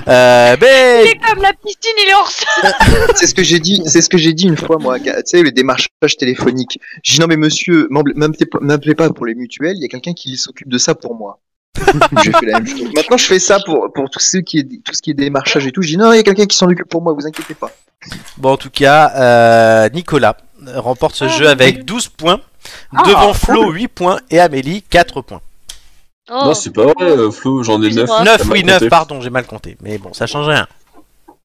Euh, ben,
C'est comme la piscine, il est hors sol.
C'est ce que j'ai dit, c'est ce que j'ai dit une fois, moi, qu'à- tu sais, le démarchage téléphonique. J'ai dit, non, mais monsieur, m'emble- m'appelez pas- m'appelez pas pour les mutuelles, il y a quelqu'un qui s'occupe de ça pour moi. j'ai fait la même chose. Maintenant, je fais ça pour, pour tout, ce qui est, tout ce qui est démarchage et tout. J'ai dit, non, il y a quelqu'un qui s'en occupe pour moi, vous inquiétez pas.
Bon, en tout cas, euh, Nicolas remporte ce
Ah,
jeu avec 12 points.
Ah,
devant Flo, 8 points. Et Amélie, 4 points.
Oh.
Non, c'est pas vrai, euh, Flo, j'en ai
Plus
9.
moi. Ah,
9, oui, 9, pardon, j'ai mal compté. Mais bon, ça change rien.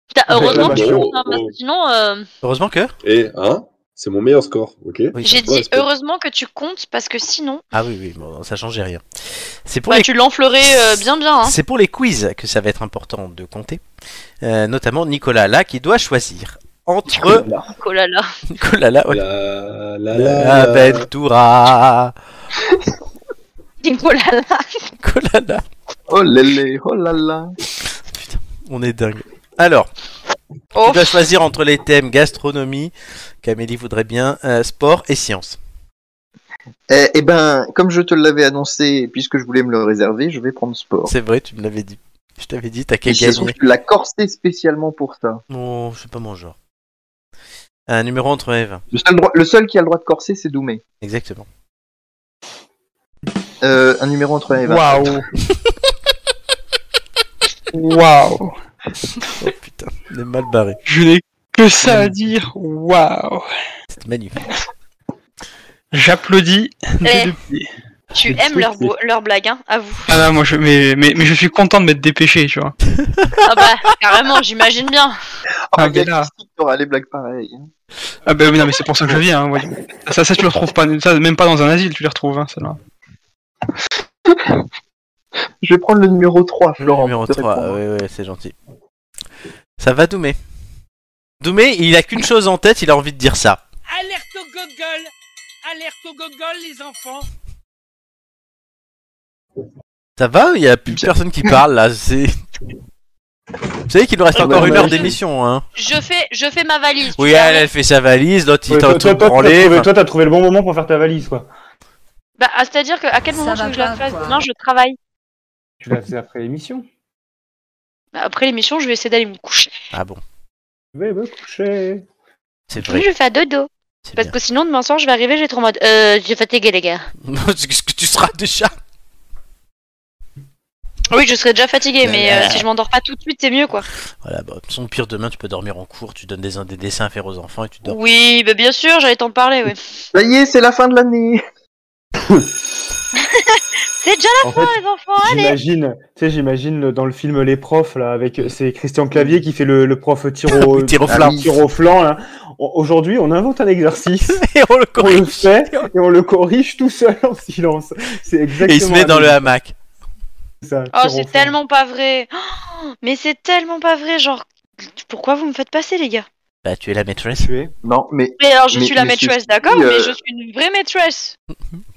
Putain, heureusement
Ouais,
que je
bah,
suis
bon,
en
bon.
main, sinon euh,
Heureusement que.
Et, hein C'est mon meilleur score, ok
Oui.
j'ai
Ouais,
dit
c'est pas-
heureusement que tu comptes parce que sinon
Ah oui, oui, bon, ça changeait rien. C'est pour,
bah,
les...
tu l'enfleurais euh, bien bien. Hein.
c'est pour les quiz que ça va être important de compter. Euh, notamment Nicolas, là, qui doit choisir entre.
Oh là là.
Nicolas, là, ouais.
La, la, la,
La Ventura.
Oh là là.
Nicolas, là.
Oh là là, oh là là.
On est dingue. Alors,
Oh.
tu dois choisir entre les thèmes gastronomie, qu'Amélie voudrait bien, euh, sport et sciences.
Eh, eh ben, comme je te l'avais annoncé, puisque je voulais me le réserver, je vais prendre sport.
C'est vrai, tu me l'avais dit. Je t'avais dit, t'as qu'à
Et je trouve
gagner.
que tu l'as corsé spécialement pour ça.
Non, c'est pas mon genre. Un numéro entre Eve.
Le seul, droit- le seul qui a le droit de corser, c'est Doumé.
Exactement.
Euh, un numéro entre un et vingt.
Waouh. Waouh.
Oh putain, on est mal barré.
Je n'ai que ça
Mm.
à dire. Waouh.
C'est magnifique.
J'applaudis.
Eh,
des deux pieds.
tu aimes leur, bo- leur blague, hein, à vous.
Ah non, moi je, mais, mais, mais je suis content de m'être dépêché, tu vois.
Ah bah carrément, j'imagine bien.
Ah,
Ah,
mais là.
t'auras les blagues pareilles.
Ah ben mais non, mais c'est pour ça que je viens. hein, voyons. Ça, ça, tu le retrouves pas, ça, même pas dans un asile, tu les retrouves. Hein, celle-là.
Je vais prendre le numéro 3,
Le
Florent.
numéro
pour te
3,
répondre.
ouais, ouais, c'est gentil. Ça va, Doumé Doumé, il a qu'une chose en tête, il a envie de dire ça.
Alerte au gogol Alerte au gogol, les enfants
Ça va Il y a plus personne qui parle là. C'est. Vous savez qu'il nous reste
Ah,
encore
bah,
une
bah,
heure
oui.
d'émission, hein.
Je fais je fais ma valise. tu
Oui,
vois.
elle, elle fait sa valise, l'autre il
Ouais,
est en
toi,
train
toi,
de
toi, t'as
branler.
trouvé-
enfin,
toi, t'as trouvé le bon moment pour faire ta valise, quoi.
Bah ah, c'est-à-dire que à quel
Ça
moment tu
va
veux que je la
pas,
fasse
quoi.
Demain, je travaille.
Tu l'as fait après l'émission.
Bah, après l'émission, je vais essayer d'aller me coucher.
Ah bon,
Je vais me coucher.
c'est
Oui,
vrai.
je fais à dodo.
C'est
Parce
bien.
que sinon demain soir, je vais arriver, j'ai trop en mode euh, j'ai fatigué les gars.
Parce que tu seras déjà.
Oui, je serai déjà fatiguée,
Mais
mais
là-
euh, si je m'endors pas tout de suite, c'est mieux quoi.
Voilà, bah, de toute façon, pire demain, tu peux dormir en cours, tu donnes des, des dessins à faire aux enfants et tu dors.
Oui, bah bien sûr, j'allais t'en parler, oui.
Ça y est, c'est la fin de l'année.
C'est déjà
En fait,
là, les enfants, allez
j'imagine, tu sais, j'imagine dans le film Les Profs là, avec euh, c'est Christian Clavier qui fait le, le prof tir au,
Tire au flanc.
tir au flanc. là. O- Aujourd'hui, on invente un exercice,
Et on le
on le
corrige.
fait et on le corrige tout seul en silence. C'est exactement.
Et il se met dans le
la-
hamac.
ça,
Oh,
tir au
c'est
flanc.
tellement pas vrai. Oh, mais c'est tellement pas vrai, genre. Pourquoi vous me faites passer, les gars
Bah, tu es la maîtresse.
Tu es.
Non, mais
Mais alors, je
Mais-
suis la
mais ceci
maîtresse,
dit,
d'accord,
euh,
mais je suis une vraie maîtresse.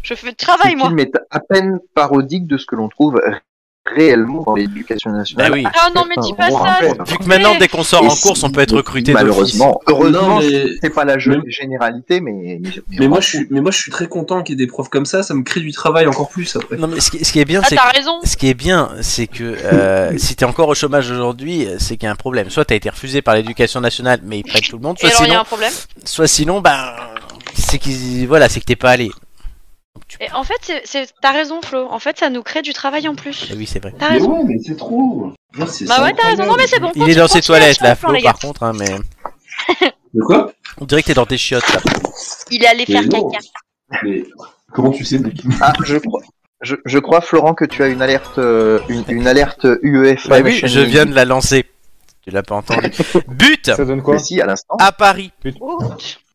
Je fais le
ce
travail, moi.
film est à peine parodique de ce que l'on trouve réellement dans l'éducation nationale.
Bah oui.
Ah non, mais dis pas ça.
Enfin, on
c'est-
rappelle.
Vu que maintenant, dès qu'on sort
Et
en course, on peut être
si-
recruté. d'office.
Malheureusement, heureusement,
Non, mais-
c'est pas la jeu-
mais-
généralité, mais. Mais,
Mais moi, je suis, mais moi, je suis très content qu'il y ait des profs comme ça, ça me crée du travail encore plus après.
Non, mais ce qui, ce qui est bien,
Ah,
c'est
t'as
que.
raison.
Ce qui est bien, c'est que euh, si t'es encore au chômage aujourd'hui, euh, c'est qu'il y a un problème. Soit t'as été refusé par l'éducation nationale, mais ils prennent tout le monde.
Et
Soit
alors, il y a
sinon,
un problème.
soit sinon, bah, c'est qu'ils, voilà, c'est que t'es pas allé.
Et en fait, c'est- c'est- t'as raison, Flo. En fait, ça nous crée du travail en plus.
Eh oui, c'est vrai.
T'as raison.
ouais, mais c'est trop.
Ah, Bah ouais, t'as raison. Non, mais c'est bon.
Il est dans ses
continue,
toilettes,
continue
là,
sur le
Flo,
plan, les gars.
par contre, hein, mais
De quoi
on dirait que t'es dans tes chiottes. Là.
Il allait faire caca.
Mais comment tu sais
Ah, je crois. Je, je crois, Florent, que tu as une alerte, euh, E une, une alerte UEFA.
Bah oui, je viens de la lancer. Tu l'as pas entendu. But
Ça donne quoi
Ici, à l'instant.
à Paris
Oh,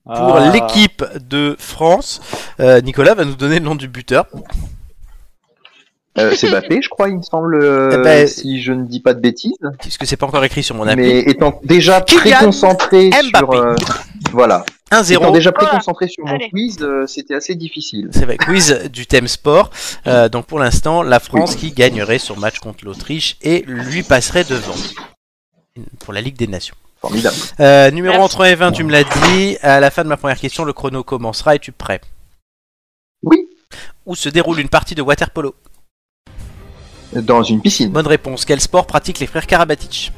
pour
Ah.
l'équipe de France. Euh, Nicolas va nous donner le nom du buteur.
Euh, c'est Bappé, je crois, il me semble, euh,
Eh ben-
si je ne dis pas de bêtises.
Parce que c'est pas encore écrit sur mon appli.
mais étant déjà
Kylian
très concentré sur.
Mbappé.
euh, voilà. Étant
1-0.
déjà très
Voilà.
concentré sur mon
Allez.
quiz, euh, c'était assez difficile.
C'est vrai, quiz du thème sport. Euh, donc pour l'instant, la France qui gagnerait son match contre l'Autriche et lui passerait devant. Pour la Ligue des Nations.
Formidable.
Euh, numéro
Merci.
entre 1 et 20, tu me l'as dit. À la fin de ma première question, le chrono commencera. Es-tu prêt
Oui.
Où se déroule une partie de waterpolo
Dans une piscine.
Bonne réponse. Quel sport pratiquent les frères Karabatic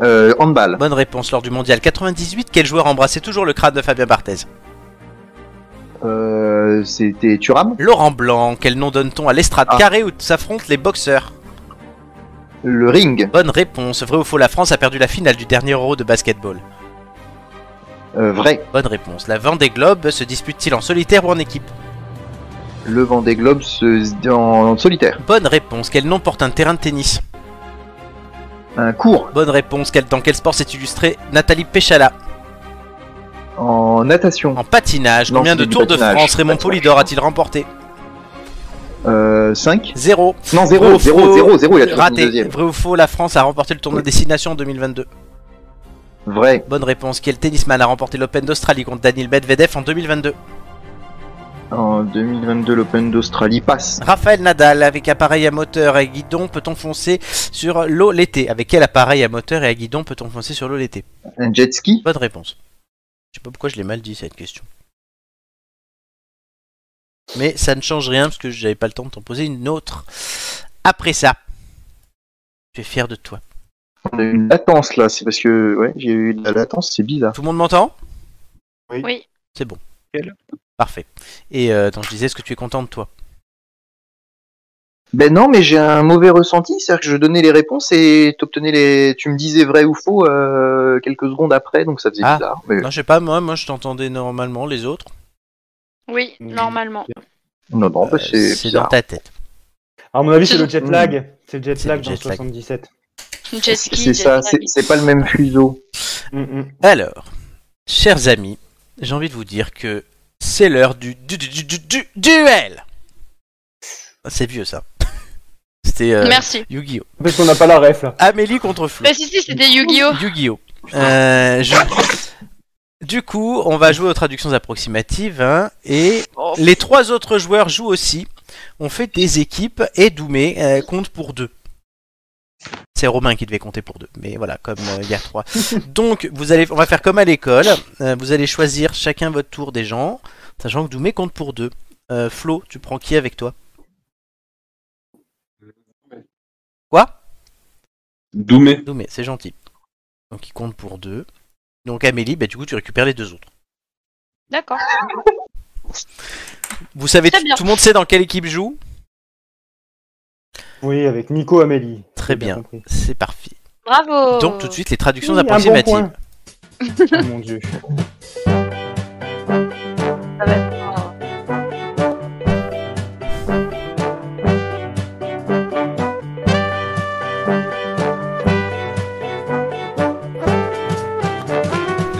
Euh, handball.
Bonne réponse. Lors du mondial 98, quel joueur embrassait toujours le crâne de Fabien Barthez
Euh, C'était Turam.
Laurent Blanc. Quel nom donne-t-on à l'estrade
Ah.
carrée où s'affrontent les boxeurs
Le ring.
Bonne réponse. Vrai ou faux, la France a perdu la finale du dernier Euro de basketball
Euh, vrai.
Bonne réponse. La Vendée Globe se dispute-t-il en solitaire ou en équipe
Le Vendée Globe se... en... en solitaire.
Bonne réponse. Quel nom porte un terrain de tennis
Un cours.
Bonne réponse. Quel, dans quel sport s'est illustrée Nathalie Péchala
En natation.
En patinage,
Non,
combien
c'est
de
du
Tours de
patinage.
France Raymond
Patinage.
Polidor a-t-il remporté
Euh, 5.
Zéro.
Non, 0,
Faux,
0,
faux.
0, 0, il a toujours fini
Raté.
deuxième.
Vrai ou faux, la France a remporté le tournoi
Oui.
Destination en 2022
Vrai.
Bonne réponse. Quel tennisman a remporté l'Open d'Australie contre Daniel Medvedev en 2022
En 2022, l'Open d'Australie passe.
Raphaël Nadal, avec appareil à moteur et à guidon, peut-on foncer sur l'eau l'été Avec quel appareil à moteur et à guidon peut-on foncer sur l'eau l'été
Un jet ski.
Bonne réponse. Je sais pas pourquoi je l'ai mal dit cette question. Mais ça ne change rien parce que j'avais pas le temps de t'en poser une autre. Après ça, je suis fier de toi.
On a eu une latence là, c'est parce que ouais, j'ai eu de la latence, c'est bizarre.
Tout le monde m'entend
Oui.
Oui.
C'est bon.
Nickel.
Parfait. Et euh, attends, je disais, est-ce que tu es content de toi
Ben non, mais j'ai un mauvais ressenti, c'est-à-dire que je donnais les réponses et t'obtenais les, tu me disais vrai ou faux euh, quelques secondes après, donc ça faisait
Ah.
bizarre. mais-
Non, je sais pas, moi, moi je t'entendais normalement, les autres.
Oui,
Oui.
normalement.
Non, non, bah,
Euh,
c'est
c'est dans
bizarre.
ta tête.
À mon avis, c'est le jet lag. C'est le jet
C'est
lag
le
dans
jet lag.
77.
Jet
C'est-
ski,
C'est
jet
ça,
lag.
c'est c'est pas le même fuseau.
Mm, mm.
Alors, chers amis, j'ai envie de vous dire que c'est l'heure du, du, du, du, du- du- duel Ah, C'est vieux ça. C'était euh,
Merci.
Yu-Gi-Oh!
Parce qu'on n'a pas la ref là.
Amélie contre Flo.
Mais si, si, c'était Yu-Gi-Oh!
Yu-Gi-Oh! Euh, je- Du coup, on va jouer aux traductions approximatives hein, et
Oh,
Les trois autres joueurs jouent aussi. On fait des équipes et Doumé euh, compte pour deux. C'est Romain qui devait compter pour deux, mais voilà, comme euh, il y a trois. Donc, vous allez, on va faire comme à l'école. Euh, vous allez choisir chacun votre tour des gens, sachant que Doumé compte pour deux. Euh, Flo, tu prends qui avec toi Quoi
Doumé.
Doumé, c'est gentil. Donc, il compte pour deux. Donc, Amélie, bah, du coup, tu récupères les deux autres.
D'accord.
Vous savez,
Très
tout
bien.
tout le monde sait dans quelle équipe joue
Oui, avec Nico Amélie.
Très
J'ai
bien.
compris.
C'est parfait.
Bravo!
Donc, tout de suite, les traductions
Oui, un bon
approximatives.
point. Oh mon dieu.
Ça va être-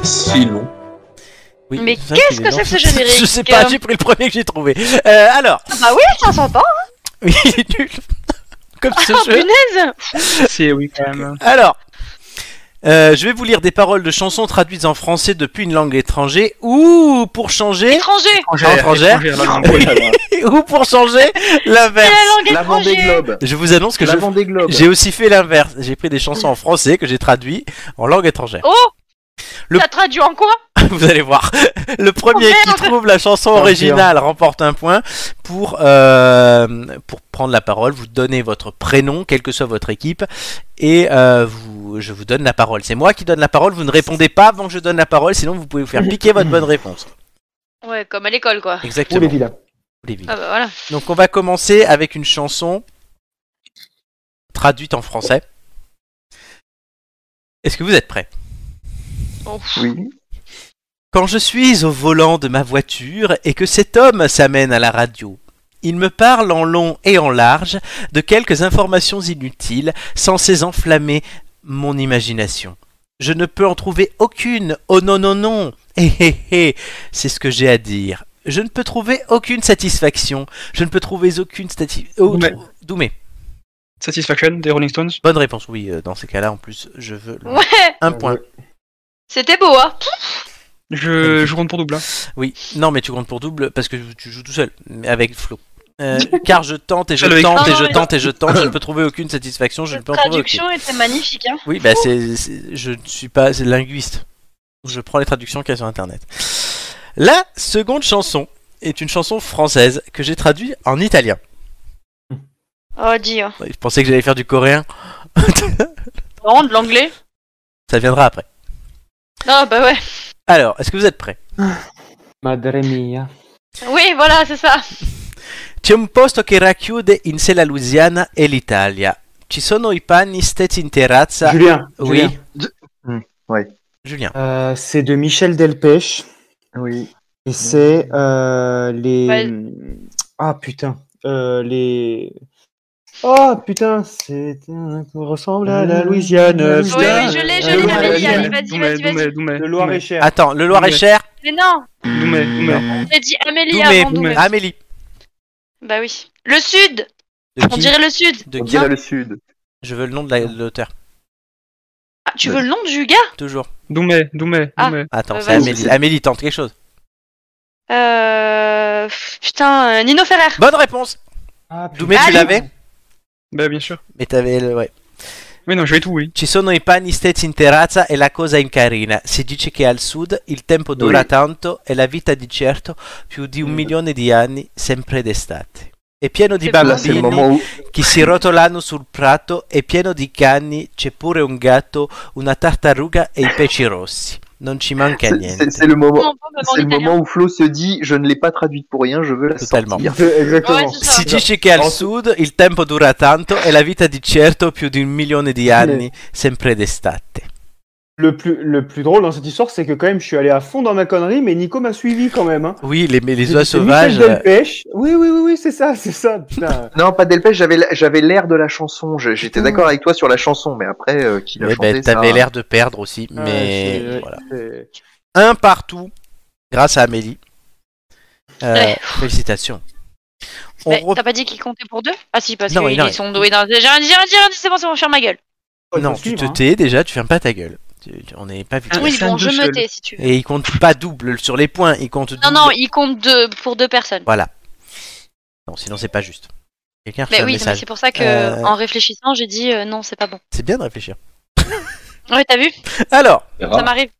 Si long.
Oui,
Mais
c'est vrai
qu'est-ce
qu'il est
que c'est que
long.
ce générique
Je sais pas, j'ai pris le premier que j'ai trouvé. Euh, alors,
Ah bah oui, ça s'entend!
oui, il est nul. Comme ce
Oh
jeu.
punaise!
C'est eh oui, quand même.
Alors, euh, je vais vous lire des paroles de chansons traduites en français depuis une langue étrangère ou pour changer
Étranger!
Étrangère.
Étrangère, la langue.
ou pour changer
C'est
l'inverse.
la langue
La Vendée
étrangère!
Globe.
Je vous annonce que je-
La Vendée Globe.
j'ai aussi fait l'inverse. J'ai pris des chansons en français que j'ai traduites en langue étrangère.
Oh!
Le-
T'as traduit en quoi?
Vous allez voir. Le premier
Oh,
qui
merde.
trouve la chanson
Oh,
originale remporte un point pour, euh, pour prendre la parole. Vous donnez votre prénom, quelle que soit votre équipe, et euh, vous, je vous donne la parole. C'est moi qui donne la parole. Vous ne répondez pas avant que je donne la parole, sinon vous pouvez vous faire piquer votre bonne réponse.
Ouais, comme à l'école quoi.
Où les
Exactement.
villas
Olivier.
Ah bah voilà.
Donc on va commencer avec une chanson traduite en français. Est-ce que vous êtes prêts
Bon.
Oui.
Quand je suis au volant de ma voiture et que cet homme s'amène à la radio, il me parle en long et en large de quelques informations inutiles, censées enflammer mon imagination. Je ne peux en trouver aucune, oh non non non, hé hé hé, c'est ce que j'ai à dire. Je ne peux trouver aucune satisfaction, je ne peux trouver aucune satisfaction.
Doumé.
Doumé,
Satisfaction des Rolling Stones.
bonne réponse, oui, euh, dans ces cas-là en plus, je veux le-
Ouais,
un point.
c'était beau hein.
Je, je rentre pour double. hein.
Oui, non, mais tu comptes pour double parce que tu joues tout seul, mais avec Flo. Euh, car je tente et je
Ah, le-
tente et
Non,
je
non,
tente et je tente, je ne peux trouver aucune satisfaction, je ne
Cette
peux en trouver aucune.
traduction était magnifique hein.
Oui, bah c'est, c'est- je ne suis pas c'est linguiste. Je prends les traductions qu'il y a sur internet. La seconde chanson est une chanson française que j'ai traduite en italien.
Oh, dire.
Je pensais que j'allais faire du coréen.
Non, de l'anglais
Ça viendra après.
Ah, bah ouais.
Alors, est-ce que vous êtes prêts
Madre mia.
Oui, voilà, c'est ça.
C'è un posto che racchiude in sé la Louisiana e l'Italia. Ci sono i panni stessi in terrazza.
Julien,
Oui.
Julien,
Hmm,
Julien.
euh, c'est de Michel Delpech
Oui.
et c'est euh, les.
Ouais.
Ah putain, euh, les. Oh putain, c'est un- qu'on ressemble à la Louisiane.
Oui,
Oui,
putain.
oui, je l'ai, je
Le
l'ai,
Loir-
j'avais dit. Allez,
le
vas-y,
Doumé,
vas-y, vas-y.
Doumé, Doumé.
Loir-et-Cher.
Attends, le Loir-et-Cher,
Mais non,
Doumé, Doumé.
j'ai dit Amélie
Doumé,
avant Doumé.
Amélie.
Bah oui. Le Sud
De
On
qui
dirait le Sud.
De
On
qui
dirait le sud.
Je veux le nom de la- de l'auteur,
Ah, tu veux le nom du gars
toujours.
Doumé, Doumé,
Ah.
Doumé.
Attends,
Euh,
c'est
vas-y.
Amélie. Amélie tente quelque chose.
Euh. pff, Putain, euh, Nino Ferrer.
Bonne réponse
Ah, putain.
Doumé, tu
Allez.
l'avais
Bah bien sûr.
Mais t'avais le. Ouais.
Oui, non, je vais tout, oui.
Ci sono i panni stessi in terrazza e la cosa incarina. Si dice che al sud il tempo dura tanto e la vita di certo più di un milione di anni, sempre d'estate. È pieno di
Mm. Che bello.
Là, c'est le
bambini
moment où.
che si rotolano sul prato, è pieno di cani, c'è pure un gatto, una tartaruga e i peci rossi. Non ci manca
C'est c'est-
niente.
c'est le moment.
Non, pas même en
C'est le
italien.
moment où Flo se dit je ne l'ai pas traduite pour rien, je veux la
Totalement.
sortir.
Exactement.
Ouais, c'est ça.
Si dice che al sud il tempo dura tanto e la vita di certo più di un milione di anni, sempre d'estate.
Le plus, le plus drôle dans cette histoire, c'est que quand même, je suis allé à fond dans ma connerie, mais Nico m'a suivi quand même. Hein.
Oui, les, les eh,
C'est-
oies
c'est
sauvages.
Michel Delpech. Oui, oui, oui, oui c'est ça, c'est ça. Putain.
Non, pas Delpech, j'avais la- j'avais l'air de la chanson. J'ai- J'étais d'accord avec toi sur la chanson, mais après, euh, qui l'a
Ouais,
chanté
ben,
ça
t'avais l'air de perdre aussi,
Eh,
mais
Ouais, Ah, c'est-
voilà.
c'est-
Un partout, grâce à Amélie. Euh,
Ouais.
Félicitations. On
Mais
re-
T'as pas dit qu'ils comptaient pour deux Ah si, parce
Non, il en
qu'ils
reste.
sont doués dans... J'ai rien dit, j'ai rien dit, j'ai rien dit, c'est bon, c'est bon, je ferme ma gueule.
faut
Non, tu
suivre,
te
hein.
tais déjà, tu fermes pas ta gueule. Tu- tu- On n'est pas victime.
Ah,
Oui,
c'est un
bon, je me
deux-seul.
tais si tu veux.
Et il compte pas double sur les points, il compte
Non,
double-
non, ils comptent deux, pour deux personnes.
Voilà. Non, sinon c'est pas juste. Quelqu'un reçoit
Mais
un
oui, non, mais
message.
c'est pour ça que,
Euh.
en réfléchissant, j'ai dit euh, non, c'est pas bon.
C'est bien de réfléchir.
Ouais, t'as vu
Alors,
Ça m'arrive.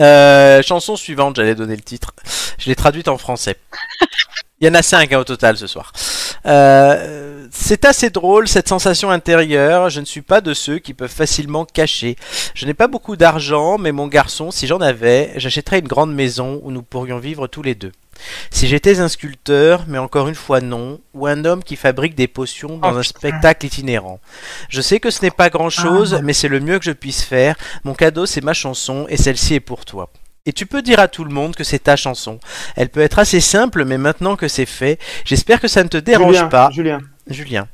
euh, chanson suivante, j'allais donner le titre. Je l'ai traduite en français. Il y en a cinq hein, au total ce soir. Euh, c'est assez drôle cette sensation intérieure. Je ne suis pas de ceux qui peuvent facilement cacher. Je n'ai pas beaucoup d'argent, mais mon garçon, si j'en avais, j'achèterais une grande maison où nous pourrions vivre tous les deux. Si j'étais un sculpteur, mais encore une fois non, ou un homme qui fabrique des potions dans
Oh,
un spectacle itinérant. Je sais que ce n'est pas grand-chose, mais c'est le mieux que je puisse faire. Mon cadeau, c'est ma chanson, et celle-ci est pour toi. Et tu peux dire à tout le monde que c'est ta chanson. Elle peut être assez simple, mais maintenant que c'est fait, j'espère que ça ne te dérange
Julien,
pas.
Julien.
Julien,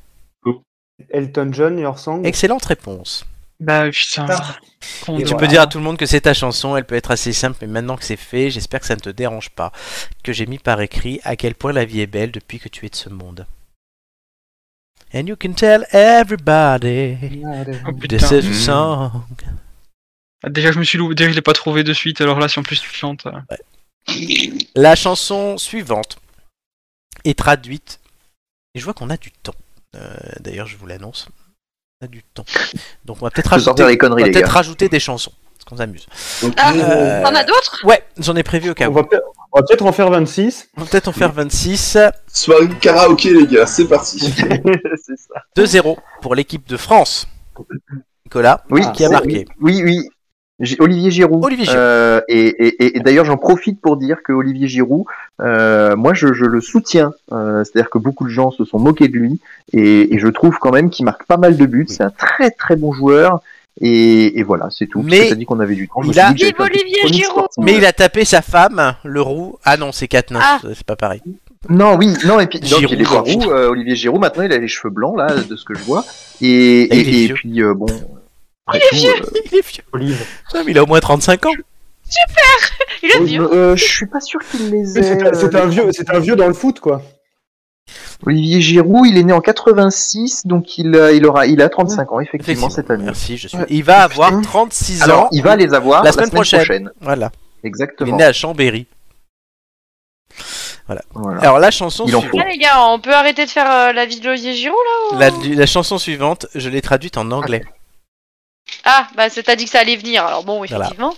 Elton John, Your Song.
excellente réponse.
Bah putain.
Et
tu
voilà.
peux dire à tout le monde que c'est ta chanson, elle peut être assez simple, mais maintenant que c'est fait, j'espère que ça ne te dérange pas. Que j'ai mis par écrit à quel point la vie est belle depuis que tu es de ce monde. And you can tell everybody
Oh,
this
putain.
is a song.
Ah, Déjà, je me suis loupé. Déjà, je l'ai pas trouvé de suite. Alors là, si en plus tu chantes. euh,
La chanson suivante est traduite. Et je vois qu'on a du temps. Euh, D'ailleurs, je vous l'annonce. On a du temps. Donc on va peut-être
Faut sortir
rajouter,
les conneries,
on va
les
peut-être
gars.
rajouter des chansons. Parce qu'on s'amuse.
Ah,
Euh,
t'en as d'autres
Ouais, j'en ai prévu au cas
On
où.
va, peut- on va peut-être en faire 26.
On va peut-être en faire 26.
Soirée karaoké, les gars, c'est parti.
C'est ça.
2-0 pour l'équipe de France. Nicolas,
Oui,
qui a
Ah, c'est-
marqué.
Oui, oui. J'ai- Olivier Giroud.
Olivier Giroud.
Euh, et et- et- et d'ailleurs, j'en profite pour dire que Olivier Giroud, euh, moi, je, je le soutiens. Euh, C'est-à-dire que beaucoup de gens se sont moqués de lui, et, et je trouve quand même qu'il marque pas mal de buts. C'est un très très bon joueur. Et, et voilà, c'est tout.
Mais
as dit qu'on avait du temps. je
il
me suis
a-
dit que j'allais
Vive
faire une petite
Olivier
chronique
Giroud.
sportive.
Mais il a tapé sa femme, le roux. Ah non, c'est Katniss,
Ah.
c'est pas pareil.
Non, oui, non, et puis, non,
Giroud,
puis il est pas
Giroud.
roux, euh, Olivier Giroud, maintenant il a les cheveux blancs, là, de ce que je vois. Et,
Et il est
et, et
vieux.
puis, euh, bon. après tout, euh,
Il est vieux.
Olive.
Non, mais il a au moins 35 ans.
Il est
oh,
vieux.
euh, je suis pas sûr qu'il les ait.
C'est un- c'est
euh,
un, vieux, c'est un vieux dans le foot, quoi.
Olivier Giroud, il est né en 86, donc il, a- il, aura, il a 35 ans, effectivement, cette année.
Merci, je suis.
Ouais.
Il va
Putain.
avoir 36 ans.
Alors, il va les avoir
La
la
semaine
semaine,
prochaine.
prochaine.
Voilà. Il est
Exactement.
né à Chambéry.
Voilà.
Alors la chanson
Il en
suivante.
Ah, les gars, on peut arrêter de faire euh, la vie de Olivier Giroud là
La, la chanson suivante, je l'ai traduite en anglais.
Ah, bah c'est- t'as dit que ça allait venir, alors bon,
Voilà.
effectivement.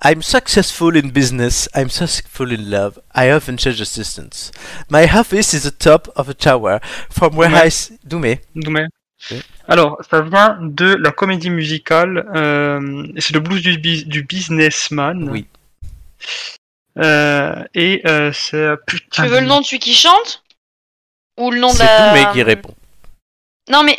Ah.
I'm successful in business, I'm successful in love, I often change assistants. My office is the top of a tower, from where I... s- Doumé.
Dommage.
Oui.
Alors, ça vient de la comédie musicale. euh, et c'est le blues du, bis- du businessman.
Oui.
Euh, et euh, Ah, c'est putain.
Tu veux le nom de celui qui chante Ou le nom de
C'est
la.
Doumé qui répond.
Non, mais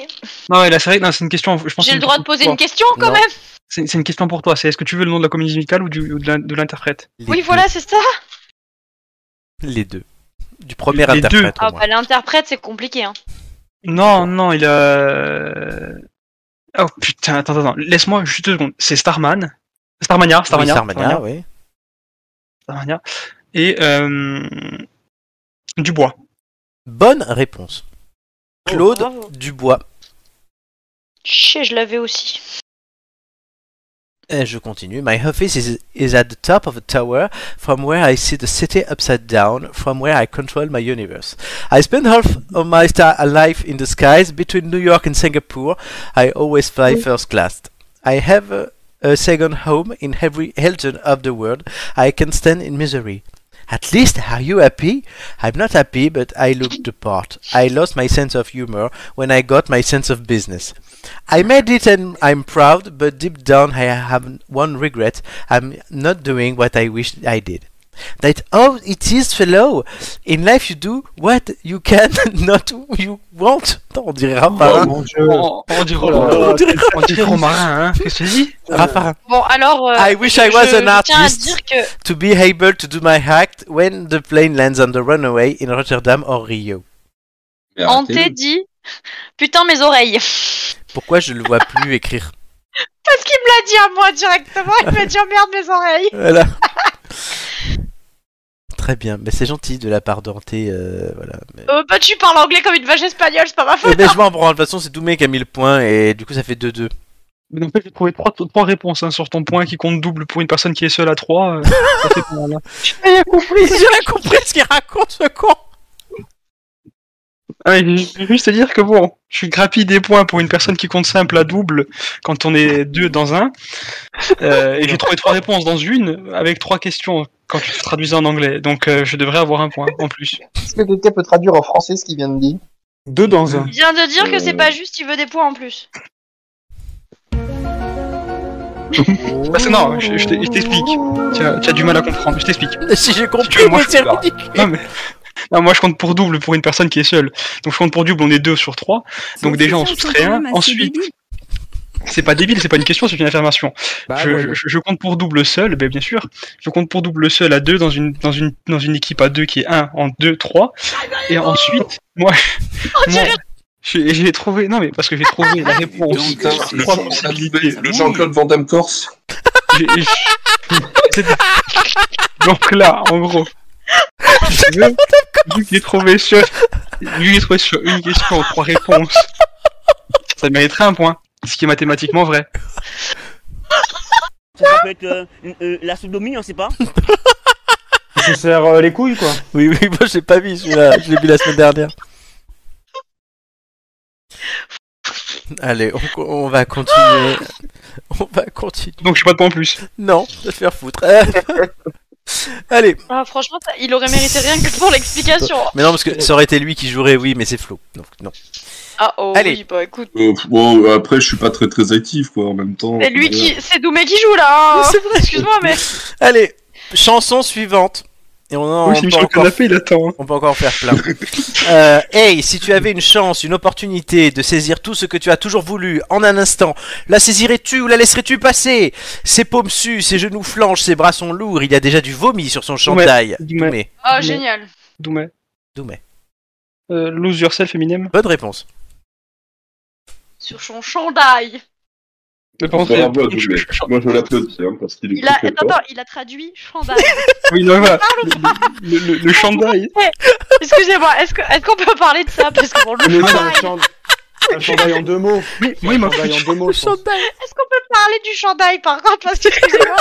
Non, ouais, là, c'est vrai. non, c'est une question. Je pense.
j'ai
que
le droit de
pour
poser
toi.
une question quand
Non.
même
C'est c'est une question pour toi. C'est est-ce que tu veux le nom de la comédie musicale ou, du, ou de la- de l'interprète
Les
Oui,
deux.
voilà, c'est ça.
Les deux. Du premier
Les deux.
interprète, au
Ah,
moins.
bah, l'interprète, c'est compliqué. Hein.
Non, non, il a. Oh putain, attends, attends, attends. laisse-moi juste deux secondes. C'est Starman. Starmania, Starmania.
Oui, Starmania, oui.
Starmania. Et euh... Dubois.
Bonne réponse.
Oh,
Claude Dubois.
Chier, je l'avais aussi.
Et je continue. My office is, is at the top of a tower from where I see the city upside down, from where I control my universe. I spend half of my star life in the skies between New York and Singapore. I always fly first class. I have a, a second home in every Hilton of the world. I can stand in misery. At least are you happy? I'm not happy, but I looked the part. I lost my sense of humor when I got my sense of business. I made it and I'm proud, but deep down I have one regret. I'm not doing what I wish I did. That all it is, fellow. In life, you do what you can, not what you want. Attends, On dirait Raffarin.
mon dieu.
On, on dirait
Oh là là.
on dirait- on dirait Romarin, hein. Qu'est-ce que tu dis
Raffarin.
Bon, alors. euh,
I wish I
je-
was an
je tiens à
artist.
dire que.
To be able to do my act when the plane lands on the runway in Rotterdam or Rio.
Mais
Hanté
arrêtez.
dit. Putain, mes oreilles.
Pourquoi je le vois plus écrire
Parce qu'il me l'a dit à moi directement. Il m'a dit, oh merde, mes oreilles.
Voilà. Très bien, mais c'est gentil de la part d'Anté. euh, voilà. Mais...
Euh, bah, tu parles anglais comme une vache espagnole, c'est pas ma
Eh
faute.
ben, je m'en branle, de toute façon c'est Doumé qui a mis le point et du coup ça fait 2-2.
Mais donc, j'ai trouvé trois, trois réponses hein, sur ton point qui compte double pour une personne qui est seule à trois. euh, ça fait pas mal, hein.
J'ai compris, j'ai compris ce qu'il raconte ce con
Ah, et je vais juste te dire que bon, je grappille des points pour une personne qui compte simple à double quand on est deux dans un. Euh, et j'ai trouvé trois réponses dans une avec trois questions quand tu traduisais en anglais. Donc euh, je devrais avoir un point en plus.
Est-ce que quelqu'un peut traduire en français ce qu'il vient de dire
Deux dans un.
Il vient de dire que c'est pas juste, il veut des points en plus.
Parce que non, je, je t'ai- je t'explique. Tu as, tu as du mal à comprendre, je t'explique.
Si j'ai
Tu veux,
compris,
moi,
mais
je
c'est
pars.
ridicule
Non, mais- non, moi je compte pour double pour une personne qui est seule. Donc je compte pour double, on est deux sur trois. Donc déjà on soustrait un. Ensuite, c'est pas débile, c'est pas une question, c'est une affirmation. je, je- je compte pour double seul, ben bien sûr. Je compte pour double seul à deux dans une, dans une, dans une équipe à deux qui est 1 en 2, 3. Et ensuite, moi, moi j'ai j'ai trouvé, non mais parce que j'ai trouvé la réponse.
Donc, hein, le
trois
Jean-
possibilités.
le Jean-Claude Van Damme Corse.
J'ai- j'ai- c'est- Donc là, en gros, je- vu que j'ai trouvé sur, vu que j'ai trouvé sur une question, trois réponses, ça mériterait un point. Ce qui est mathématiquement vrai.
Ça peut être euh, une- euh, la sodomie, on sait pas.
Je serre euh, les couilles, quoi.
Oui, oui, moi j'ai pas vu celui-là, je l'ai vu la semaine dernière. Allez, on, on va continuer. On va continuer.
Donc je suis pas de point en plus.
Non, je vais te faire foutre. Euh, Allez,
Ah, franchement, ça- il aurait mérité rien que pour l'explication.
mais non, parce que ça aurait été lui qui jouerait, oui, mais c'est Flo. Donc, non.
Ah oh,
Allez.
oui, bah écoute.
Euh, bon, après, je suis pas très très actif, quoi, en même temps.
C'est lui qui. C'est Doumé qui joue là, hein. Excuse-moi, mais.
Allez, chanson suivante. Et on, en,
Oui,
on
c'est
peut
Michel
encore,
Canapé, il attend. hein.
on peut encore faire plein. Euh, hey, si tu avais une chance, une opportunité de saisir tout ce que tu as toujours voulu en un instant, la saisirais-tu ou la laisserais-tu passer Ses paumes suent, ses genoux flanchent, ses bras sont lourds, il y a déjà du vomi sur son chandail.
Doumé.
Doumé.
Ah,
Mais-
génial.
Doumé.
Doumé.
Euh, lose yourself, Eminem.
Bonne réponse.
Sur son chandail.
Mais par contre, il y a-
Bravo à Doumé. Moi, je l'applaudis, hein, parce qu'il est
Il a.
très
Attends,
fort.
attends, il a traduit chandail.
Oui, non, voilà. Le, le- le chandail.
Excusez-moi, est-ce que- est-ce qu'on peut parler de ça Parce que bon, le
Mais c'est un
chandail.
chand- un chandail en deux mots.
Oui,
Un
oui, mais en fait,
chandail en deux mots. je pense.
Est-ce qu'on peut parler du chandail par contre Parce que excusez-moi.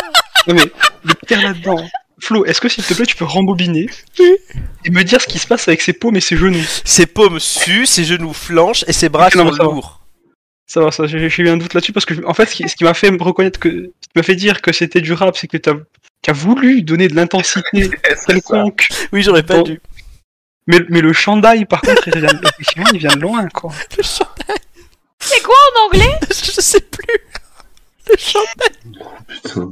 non, mais le pire là-dedans. Flo, est-ce que s'il te plaît, tu peux rembobiner et me dire ce qui se passe avec ses paumes et ses genoux
Ses paumes suent, ses genoux flanchent et ses bras
Ok, non,
sont
mais ça va.
lourds.
Ça va, ça, j'ai j'ai eu un doute là-dessus parce que, en fait, ce qui, ce qui m'a fait me reconnaître que, ce qui m'a fait dire que c'était du rap, c'est que t'as, t'as voulu donner de l'intensité quelconque.
Oui, j'aurais pas
Bon.
dû.
Mais, mais le chandail, par contre, il vient, effectivement, il vient de loin, quoi.
Le chant-
C'est quoi en anglais
je sais plus. Le chant-
Putain.
Attends, je vais
Oh,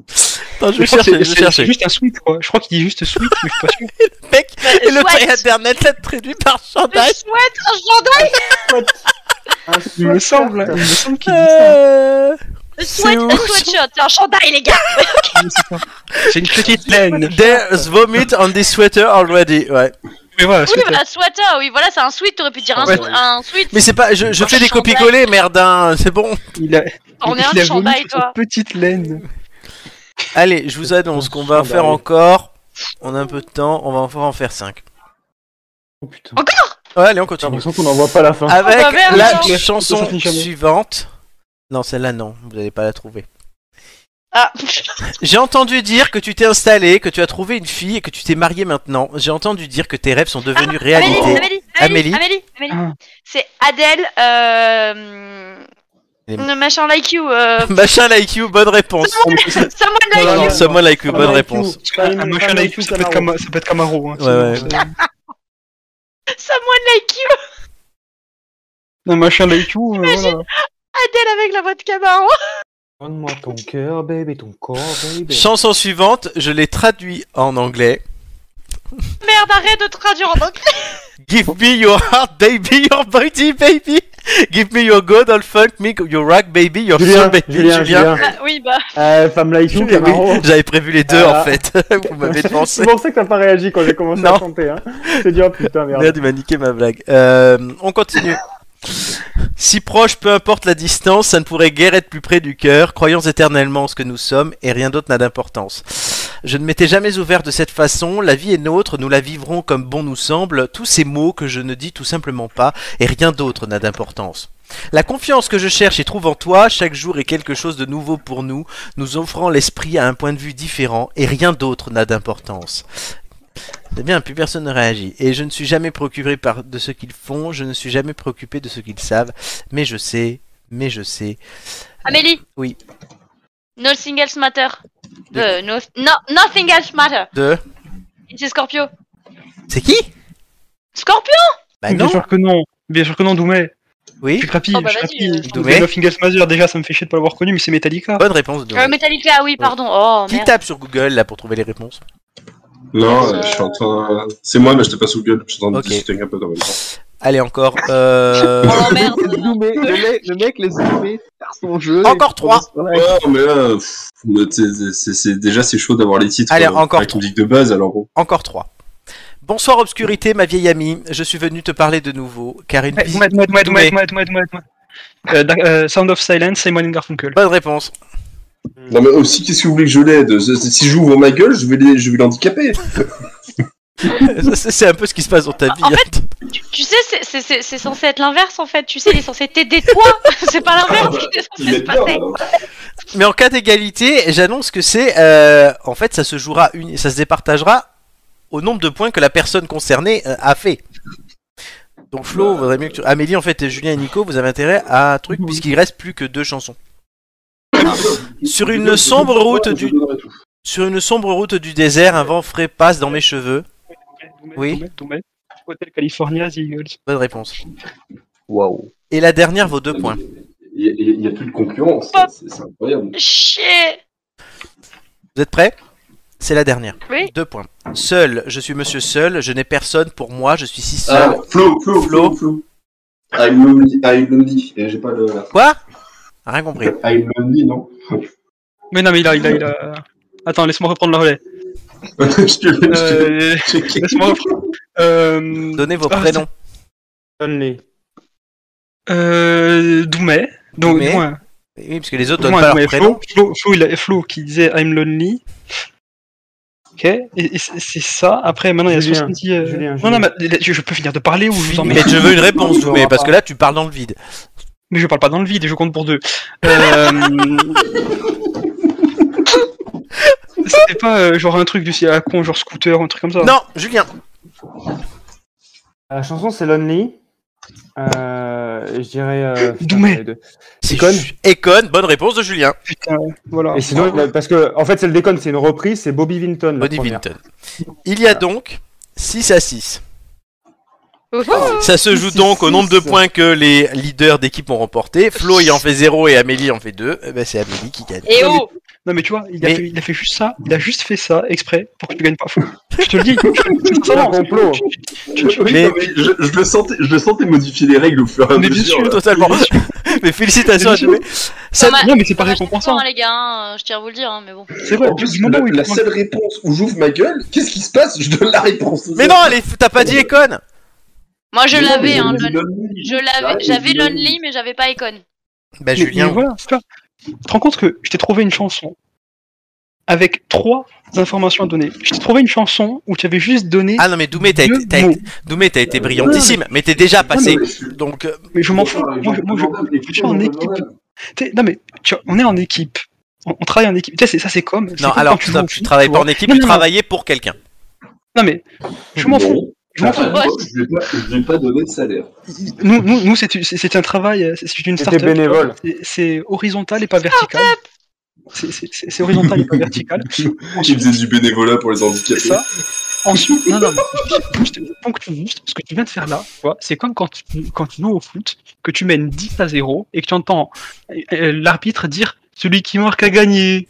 crois
chercher,
que c'est-
je vais
c'est-
chercher.
C'est juste un sweat, quoi. Je crois qu'il dit juste sweat, mais je suis pas sûr.
Mec, et le
sweat.
site internet l'a traduit par
Le
chandail.
sweat, un chandail
Ah,
Il me semble, hein, il me semble qu'il dit ça.
Euh,
Le sweat,
où,
un sweatshirt, c'est un chandail, les gars
C'est une petite laine.
There's vomit on this sweater already. Ouais.
Mais voilà,
Oui,
sweat.
voilà, sweater, oui, voilà, c'est un sweat, t'aurais pu dire un,
Ouais.
swe- un sweat.
Mais c'est pas. Je, je fais des copier-coller, merdin. C'est bon.
il a,
On est
il
un
a voulu
chandail,
sur
toi.
cette petite laine.
Allez, je vous annonce qu'on va en faire encore. On a un peu de temps. On va encore en faire 5.
Oh putain.
Encore
Ouais, allez, on
J'ai
continue.
l'impression qu'on n'en voit pas la fin.
Avec
Oh, bah merde,
la
alors.
chanson
Ça finit jamais.
suivante. Non, celle-là, non. Vous n'allez pas la trouver.
Ah,
J'ai entendu dire que tu t'es installé, que tu as trouvé une fille et que tu t'es marié maintenant. J'ai entendu dire que tes rêves sont devenus
Amélie,
réalité.
Amélie, Amélie,
Amélie.
Amélie, Amélie.
Ah.
C'est Adèle, euh...
Les-
le Machin like you, euh...
Machin like you, bonne réponse.
Someone like
Non, non,
Non,
you
non.
someone like you, bonne réponse.
Un, un machin like you, ça peut être Camaro. Ça peut être Camaro hein,
Ouais,
sinon,
ouais.
ça-
Someone like you
Un machin like you, euh, voilà.
Adèle avec la Oh, voix de Camaro
Donne-moi ton cœur, baby, ton corps, baby.
Chanson suivante, je l'ai traduit en anglais.
Merde, arrête de traduire en anglais
Give me your heart, baby, your body, baby. Give me your god, all funk, me your rock, baby, your soul,
Julien,
baby.
Julien, Julien.
Ah, Oui, bah,
Euh, femme like you,
Julien,
Camaro.
oui, j'avais prévu les deux en
Ah.
fait. Vous m'avez devancé.
C'est pour ça que t'as pas réagi quand j'ai commencé
Non.
à chanter. Hein. J'ai dit oh putain merde.
Merde, il m'a niqué ma blague. Euh, on continue. Si proche, peu importe la distance, ça ne pourrait guère être plus près du cœur. Croyons éternellement en ce que nous sommes et rien d'autre n'a d'importance. Je ne m'étais jamais ouvert de cette façon. La vie est nôtre, nous la vivrons comme bon nous semble. Tous ces mots que je ne dis tout simplement pas et rien d'autre n'a d'importance. La confiance que je cherche et trouve en toi, chaque jour est quelque chose de nouveau pour nous, nous offrant l'esprit à un point de vue différent et rien d'autre n'a d'importance. Eh bien, plus personne ne réagit. Et je ne suis jamais préoccupé par de ce qu'ils font, je ne suis jamais préoccupé de ce qu'ils savent, mais je sais, mais je sais.
Amélie
Oui.
No singles matter.
De-
Euh, no, no, nothing else matter.
De.
C'est Scorpio.
C'est qui
Scorpio
Bah
bien
non
sûr que non. Bien sûr que non, Doumé. Je
Oui
suis crappy.
Oh, bah,
je suis
vas-y,
crappy.
euh.
Je trouve
Doumé.
que Nothing Else Matters, déjà, ça me fait chier de pas l'avoir connu, mais c'est Metallica.
Bonne réponse de
euh, Metallica, oui, pardon. Oh,
Qui
merde.
tape sur Google là pour trouver les réponses
Non, euh, je suis en train. C'est moi, mais je te passe sous gueule. Je suis en train de
Ok.
discuter un peu quand même.
Allez, encore. Euh...
Oh merde.
Doumé, le, mec- le mec laisse Doumé faire son jeu.
Encore
Et-
trois.
Ouais.
Ouais, mais là, pff, mais c'est- c'est- c'est- déjà c'est chaud d'avoir les titres
Allez,
euh,
encore
avec
trois.
une musique de base, alors bon.
Encore 3. Bonsoir obscurité, ma vieille amie. Je suis venu te parler de nouveau, car une
Ouais,
visite-
Doumé, Doumé, Doumé,
Doumé.
Doumé, Doumé, Doumé, Doumé, Doumé. Euh, Da- euh, Sound of Silence, Simon and Garfunkel.
Bonne réponse.
Non mais aussi, qu'est-ce que vous voulez que je l'aide Je- Si je ouvre ma gueule, je vais les- je vais l'handicaper.
Ça, c'est c'est un peu ce qui se passe dans ta vie.
En
hein.
Tu, tu sais, c'est- c'est- c'est c'est censé être l'inverse en fait. Tu sais, il est censé t'aider toi. c'est pas l'inverse qui est
Il
censé
est
se
bien.
passer.
Mais en cas d'égalité, j'annonce que c'est. euh, en fait, ça se jouera, une, ça se départagera au nombre de points que la personne concernée euh, a fait. Donc Flo, vaudrait mieux que tu... Amélie, en fait, et Julien et Nico, vous avez intérêt à un truc puisqu'il reste plus que deux chansons. Sur une sombre route du sur une sombre route du désert, un vent frais passe dans mes cheveux. Oui.
Doumé, Doumé. Hotel California, The Eagles.
Bonne réponse.
Waouh.
Et la dernière vaut deux points.
Il n'y a plus de concurrence, c'est c'est incroyable.
Chier.
Vous êtes prêts C'est la dernière.
Oui.
Deux points. Seul, je suis monsieur seul, je n'ai personne pour moi, je suis si
Ah,
seul.
Flo, Flo, Flo, Flo. I'm lonely, I'm lonely. Et J'ai pas le.
Quoi Rien compris.
I'm lonely, non
Mais non, mais il a, il a, il a... Attends, laisse-moi reprendre le relais.
Je te laisse.
Euh, laisse-moi reprendre. Euh,
Donnez vos
Ah,
prénoms.
Stanley.
euh, Doumé. Donc,
Doumé.
Doumé.
Oui, parce que les autres
Pour
donnent
moi,
pas
ouais,
leur prénom.
Flo, Flo, Flo, il a, Flo qui disait I'm lonely. Ok, et, et c'est c'est ça. Après, maintenant il y a
Julien,
70. euh,
Julien,
Non, non,
Julien.
mais là, je, je peux finir de parler ou je vous en
Mais
mets.
je veux une réponse,
Non,
Doumé,
non,
parce
pas.
que là, tu parles dans le vide.
Mais je parle pas dans le vide et je compte pour deux. Euh... C'était pas euh, genre un truc du style à la con, Oh. genre scooter, un truc comme ça.
Non, Julien.
La chanson Euh, c'est Lonely. Euh, je dirais. euh, putain,
Doumé.
les deux.
C'est
Déconne.
Ju- Econ, bonne réponse de Julien.
Putain, voilà.
Et sinon, il a- parce que en fait, c'est le déconne, c'est une reprise, c'est Bobby Vinton. la
Bonnie
première.
Vinton. Il y a donc 6 à 6.
Ouhou.
Ça se joue
Six,
donc au
six.
nombre de points que les leaders d'équipe ont remporté. Flo il en fait 0 et Amélie en fait 2. c'est Amélie qui gagne.
Et oh
Non, mais tu vois, il a,
Mais-
fait, il a fait juste ça, il a juste fait ça exprès pour que tu gagnes pas. Faut- Je te le dis,
C'est un complot.
tu- tu-
Oui,
Mais-
non, mais je, je le sentais, je le sentais modifier les règles au fur et à
on est bien
mesure.
sûr.
là.
Totalement. Mais félicitations à
Bien sûr.
Doumé. Ça-
Dommage-
Non, mais c'est pas
dommage,
récompensant.
hein, les gars, hein, je tiens à vous le dire, hein, mais bon.
C'est vrai,
En
tu-
plus,
du moment
la,
où il
la
prend-
seule réponse où j'ouvre ma gueule, qu'est-ce qui se passe Je donne la réponse.
Mais non, allez, t'as pas dit Econ
Moi, je
Mais non,
l'avais,
mais
hein,
j'ai
l'on-
l'only. Ah,
je l'avais,
Arrête,
j'avais
j'ai
l'only, mais j'avais pas Icon.
Bah
Mais-
Julien.
mais voilà, tu vois, tu te rends compte que je t'ai trouvé une chanson avec trois informations à donner. Je t'ai trouvé une chanson où tu avais juste donné.
Ah non mais Doumé t'as
deux
été, t'as
mots.
été- Doumé, t'as été brillantissime, mais t'es déjà passé. Donc euh,
Mais je m'en fous.
Ah,
Moi, je- moi, je-
Jean-Claude
je suis en
Jean-Claude
équipe. T'sais, Non, mais tu vois, on est en équipe. On, on travaille en équipe. Tu sais, c'est- ça, c'est comme. c'est
non,
comme
alors
quand tu
stop,
joues au
tu
foot,
travailles
tu
pas
vois.
en équipe,
Non,
tu
non,
travailles pour quelqu'un.
Non, mais je m'en fous. Je m'en fous.
Bon, Ah, je vais pas- je vais pas donner de salaire.
Nous, nous, nous c'est une- c'est c'est un travail, euh, c'est une
C'était
start-up.
bénévole.
C'est- C'est horizontal et pas vertical. C'est- C'est c'est- c'est horizontal et pas vertical.
Qui faisait du bénévolat pour les handicapés.
C'est ça. Ensuite, non, non, mais je te- je te ponctue juste ce que tu viens de faire là, tu vois, c'est comme quand tu, quand tu joues au foot, que tu mènes 10 à 0 et que tu entends euh, euh, l'arbitre dire celui qui marque a gagné.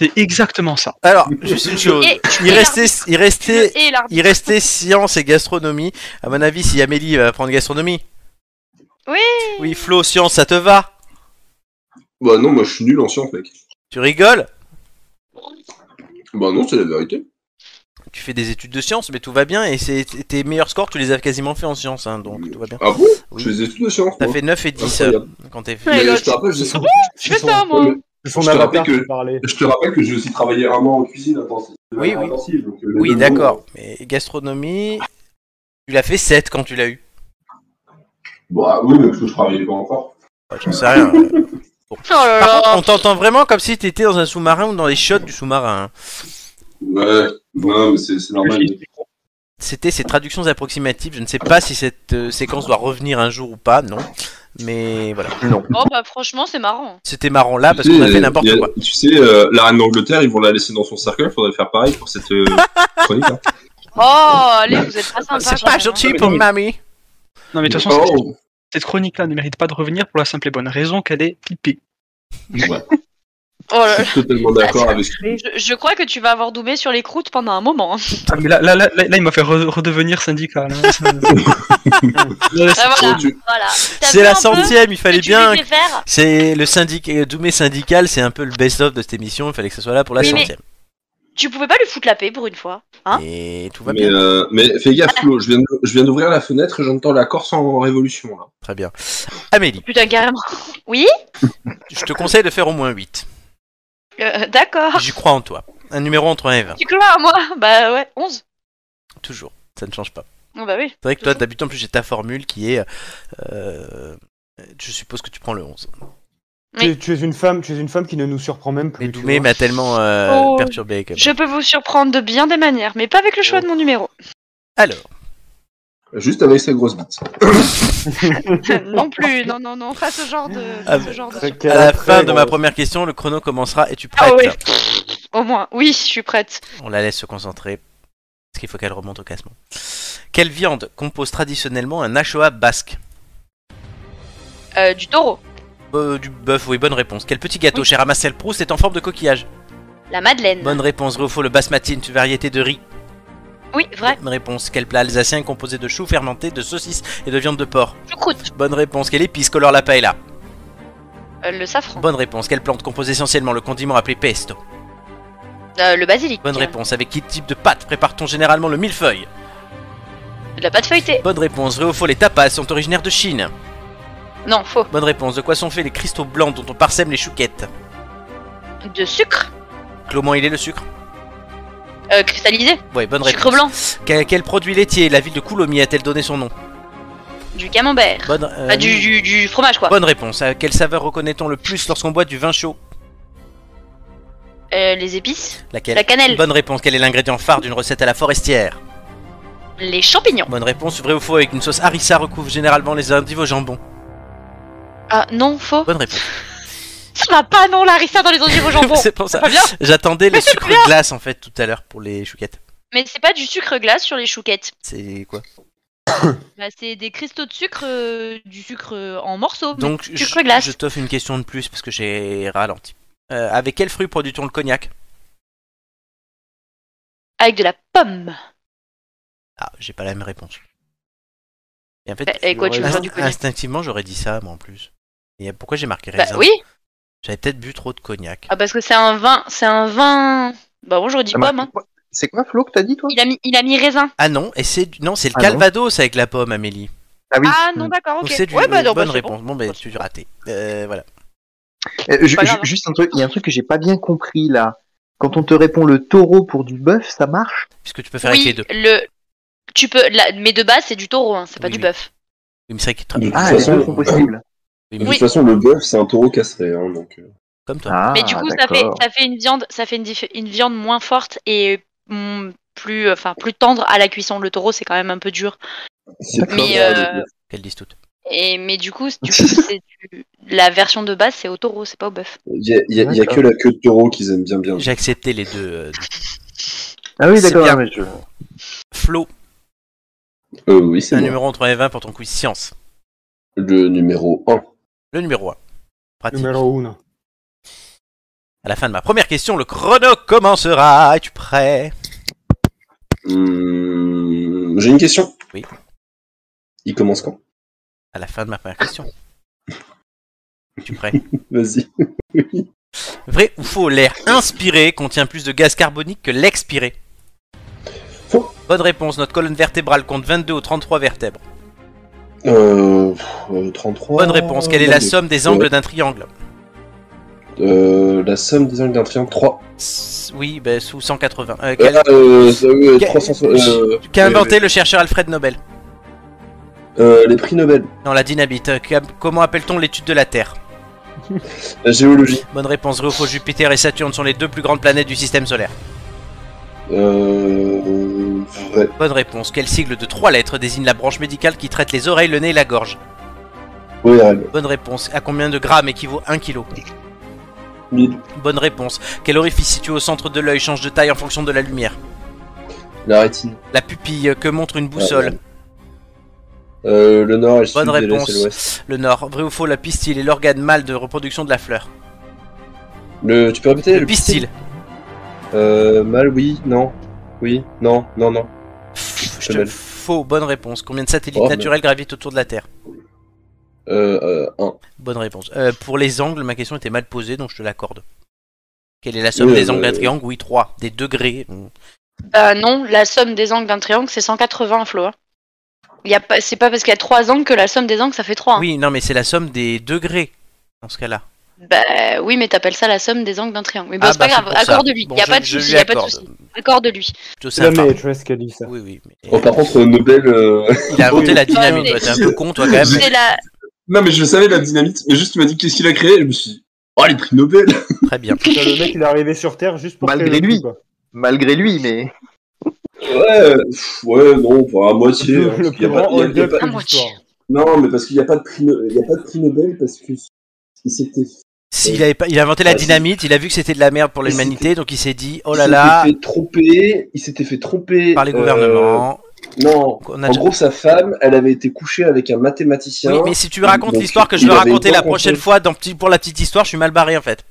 C'est exactement ça.
Alors, juste une chose.
Et tu
Euh, Il
fais
restait il restait
l'arbitre, Et l'arbitre.
il restait science et gastronomie. À mon avis, si Amélie va prendre gastronomie.
Oui.
Oui, Flo, science, ça te va
Bah non, moi je suis nul en science, mec.
Tu rigoles
Bah non, c'est la vérité.
Tu fais des études de sciences, mais tout va bien et c'est tes meilleurs scores, tu les as quasiment fait en sciences, hein, donc tout va bien.
Ah bon
Oui.
Je fais des études de science.
T'as
moi.
fait 9 et 10 euh,
Incroyable.
quand t'es fait.
Ouais,
Mais
l'autre.
je te rappelle, j'ai-
C'est son-
Je fais
c'est son-
ça, moi.
c'est son
Je te
avatar
rappelle que-
qui parlait.
je te rappelle que j'ai aussi travaillé un an en cuisine à Nancy.
Oui, oui.
À Nancy, donc, euh,
Oui,
le-
d'accord. Mais gastronomie, tu l'as fait 7 quand tu l'as eu.
Bah oui, mais parce que je travaillais pas encore.
Ouais, J'en sais rien.
Oh là
Par
là.
contre, on t'entend vraiment comme si t'étais dans un sous-marin ou dans les chiottes du sous-marin. hein.
Ouais, non, mais c'est c'est normal. mec.
C'était ces traductions approximatives. Je ne sais pas si cette euh, séquence doit revenir un jour ou pas, non. Mais voilà.
Oh bah franchement, c'est marrant.
C'était marrant là Ah, parce
Tu
qu'on a
sais,
fait
il y
n'importe
a-
quoi.
Tu sais, euh, la reine d'Angleterre, ils vont la laisser dans son cercueil, faudrait faire pareil pour cette euh, chronique. hein.
Oh, allez, vous êtes pas sympa.
C'est pas gentil pour mamie.
Non, mais de toute façon, cette-
Oh,
cette chronique-là ne mérite pas de revenir pour la simple et bonne raison qu'elle est pipée.
Oh là
je
là.
suis totalement d'accord avec
Je, je crois que tu vas avoir Doumé sur les croûtes pendant un moment. hein.
Ah, mais là, là, là, là, là, il m'a fait re- redevenir syndical. hein. Ça- Là, c'est-
Ah, voilà,
Oh, tu-
voilà. T'as
C'est
vu
la
un peu
centième. Il
ce que
fallait
tu
bien.
laissais faire
C'est le syndic... euh, Doumé syndical. C'est un peu le best-of de cette émission. Il fallait que ce soit là pour la
Oui, mais-
centième.
Tu pouvais pas lui foutre la paix pour une fois. Hein
Et tout va
Mais,
bien.
euh, mais fais gaffe, Flo, je viens de- je viens d'ouvrir la fenêtre et j'entends la Corse en révolution. Là.
Très bien. Amélie,
Putain, carrément. Oui
je te conseille de faire au moins 8.
Euh, D'accord.
J'y crois en toi. Un numéro entre 1 et 20.
Tu crois à moi Bah ouais, 11.
Toujours. Ça ne change pas.
Oh, bah oui.
C'est vrai que toi, d'habitude, en plus, j'ai ta formule qui est. euh, je suppose que tu prends le 11.
Oui.
Tu, tu es une femme, tu es une femme qui ne nous surprend même plus.
Mais
tu
Doumé
vois.
m'a tellement euh,
Oh.
perturbé. Comme...
Je peux vous surprendre de bien des manières, mais pas avec le choix de mon numéro.
Alors,
Juste avec sa grosse bite.
Euh, non plus, non, non, non, pas ce genre de.
Ah,
pas ce genre de...
Très-
à la
très
fin de
drôle.
ma première question, le chrono commencera. Es-tu prête
Ah ouais. Au moins, oui, je suis prête.
On la laisse se concentrer. Parce qu'il faut qu'elle remonte au classement. Quelle viande compose traditionnellement un achoa basque
Euh, du taureau.
Euh, Du bœuf, oui, bonne réponse. Quel petit gâteau chez Ramassel Proust est en forme de coquillage
La madeleine.
Bonne réponse, vrai ou faux, le basmati, une variété de riz
Oui, vrai.
Bonne réponse. Quel plat alsacien est composé de choux fermentés, de saucisses et de viande de porc
Choucroute.
Bonne réponse. Quelle épice colore la paella
Euh, le safran.
Bonne réponse. Quelle plante compose essentiellement le condiment appelé pesto
Euh, le basilic.
Bonne réponse. Avec quel type de pâte prépare-t-on généralement le millefeuille
Euh, De la pâte feuilletée.
Bonne réponse. Vrai ou faux, les tapas sont originaires de Chine
Non, faux.
Bonne réponse. De quoi sont faits les cristaux blancs dont on parsème les chouquettes
De sucre.
Comment il est le sucre
Euh, cristallisé.
Ouais, bonne
Sucre
réponse.
blanc.
Quel, quel produit laitier la ville de Coulommiers a-t-elle donné son nom
Du camembert.
Bonne, euh,
Ah, du, du, du fromage, quoi.
bonne réponse. À quelle saveur reconnaît-on le plus lorsqu'on boit du vin chaud
Euh, les épices.
Laquelle
Euh, La cannelle.
Bonne réponse. Quel est l'ingrédient phare d'une recette à la forestière
Les champignons.
Bonne réponse, vrai ou faux, avec une sauce harissa recouvre généralement les endives au jambon.
Ah non, faux.
Bonne réponse.
Ça va pas, non, Larissa, dans les endives au jambon.
C'est pour ça.
Pas bien.
J'attendais les
Mais c'est
sucres
bien.
glaces en fait tout à l'heure pour les chouquettes.
Mais c'est pas du sucre glace sur les chouquettes.
C'est quoi
Bah, c'est des cristaux de sucre, euh, du sucre euh, en morceaux. mais
Donc
du
je,
sucre glace.
je t'offre une question de plus parce que j'ai ralenti. Euh, avec quel fruit produit-on le cognac
Avec de la pomme.
Ah, j'ai pas la même réponse. Et en fait,
Bah, Et quoi, tu
inst-
veux faire du cognac
instinctivement j'aurais dit ça moi en plus. Et pourquoi j'ai marqué
Bah
raisin
oui,
J'avais peut-être bu trop de cognac.
ah, parce que c'est un vin, c'est un vin. Bah bon, j'aurais dit
Ça marche.
pomme. hein.
C'est quoi, Flo, que t'as dit, toi
Il a mis, il a mis raisin.
Ah non, et c'est du- non, c'est le
Ah non.
Calvados avec la pomme, Amélie.
Ah oui.
Ah non, d'accord, ok.
Donc c'est du-
Ouais, bah, non, bah,
bonne
c'est bon.
réponse. Bon, ben tu as raté. Euh, voilà.
Euh, ju-
pas grave,
ju-
hein.
juste un truc, il y a un truc que j'ai pas bien compris là. Quand on te répond le taureau pour du bœuf, ça marche
Puisque tu peux faire
oui,
avec les deux.
le. Tu peux. la- Mais de base, c'est du taureau, hein, c'est pas
Oui,
du
oui.
bœuf.
Oui, mais c'est vrai qu'il tra-
De toute
Ah, les
façon,
deux sont possibles.
oui,
de
mais
Oui.
toute façon, le bœuf, c'est un taureau castré. Hein, donc, euh,
comme toi.
Ah,
mais du coup, ça fait,
d'accord.
ça fait une viande, ça fait une, dif- une viande moins forte et mm, plus, enfin, plus tendre à la cuisson. Le taureau, c'est quand même un peu dur.
c'est
Mais,
pas mal,
euh,
le bœuf.
Qu'elles disent toutes.
Et mais du coup, du coup, c'est du- la version de base, c'est au taureau, c'est pas au bœuf.
Il y a, il y a- il y a que la queue de taureau qu'ils aiment bien bien.
J'ai accepté les deux. euh,
Ah oui,
c'est
d'accord.
bien.
mais je-
Flo,
Euh, oui, c'est
un
moi.
numéro entre 1 et 20 pour ton quiz science.
Le numéro 1.
Le numéro 1. Pratique.
Numéro 1.
À la fin de ma première question, le chrono commencera. Es-tu prêt
Hum, J'ai une question.
Oui.
Il commence quand
À la fin de ma première question. Es-tu prêt
Vas-y.
Vrai ou faux, l'air inspiré contient plus de gaz carbonique que l'expiré
Faux.
Bonne réponse, notre colonne vertébrale compte 22 ou 33 vertèbres.
Euh, pff, euh, 33.
Bonne réponse, quelle est la somme des angles
Ouais.
d'un triangle
euh, La somme des angles d'un triangle 3.
S- Oui, ben, sous 180. Euh,
Euh,
quel-
euh, euh,
quel-
300, euh,
Qu'a
euh,
inventé le chercheur Alfred Nobel
euh, Les prix Nobel.
dans la dynamite euh, qu'a- Comment appelle-t-on l'étude de la Terre
La géologie.
Bonne réponse, vrai ou faux, Jupiter et Saturne sont les deux plus grandes planètes du système solaire.
Euh, vrai.
Bonne réponse, quel sigle de trois lettres désigne la branche médicale qui traite les oreilles, le nez et la gorge
ORL.
Bonne réponse, à combien de grammes équivaut 1 kilo
1000.
Bonne réponse. Quel orifice situé au centre de l'œil change de taille en fonction de la lumière
La rétine.
La pupille, que montre une boussole
Euh, le nord et le
Bonne
sud. et l'est
réponse.
et l'ouest.
Le nord. Vrai ou faux, la pistille est l'organe mâle de reproduction de la fleur.
Le, tu peux répéter
Le pistil.
Euh, mal, oui, non. Oui, non, non, non.
Pff, je te-
Femelle.
Faux, bonne réponse. Combien de satellites
Oh, mais-
naturels gravitent autour de la Terre
Euh, euh, 1.
Bonne réponse. Euh, pour les angles, ma question était mal posée, donc je te l'accorde. Quelle est la somme
Euh,
des angles d'un
euh,
triangle Oui, 3. Des degrés. Mm.
Bah non, la somme des angles d'un triangle, c'est 180, Flo. hein. Y a pas, c'est pas parce qu'il y a trois angles que la somme des angles, ça fait hein. 3.
Oui, non, mais c'est la somme des degrés, dans ce cas-là.
Bah oui, mais t'appelles ça la somme des angles d'un triangle. Mais bon,
Ah,
c'est pas
bah,
grave,
c'est pour ça.
accorde-lui.
Bon,
y a
je-
pas de
je lui
souci, y a pas de
accorde. Eh,
souci. Accorde-lui.
Plutôt
C'est la
sympa.
maîtresse qui a dit ça.
Oui, oui. mais-
Oh, par contre, euh, Nobel. euh,
Il a inventé la dynamite.
mais-
toi, T'es un peu con, toi, quand même.
C'est la...
Non, mais je savais la dynamite, mais juste tu m'as dit qu'est-ce qu'il a créé, et je me suis dit, oh, les prix Nobel
Très bien.
Putain, le
Eh,
mec, il est arrivé sur Terre juste pour
Malgré
créer le
lui.
coup, quoi.
Malgré lui, mais.
Ouais, pff, ouais, non, pour à moitié. hein.
Le
Il y
plus
a pas-
grand
il y a- il y a
hold-up
pas-
Ah,
de
moi,
l'histoire.
Non, mais parce qu'il n'y a pas de prix No- il y a pas de prix Nobel, parce que il s'était
Oh S'il avait pas- il a inventé la
Ah, si.
dynamite, il a vu que c'était de la merde pour
Mais
l'humanité, donc il s'est dit oh
il
là
s'était
là,
fait tromper, il s'était fait tromper
par les
euh,
gouvernements.
Non,
On a
en
déjà-
gros, sa femme, elle avait été couchée avec un mathématicien.
Oui, mais si tu me racontes
Donc,
l'histoire que je
il
vais
avait
raconter la
encore
prochaine
compris.
fois dans petit, pour la petite histoire, je suis mal barré en fait.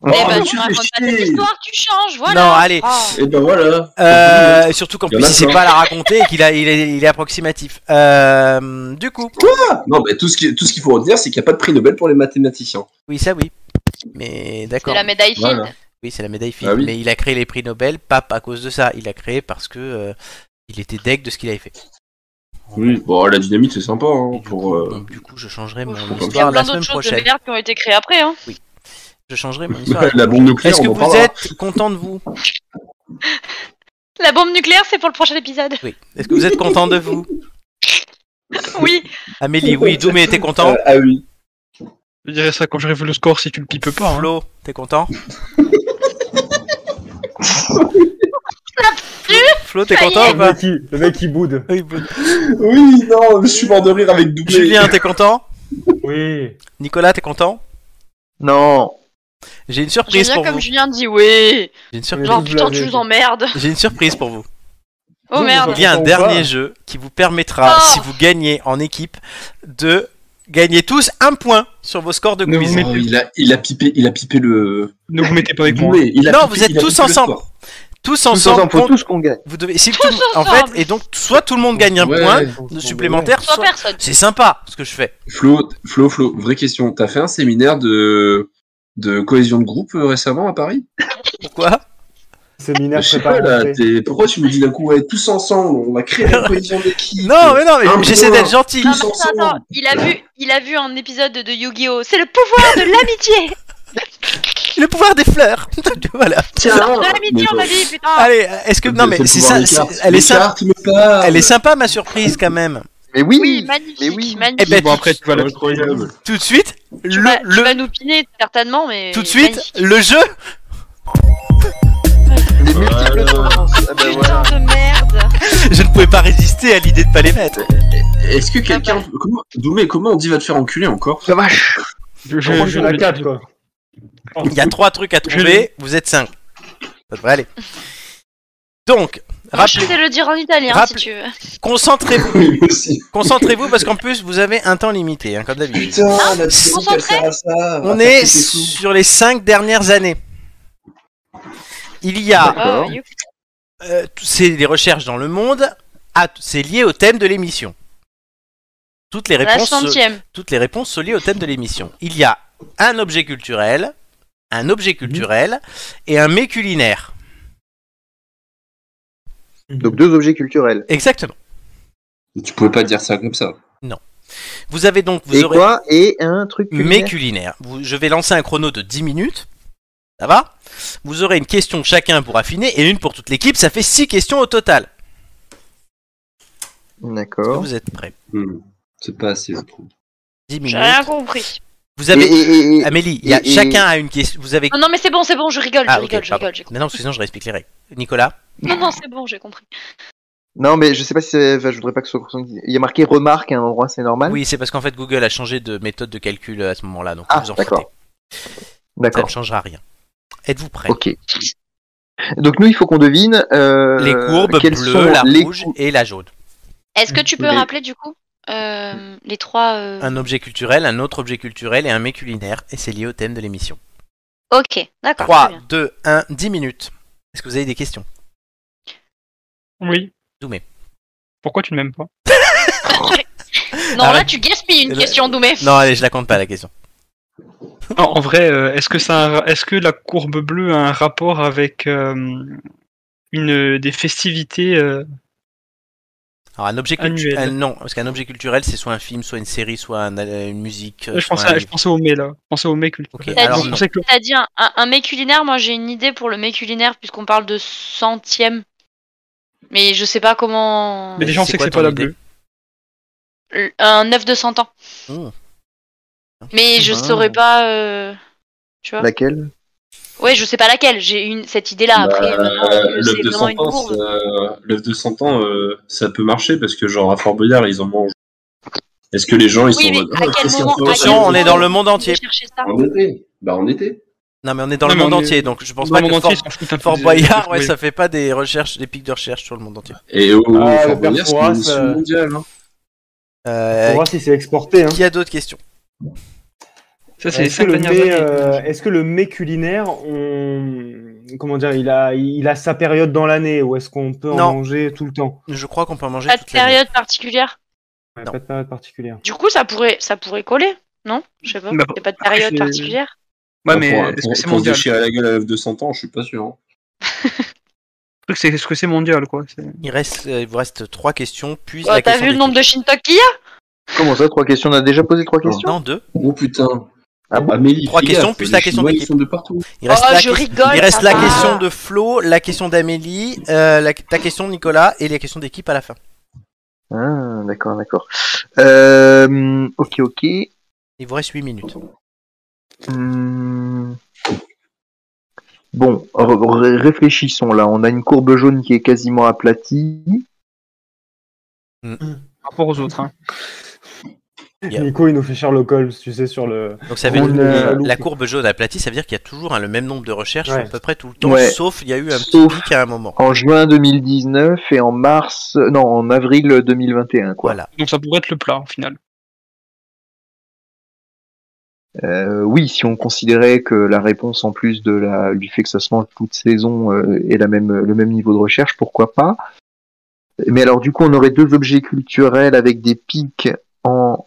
Oh,
eh bah,
mais
tu
tu
me
fais
racontes pas cette
chier.
histoire, tu changes, voilà.
Non, allez.
Oh.
Et ben voilà.
Euh, surtout qu'en
Il y en
plus,
a
il sait
plein.
pas la raconter et qu'il a, il est, il est approximatif. Euh, du coup,
Non, mais tout ce qui- tout ce qu'il faut retenir, c'est qu'il n'y a pas de prix Nobel pour les mathématiciens.
oui, ça oui. Mais
C'est
d'accord.
la médaille Field.
Voilà.
Oui, c'est la médaille Fields.
Ah oui.
Mais il a créé les prix Nobel pas à cause de ça. Il a créé parce que euh, il était deg de ce qu'il avait fait.
Oui, bon, la dynamite, c'est sympa,
Et
hein,
du,
pour...
coup,
euh,
donc, du coup, je changerai mon
Il y a
histoire la
plein
semaine
d'autres choses de
prochaine.
merde qui ont été créées après. Hein.
Je changerai mon histoire. la
La
semaine
bombe nucléaire,
Est-ce que
on en
vous
parlera.
êtes content de vous
La bombe nucléaire, c'est pour le prochain épisode.
Oui. Est-ce que vous êtes content de vous
Oui.
Amélie, oui. Doumé, t'es content
Euh, ah oui.
Je dirais ça quand j'aurais vu le score si tu le pipes pas. hein.
Flo, t'es content Flo, t'es
Ça y
content
est.
ou
Le
pas
mec, il, le mec, il boude.
Oui, non, je suis mort de rire avec doublé.
Julien, t'es content
Oui.
Nicolas, t'es content
Non.
J'ai une
J'aime
surprise
bien
pour
comme
vous.
Julien dit oui.
J'ai une, surprise-
Genre
vous
putain tu
l'avez.
nous emmerdes.
J'ai une surprise pour vous.
Oh
Vous,
merde.
vous
Il y a un
Ou
dernier
pas.
jeu qui vous permettra,
Oh.
si vous gagnez en équipe, de gagner tous un point sur vos scores de
hein. Ne
quiz.
vous
Oh, il, a, il a pipé, il a pipé le.
Ne vous mettez pas avec moi.
doublé. Il a
Non,
pipé-
vous êtes
il a
tous
pipé le
ensemble.
score.
Tous
Tous
ensemble,
ensemble, faut
contre-
tous qu'on gagne.
vous devez. Si
Tous
tout le monde- en
ensemble.
fait, et donc soit tout le monde gagne un
Ouais.
point supplémentaire,
Soit
soit-
personne.
c'est sympa ce que je fais.
Flo, Flo, Flo, vraie question. T'as fait un séminaire de de cohésion de groupe euh, récemment à Paris
Pourquoi
Séminaire
Je sais pas là,
préparé.
t'es- pourquoi tu me dis d'un coup ouais, tous ensemble, on va créer la cohésion d'équipe.
Non, mais non, mais
Un
j'essaie
point.
d'être gentil.
Non, mais
Tous
attends,
ensemble.
attends, il a vu, il a vu un épisode de Yu-Gi-Oh! C'est le pouvoir de l'amitié!
Le pouvoir des fleurs. voilà.
De l'amitié, on m'a dit, putain!
Allez, est-ce que non, mais c'est ça. c'est- Elle est sympa. Elle est sympa ma surprise quand même.
Mais oui.
Oui, magnifique,
mais oui.
Eh
magnifique.
ben,
Bon, après, tu vas la-
Incroyable.
tout de suite,
tu,
le,
vas, tu
le-
vas nous piner, certainement, mais.
tout de suite,
magnifique.
le jeu.
Les multiples tendances.
ben,
Ah bah
Putain
voilà.
de merde!
Je ne pouvais pas résister à l'idée de pas les mettre.
Est-ce que quelqu'un. Comment... Doumé, comment on dit va te faire enculer encore
La vache.
Je,
Je,
je,
je
je,
la 4, quoi.
Euh, Il y a trois trucs à trouver, vous êtes cinq. Ça devrait aller. Donc,
Moi, Je
rappelez,
sais le dire en italien
Rappelez-
si tu veux.
concentrez-vous,
Oui, aussi.
concentrez-vous parce qu'en plus vous avez un temps limité, hein, comme d'habitude.
Putain, la petite
concentré. Oh,
sert à ça.
On
Ah,
est
c'est fou.
sur les cinq dernières années. Il y a,
Oh,
D'accord.
you-
euh, tout- c'est les recherches dans le monde, à- c'est lié au thème de l'émission. Toutes les
la
réponses,
centième.
toutes les réponses sont liées au thème de l'émission. Il y a un objet culturel, un objet culturel et un mets culinaire.
Donc deux objets culturels.
Exactement.
Tu pouvais pas dire ça comme ça.
Vous avez donc, vous
et
aurez
quoi Et un truc
mais
culinaire.
culinaire. Vous- je vais lancer un chrono de 10 minutes. Ça va Vous aurez une question chacun pour affiner et une pour toute l'équipe. Ça fait 6 questions au total. Est-ce que
D'accord.
Vous êtes prêts
Hmm. C'est pas assez, je trouve.
10 minutes.
J'ai rien compris.
Vous avez.
Et- et- et- et-
Amélie, il y a-
et- et-
chacun a une question. Vous avez.
Non, non, mais c'est bon, c'est bon, je rigole, Ah, je
Ah, ok,
rigole, je
pardon.
rigole, j'ai compris.
Mais non, parce que sinon je réexplique les règles. Nicolas
Non, non, c'est bon, j'ai compris.
Non, mais je sais pas si c'est- enfin, je voudrais pas que ce soit. Il y a marqué remarque à un endroit, c'est normal.
Oui, c'est parce qu'en fait Google a changé de méthode de calcul à ce moment-là. Donc
Ah,
vous en
d'accord.
foutez. Ça ne
D'accord.
changera rien. Êtes-vous prêts
Ok. Donc nous, il faut qu'on devine. euh,
Les courbes
quelles sont
bleues, la
les
rouge
cou-
et la jaune.
Est-ce que tu peux
Mais-
rappeler du coup euh, les trois. euh,
Un objet culturel, un autre objet culturel et un mets culinaire. Et c'est lié au thème de l'émission.
Ok, d'accord. très
3,
bien.
2, 1, 10 minutes. Est-ce que vous avez des questions
Oui.
Doumé.
Pourquoi tu ne m'aimes pas
Non, là,
Arrête.
tu gaspilles une
Ah Là-
question, Doumé.
Non, allez, je la compte pas la question.
Non, en vrai, euh, est-ce que ça, a un ra- est-ce que la courbe bleue a un rapport avec euh, une des festivités euh,
Alors, un objet culturel.
Annuel.
non, parce qu'un objet culturel, c'est soit un film, soit une série, soit un- euh, une musique. euh,
Je
soit
pensais,
un
à- je
livre.
pensais au mai là. Je pensais au mai culturel.
Ok,
T'as alors dit-
je pensais que-
T'as dit un, un, un mets culinaire, moi j'ai une idée pour le mets culinaire puisqu'on parle de centième. Mais je sais pas comment.
Mais déjà, on
c'est
sait que
quoi
c'est pas la
ton idée
bleue.
Euh, Un œuf de 100 ans.
Oh.
Mais je
Ah.
saurais pas. euh, Tu vois
Laquelle
Ouais, je sais pas laquelle. J'ai une cette
Bah,
idée-là après. vraiment,
Euh,
euh,
L'œuf
c'est
de
vraiment
100
une
ans,
courbe.
euh, l'œuf de 100 ans, euh, ça peut marcher parce que, genre, à Fort Boyard, ils en mangent. Est-ce que les gens, ils
Oui,
sont en
mais
mode,
à
Ah,
quel
qu'est-ce qu'on
moment-
peut
à quel
manger
Attention, on est dans le
moment-
monde entier.
J'ai cherché ça.
En été. Bah, en été.
Non, mais on est dans
Non,
le
mais
monde
on est-
entier, donc je pense
Dans
pas
le
que
monde
Fort,
entier, ils s'en foutent un peu
Fort
des-
Boyard,
des-
ouais,
des-
ça fait pas des recherches, des pics de recherche sur le monde entier.
Et au
Ah,
Fort
le
Boyard, c'est
perforas,
une mission
euh,
mondiale. hein.
Euh,
On voir si c'est exporté. Hein.
qui a d'autres questions
Ça, c'est les
Est-ce que,
cinq
le
dernières
mets,
années.
euh, est-ce que le mets culinaire, on... comment dire, il a, il a sa période dans l'année ou est-ce qu'on peut
Non.
en manger tout le temps
Je crois qu'on peut en manger
Pas de
toute l'année.
période particulière.
Ouais,
Non.
Pas de période particulière.
Du coup, ça pourrait, ça pourrait coller, non Je sais pas.
Bah,
Y a pas de période
c'est-
particulière.
Ouais,
Bah,
mais
pour-
est-ce
pour-
que c'est
Pour se
mondial
déchirer la gueule à l'œuf de 100 ans, je suis pas sûr. hein.
Le truc, c'est est-ce que c'est mondial quoi c'est-
Il, reste, euh, il vous reste trois questions, puis
Oh,
la
T'as
question
vu le
des
nombre de Shintok qu'il y a
Comment ça, trois questions On a déjà posé trois
questions.
questions
Non, deux.
Oh putain.
Ah bon
Amélie,
Trois
fais
questions,
gaffe,
plus
les
la question
Chinois,
de
ils sont de partout.
Il reste
Oh,
la
je
que-
rigole.
Il reste la
papa.
question de Flo, la question d'Amélie, euh, la... ta question de Nicolas et la question d'équipe à la fin.
Ah, d'accord, d'accord. Euh, ok, ok.
Il vous reste 8 minutes.
Hmm. Bon, re- ré- réfléchissons là. On a une courbe jaune qui est quasiment aplatie.
par rapport aux autres. hein.
Yeah.
Nico, il nous fait Sherlock Holmes, tu sais, sur le.
Donc ça veut
On,
dire que
euh,
la courbe jaune aplatie, ça veut dire qu'il y a toujours hein, le même nombre de recherches
Ouais.
à peu près tout le temps,
Ouais.
sauf il y a eu un petit
Sauf-
pic à un moment.
En juin 2019 et en mars, non, en avril 2021, quoi.
Voilà.
Donc ça pourrait être le plat, au final.
Euh, oui, si on considérait que la réponse, en plus de la, du fait que ça se mange toute saison, euh, est la même, le même niveau de recherche, pourquoi pas Mais alors, du coup, on aurait deux objets culturels avec des pics en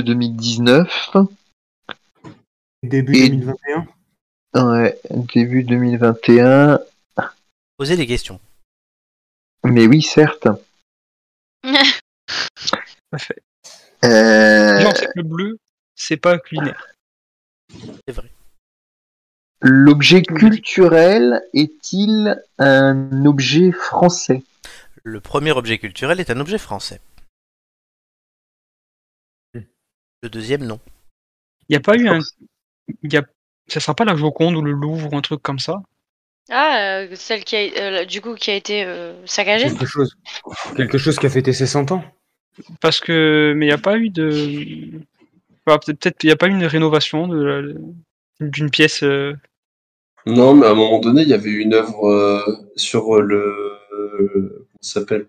2018-2019,
Début
Et-
2021.
ouais, début 2021.
Poser des questions.
Mais oui, certes.
Parfait.
Euh,
Déjà, on sait que le bleu, c'est pas culinaire.
L'objet culturel est-il un objet français
Le premier objet culturel est un objet français.
Hmm.
Le deuxième, non.
Il n'y a pas eu un. il Y a... Ça sera pas la Joconde ou le Louvre ou un truc comme ça.
Ah, euh, celle qui a, euh, la- du coup, qui a été euh, saccagée
Quelque chose. Quelque chose qui a fêté ses 100 ans.
Parce que. Mais il n'y a pas eu de. Enfin, peut- Peut-être il n'y a pas eu une rénovation de la- d'une pièce. euh,
Non, mais à un moment donné, il y avait une œuvre euh, sur euh, le. euh, Comment ça s'appelle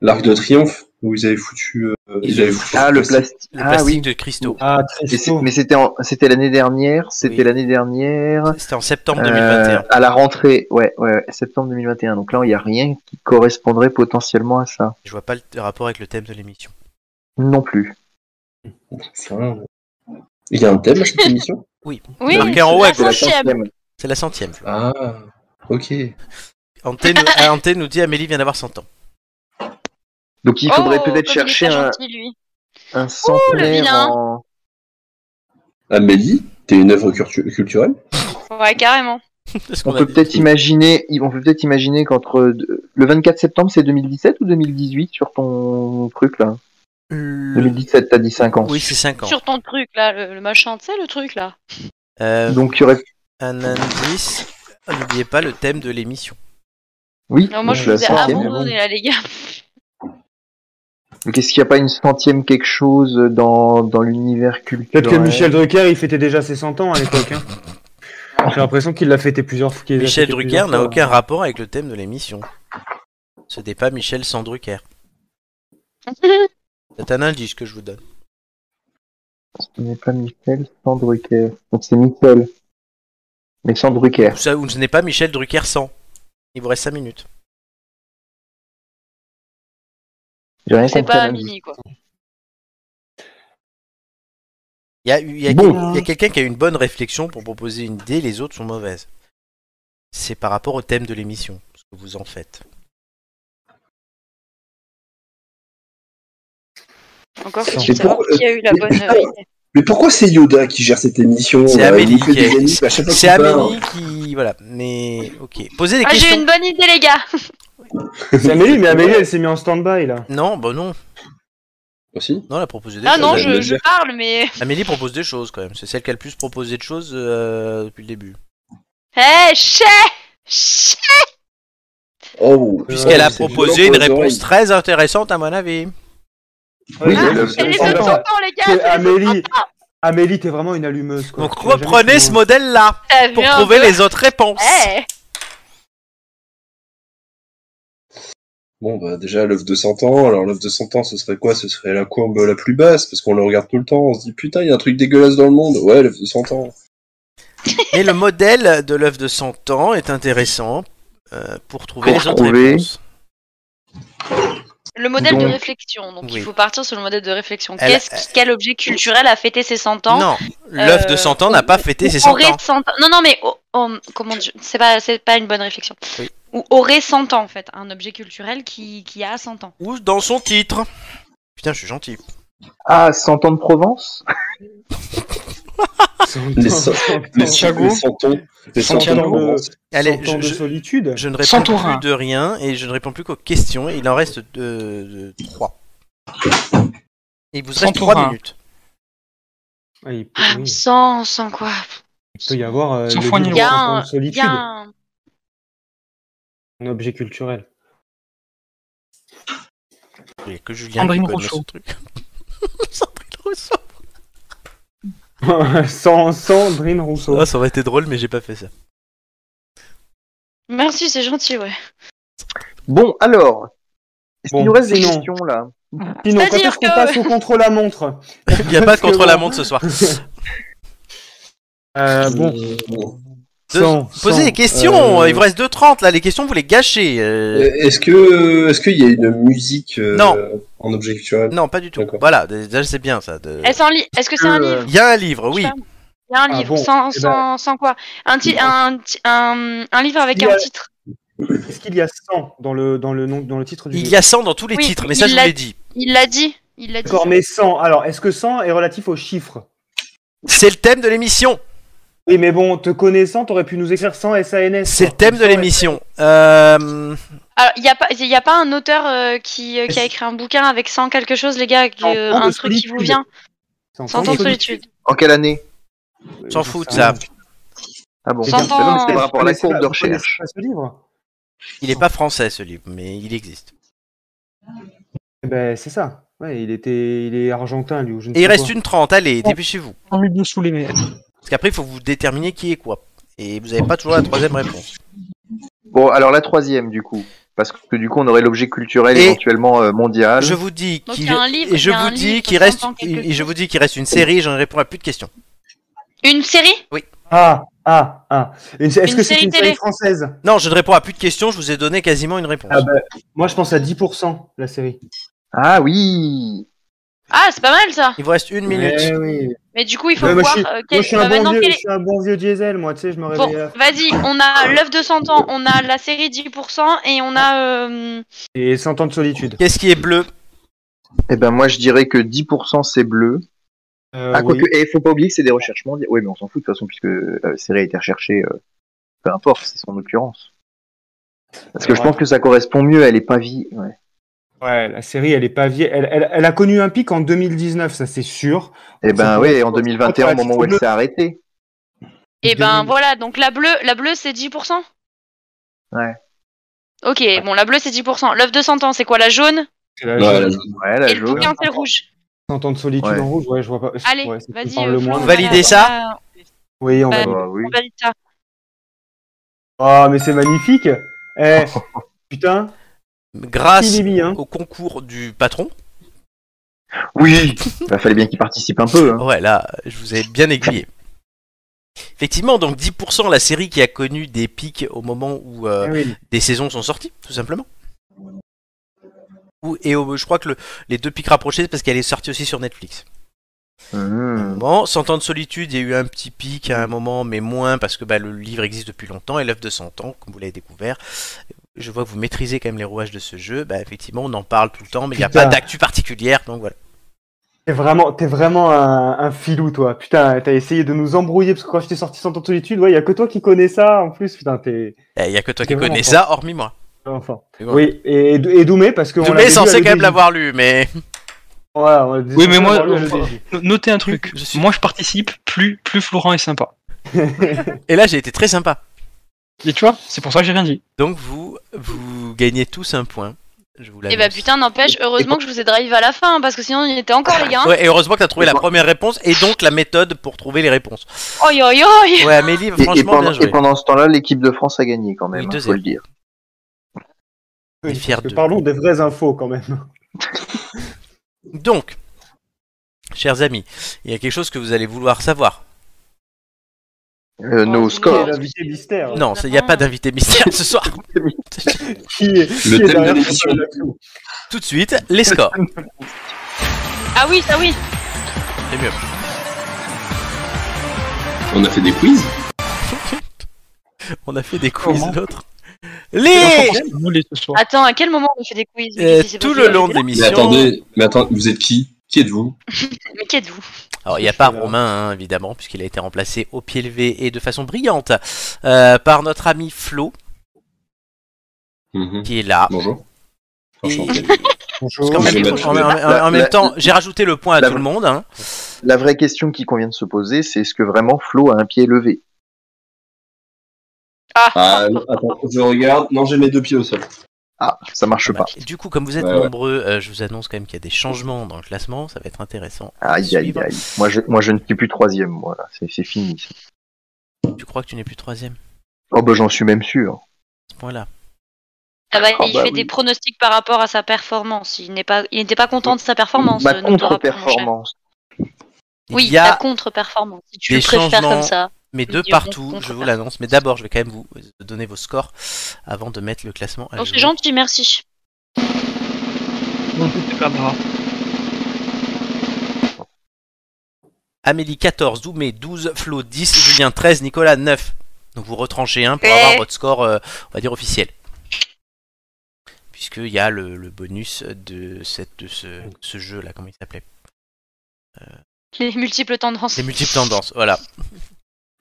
L'Arc de Triomphe, où ils avaient foutu. euh, ils avaient foutu
Ah, le plastique.
Le
Ah
plastique
oui.
de cristaux.
Ah,
Et c'est-
Christo.
mais c'était en- c'était l'année dernière, c'était
Oui.
l'année dernière
C'était en septembre
euh,
2021.
à la rentrée, ouais, ouais, ouais, septembre 2021. Donc là, il n'y a rien qui correspondrait potentiellement à ça
Je vois pas le t- rapport avec le thème de l'émission.
non plus.
Enfin, Il y a un thème à cette émission
Oui,
Marqué en haut à
la
gauche.
centième.
C'est la centième.
Ah, ok.
Anté nous, ah, Anté nous dit Amélie vient d'avoir 100 ans.
Donc il faudrait
Oh, comme
peut-être
il est
chercher
pas
un,
gentil, lui.
un
le
centenaire.
vilain.
en-
Amélie, t'es une œuvre cultu- culturelle
Ouais, carrément.
Est-ce
On
qu'on a
peut
dit-
peut-être imaginer, on peut peut-être imaginer qu'entre deux- le 24 septembre, c'est 2017 ou 2018 sur ton truc là.
Le-
2017, t'as dit 5 ans.
Euh, Oui, c'est 5 ans.
Sur ton truc, là, le, le machin, tu sais, le truc, là.
Euh,
Donc il y aurait,
un indice. Ah, N'oubliez pas le thème de l'émission.
oui.
Non, moi,
donc
je
la
vous ai
centième.
abandonné, là, les gars.
Donc est-ce qu'il n'y a pas une centième quelque chose dans, dans l'univers culturel
Peut-être que Michel Drucker, il fêtait déjà ses 100 ans à l'époque. hein.
Ah.
J'ai l'impression qu'il l'a fêté plusieurs fois. qu'il l'a
Michel
fêté
Drucker
plusieurs
n'a
fois.
aucun rapport avec le thème de l'émission. Ce n'est pas Michel sans Drucker. C'est un indice que je vous donne.
Ce n'est pas Michel sans Drucker. Donc c'est Michel. Mais sans Drucker.
Ou, ça, ou ce n'est pas Michel Drucker sans. Il vous reste 5 minutes.
J'ai rien
C'est
compris. à
pas
l'indice.
mini, quoi.
Il y a, eu- il y a-
Bon.
il y a quelqu'un qui a eu une bonne réflexion pour proposer une idée, les autres sont mauvaises. C'est par rapport au thème de l'émission, ce que vous en faites.
Encore faut-il
Mais
savoir
pourquoi-
qui a eu la bonne euh, Ah,
Mais-
idée.
Mais pourquoi c'est Yoda qui gère cette émission
C'est
là, il
Amélie
nous fait
qui
bah, des énigmes à chaque fois
C'est
qu'il parle.
Amélie qui. Voilà, mais. Ok. Posez des
Ah, j'ai
questions.
une bonne idée, les gars.
C'est Amélie, mais Amélie, elle s'est mise en stand-by là.
Non, bah non.
Aussi
Non, elle a proposé des
Ah
choses.
non,
j'allais
je,
le
je
dire.
parle, mais.
Amélie propose des choses quand même. C'est celle qui a le plus proposé de choses euh, depuis le début.
Hé, chais Chais
Oh,
Puisqu'elle a
c'est
proposé
violent
une
pour les
réponse
oreilles.
très intéressante à mon avis.
Oui,
Ah,
mais le-
c'est les
Attends,
autres enfants, les gars
c'est
c'est les
Amélie.
autres enfants.
Amélie, t'es vraiment une allumeuse. Quoi.
Donc
Tu l'as jamais
reprenez
fait
ce
loin.
modèle-là
T'as vu
pour
un
trouver
peu
les autres réponses.
Eh,
Bon, bah déjà, l'œuf de 100 ans. Alors, l'œuf de 100 ans, ce serait quoi Ce serait la courbe la plus basse, parce qu'on le regarde tout le temps. On se dit, putain, il y a un truc dégueulasse dans le monde. Ouais, l'œuf de 100 ans.
Mais le modèle de l'œuvre de 100 ans est intéressant euh, pour trouver
Pour
les autres
trouver.
réponses.
Le modèle de
Donc-
réflexion. Donc
Oui.
il faut partir sur le modèle de réflexion.
Elle-
Qu'est-ce qui- quel objet culturel a fêté ses 100 ans Euh,
Non, l'œuf de 100 ans n'a pas fêté ses
Ou
100
aurait
ans.
100 ans. Non, non, mais oh, oh, comment dire- c'est pas c'est pas une bonne réflexion.
Oui.
Ou aurait 100 ans en fait, un objet culturel qui, qui a 100 ans.
Ou dans son titre. Putain, je suis gentil.
Ah, 100 ans de Provence
Les cent- Les cent-
Santiago.
les cent ans. Les cent ans de
Santiago.
Provence.
Allez,
Cent ans
je,
de
je-
solitude.
je ne réponds
Santorin.
plus de rien et je ne réponds plus qu'aux questions. Il en reste 3. Il vous reste 3
Santorin.
minutes.
Ah, il-
Ah,
oui.
Sans, sans quoi
Il peut y avoir euh,
Sans
le
foi ni
doute
Il y
loi.
dans
a
un temps
un,
de
il y
solitude,
a un-
un objet culturel.
Il n'y a que Julien
Sandrine
qui connaît
Rousseau.
ce truc. Sandrine Rousseau.
sans, sans Brine Rousseau.
Ah, ça aurait été drôle, mais j'ai pas fait ça.
Merci, c'est gentil, ouais.
Bon, alors. Est-ce
Bon,
qu'il nous reste des
sinon-
questions là
Sinon, quand
C'est-à-dire
est-ce qu'on
que-
passe au contre-la-montre
Il n'y a pas de
Parce que
contre-la-montre ce soir. Ah
Euh, bon,
Deux-
sans-
Posez
sans,
des questions,
euh,
il vous reste 2.30 là, les questions vous les gâchez. euh,
Euh, Est-ce que est-ce qu'il y a une musique euh,
Non.
en objet culturel
Non, pas du tout.
D'accord.
Voilà, déjà c'est bien ça. de-
Est-ce un li- Est-ce que c'est un
euh,
livre
Il y a un livre, oui.
Il y a un
Ah
livre,
bon,
sans,
eh ben-
sans, sans quoi un, ti- un, ti- un, un livre avec
Il y a-
un titre.
Est-ce qu'il y a 100 dans le, dans le, nom, dans le titre du
Il
livre
y a 100 dans tous les
Oui,
titres, mais ça
il
je vous
l'a-
l'ai dit.
Il l'a dit. Il l'a dit.
D'accord, mais 100. Alors, est-ce que 100 est relatif aux chiffres
C'est le thème de l'émission.
Oui, mais bon, te connaissant, t'aurais pu nous écrire 100 SANS.
C'est le
quoi.
thème de
100
l'émission. Euh,
Alors, il n'y a, pas- il y a pas un auteur euh, qui, euh, qui a écrit un bouquin avec 100 quelque chose, les gars, que-
Cent
euh,
ans
un
de
truc qui vous
solitude.
vient
Cent ans
100
de
ans de
solitude.
solitude.
En quelle année
S'en
J'en
fout de
sais
ça.
rien.
Ah bon,
C'est
bah
bien.
non, mais c'était par rapport à la
Vous connaissez
courbe de
pas- vous connaissez
recherche.
pas ce livre
Il n'est pas français ce livre, mais il existe.
Eh ben, c'est ça. Ouais, il était, il est argentin, lui. ou je ne
Et il
sais
reste
quoi.
une 30, allez, dépêchez-vous.
On met bien sous les mers.
Parce qu'après il faut vous déterminer qui est quoi. Et vous n'avez pas toujours la troisième réponse.
Bon, alors la troisième du coup. Parce que du coup, on aurait l'objet culturel
Et-
éventuellement euh, mondial.
Je vous dis
Donc,
qu'il
il y a un livre,
et je
il y a
vous
un
dis
livre,
qu'il
cent
reste
ans quelque
et je
chose.
vous dis qu'il reste une série, je ne réponds à plus de questions.
Une série
Ah, ah, ah. Une- Est-ce
Une
que c'est
série
une
télé.
série française
Non, je ne réponds à plus de questions, je vous ai donné quasiment une réponse.
Ah ben, moi, je pense à 10% la série.
Ah oui
Ah, c'est pas mal ça.
Il vous reste une minute.
Eh oui.
Mais du coup, il faut
Ouais, moi,
voir
je suis-
euh, quel-
Moi, je suis,
bah,
un bon
maintenant
vieux,
quel
je
est-
suis hein. un bon vieux diesel, moi, tu sais, je me
Bon,
réveille. euh, à-
vas-y, on a l'œuf de 100 ans, on a la série 10% et on a. euh,
Et 100 ans de solitude.
Qu'est-ce qui est bleu
Eh ben moi, je dirais que 10% c'est bleu.
Euh,
ah,
oui.
quoique, et faut pas oublier que c'est des recherches mondiales. Oui, mais on s'en fout de toute façon, puisque euh, la série a été recherchée, euh, peu importe, c'est son occurrence. Parce que je
Ouais.
pense que ça correspond mieux, elle est pas vie. ouais.
Ouais, la série, elle est pas vieille. Elle, elle, elle a connu un pic en 2019, ça c'est sûr.
Eh ben
Ça
oui, en
correspond-
2021, au moment où elle s'est arrêtée.
Et ben
2000.
voilà, donc la bleue, la bleue c'est 10%
Ouais.
Ok, bon, la bleue c'est 10%. L'œuf de 100 ans, c'est quoi la jaune
C'est la
Ouais,
jaune.
Ouais, la
Et le
jaune.
bouquin c'est le rouge.
100 ans de solitude
Ouais.
en rouge, ouais, je vois pas.
Allez,
ouais, c'est ce qui me
vas-y.
parle
euh, Bah,
le
Flo,
moins.
on
Validez
valide-
ça
Oui, on va.
Ouais.
dire.
Ah, oui.
on valide ça.
Oh, mais c'est magnifique. Eh, putain, hein.
Grâce
il est bien.
au concours du patron.
Oui Bah, fallait bien qu'il participe un peu. hein.
Ouais, là, je vous ai bien aiguillé. Effectivement, donc 10% la série qui a connu des pics au moment où euh,
Eh oui.
des saisons sont sorties, tout simplement. Ou- Et au- je crois que le- les deux pics rapprochés, c'est parce qu'elle est sortie aussi sur Netflix.
Mm.
Mhm.
Bon, 100 ans de solitude, il y a eu un petit pic à un moment, mais moins parce que bah, le livre existe depuis longtemps et l'œuvre de 100 ans, comme vous l'avez découvert. Je vois que vous maîtrisez quand même les rouages de ce jeu. Bah, effectivement, on en parle tout le temps, mais il n'y a
Putain.
pas d'actu particulière, donc voilà.
T'es vraiment, t'es vraiment un, un filou, toi. Putain, t'as essayé de nous embrouiller parce que quand j'étais sorti 100 ans de solitude, ouais, y a que toi qui connais ça en plus. Putain, t'es.
Eh, Il n'y a que toi qui
C'est vraiment
connais
fort.
ça, hormis moi.
Enfin.
Mais bon.
Oui, et, et Doumé, parce que. on
Doumé
l'avait
est
vu à
censé quand même
l'EDJ.
l'avoir lu, mais
Ouais, on l'avait
Oui, mais
censé
moi,
l'avoir lu à l'EDJ.
no- notez un truc.
Je suis-
Moi, je participe. Plus, plus Florent est sympa.
et là j'ai été très sympa.
Et tu vois, c'est pour ça que j'ai rien dit.
Donc vous vous gagnez tous un point. Je vous
Et
l'annonce.
bah putain, n'empêche, heureusement que je vous ai drive à la fin, hein, parce que sinon il y était
Ah,
encore, les gars.
Ouais, et heureusement que t'as trouvé
Et
la
moi-
première réponse et donc la méthode pour trouver les réponses.
Oi, oi, oi
Ouais, Amélie,
Et- Et,
franchement,
pendant,
bien
et
joué.
pendant ce temps-là, l'équipe de France a gagné quand
Oui,
même, hein,
deux
faut le dire.
Il est
Oui,
fier
parce que
d'eux.
Parlons des vraies infos quand même.
Donc, chers amis, il y a quelque chose que vous allez vouloir savoir.
Euh, nos
Ouais.
Qui est
scores.
l'invité mystère
Non, il n'y a pas d'invité mystère ce soir.
Qui est, qui
Le
est
thème de
derrière
l'émission.
Tout de suite, les scores.
Ah oui, ça oui
C'est mieux.
On a fait des quiz.
On a fait des quiz
Comment
l'autre.
Moi, je
Les
pense que vous voulez ce soir.
Attends, à quel moment on fait des quiz mais
Euh,
qu'est-ce qui s'est
Tout
passé
le long de
Mais
l'émission.
attendez, mais attendez, vous êtes qui Qui êtes-vous
Mais qui êtes-vous
Alors, il n'y a
Je
pas
suis là.
Romain, hein, évidemment, puisqu'il a été remplacé au pied levé et de façon brillante euh, par notre ami Flo,
Mhm.
qui est là.
Bonjour. Enchanté.
Bonjour.
En
Parce
même,
Salut,
en- en- en- en même temps, j'ai rajouté le point à
la-
tout le monde. hein.
La vraie question qui convient de se poser, c'est est-ce que vraiment Flo a un pied levé Bah,
Ah,
euh,
non, attends, je regarde. Non, j'ai mes deux pieds au sol.
Ah, ça marche pas.
Du coup, comme vous êtes
Ouais, ouais.
nombreux, euh, je vous annonce quand même qu'il y a des changements dans le classement. Ça va être intéressant. à
Aïe, aïe,
suivre.
aïe. Moi, je, moi, je ne suis plus troisième, moi. là. C'est c'est fini. ça.
Tu crois que tu n'es plus troisième à
Oh, bah, j'en suis même sûr.
ce point-là
Ah bah,
Ah
il
bah
fait
oui.
des pronostics par rapport à sa performance. Il n'est pas, il n'était pas content de sa performance.
Ma
euh, notre rapport, mon cher.
contre-performance.
Oui, ah,
Il y a
ta contre-performance. Si tu
des
le préfères
changements.
comme ça.
mes deux
Ils vont
partout.
contre
Je vous
ça.
l'annonce. Mais d'abord, je vais quand même vous donner vos scores avant de mettre le classement. À
Oh,
jour.
c'est gentil, merci.
C'est pas grave.
Amélie 14, Doumé 12, Flo 10, Julien 13, Nicolas 9. Donc vous retranchez un pour
Ouais.
avoir votre score, euh, on va dire, officiel. Puisqu'il y a le, le bonus de, cette, de ce, ce jeu-là, comment il s'appelait
Les multiples tendances.
Les multiples tendances, voilà.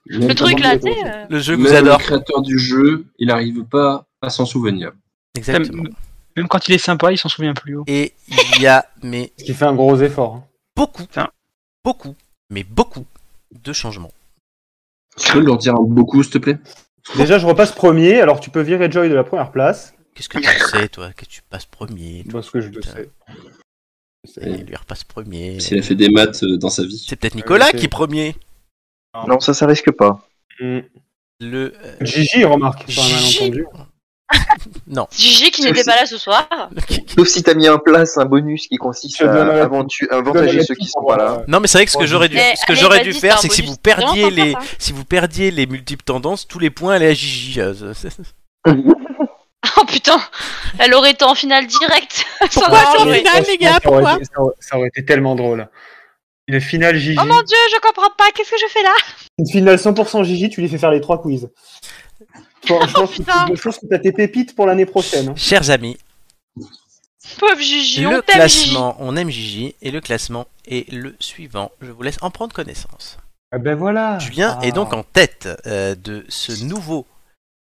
Le truc là, tu sais. euh,
Le jeu que
Même
vous adore.
le créateur du jeu, il n'arrive pas à s'en souvenir.
Exactement.
Même- Même quand il est sympa, il s'en souvient plus. oh.
Et il y a, mais
Ce qui fait un gros effort. hein.
beaucoup,
Putain.
beaucoup, mais beaucoup de changements.
Tu peux leur dire beaucoup, s'il te plaît
Déjà, je repasse premier, alors tu peux virer Joy de la première place.
Qu'est-ce que tu sais, toi Que tu passes premier, tout
Parce que je le
Putain.
sais.
ça, et lui repasse premier.
S'il a fait des maths euh, dans sa vie.
C'est peut-être Nicolas
c'est-
qui est premier.
Non, ça, ça risque pas.
Mm.
Le. euh,
Gigi, remarque, sur un
Gigi.
malentendu.
non.
Gigi qui n'était pas là ce soir.
euh,
Sauf si t'as mis en place un bonus qui consiste
Je donne
à
la-
avantu- avantager ceux qui sont pas là.
Non mais c'est vrai que ce que
Ouais,
j'aurais dû,
Eh,
ce que
allez,
j'aurais
vas-y,
dû
c'est
faire,
un
c'est que si
bonus.
vous perdiez
Vraiment sympa,
les,
hein.
si vous perdiez les multiples tendances, tous les points allaient à Gigi. euh, c'est- c'est- c'est-
Oh putain, elle aurait été en finale directe. Sans
Pourquoi
avoir
je
joué.
suis finale, les gars,
Ah, ça aurait
pourquoi
été- ça, aurait, ça aurait été tellement drôle. Une finale Gigi.
Oh mon dieu, je comprends pas, qu'est-ce que je fais là
Une finale 100% Gigi, tu les fais faire les trois quiz. Je pense- je
Oh,
pense que
putain.
c'est une chose que t'as tes pépites pour l'année prochaine. hein.
Chers amis,
Pauvre Gigi,
le
on t'aime Gigi.
classement, on aime Gigi et le classement est le suivant. Je vous laisse en prendre connaissance.
Ah ben voilà.
Julien est donc en tête euh, de ce nouveau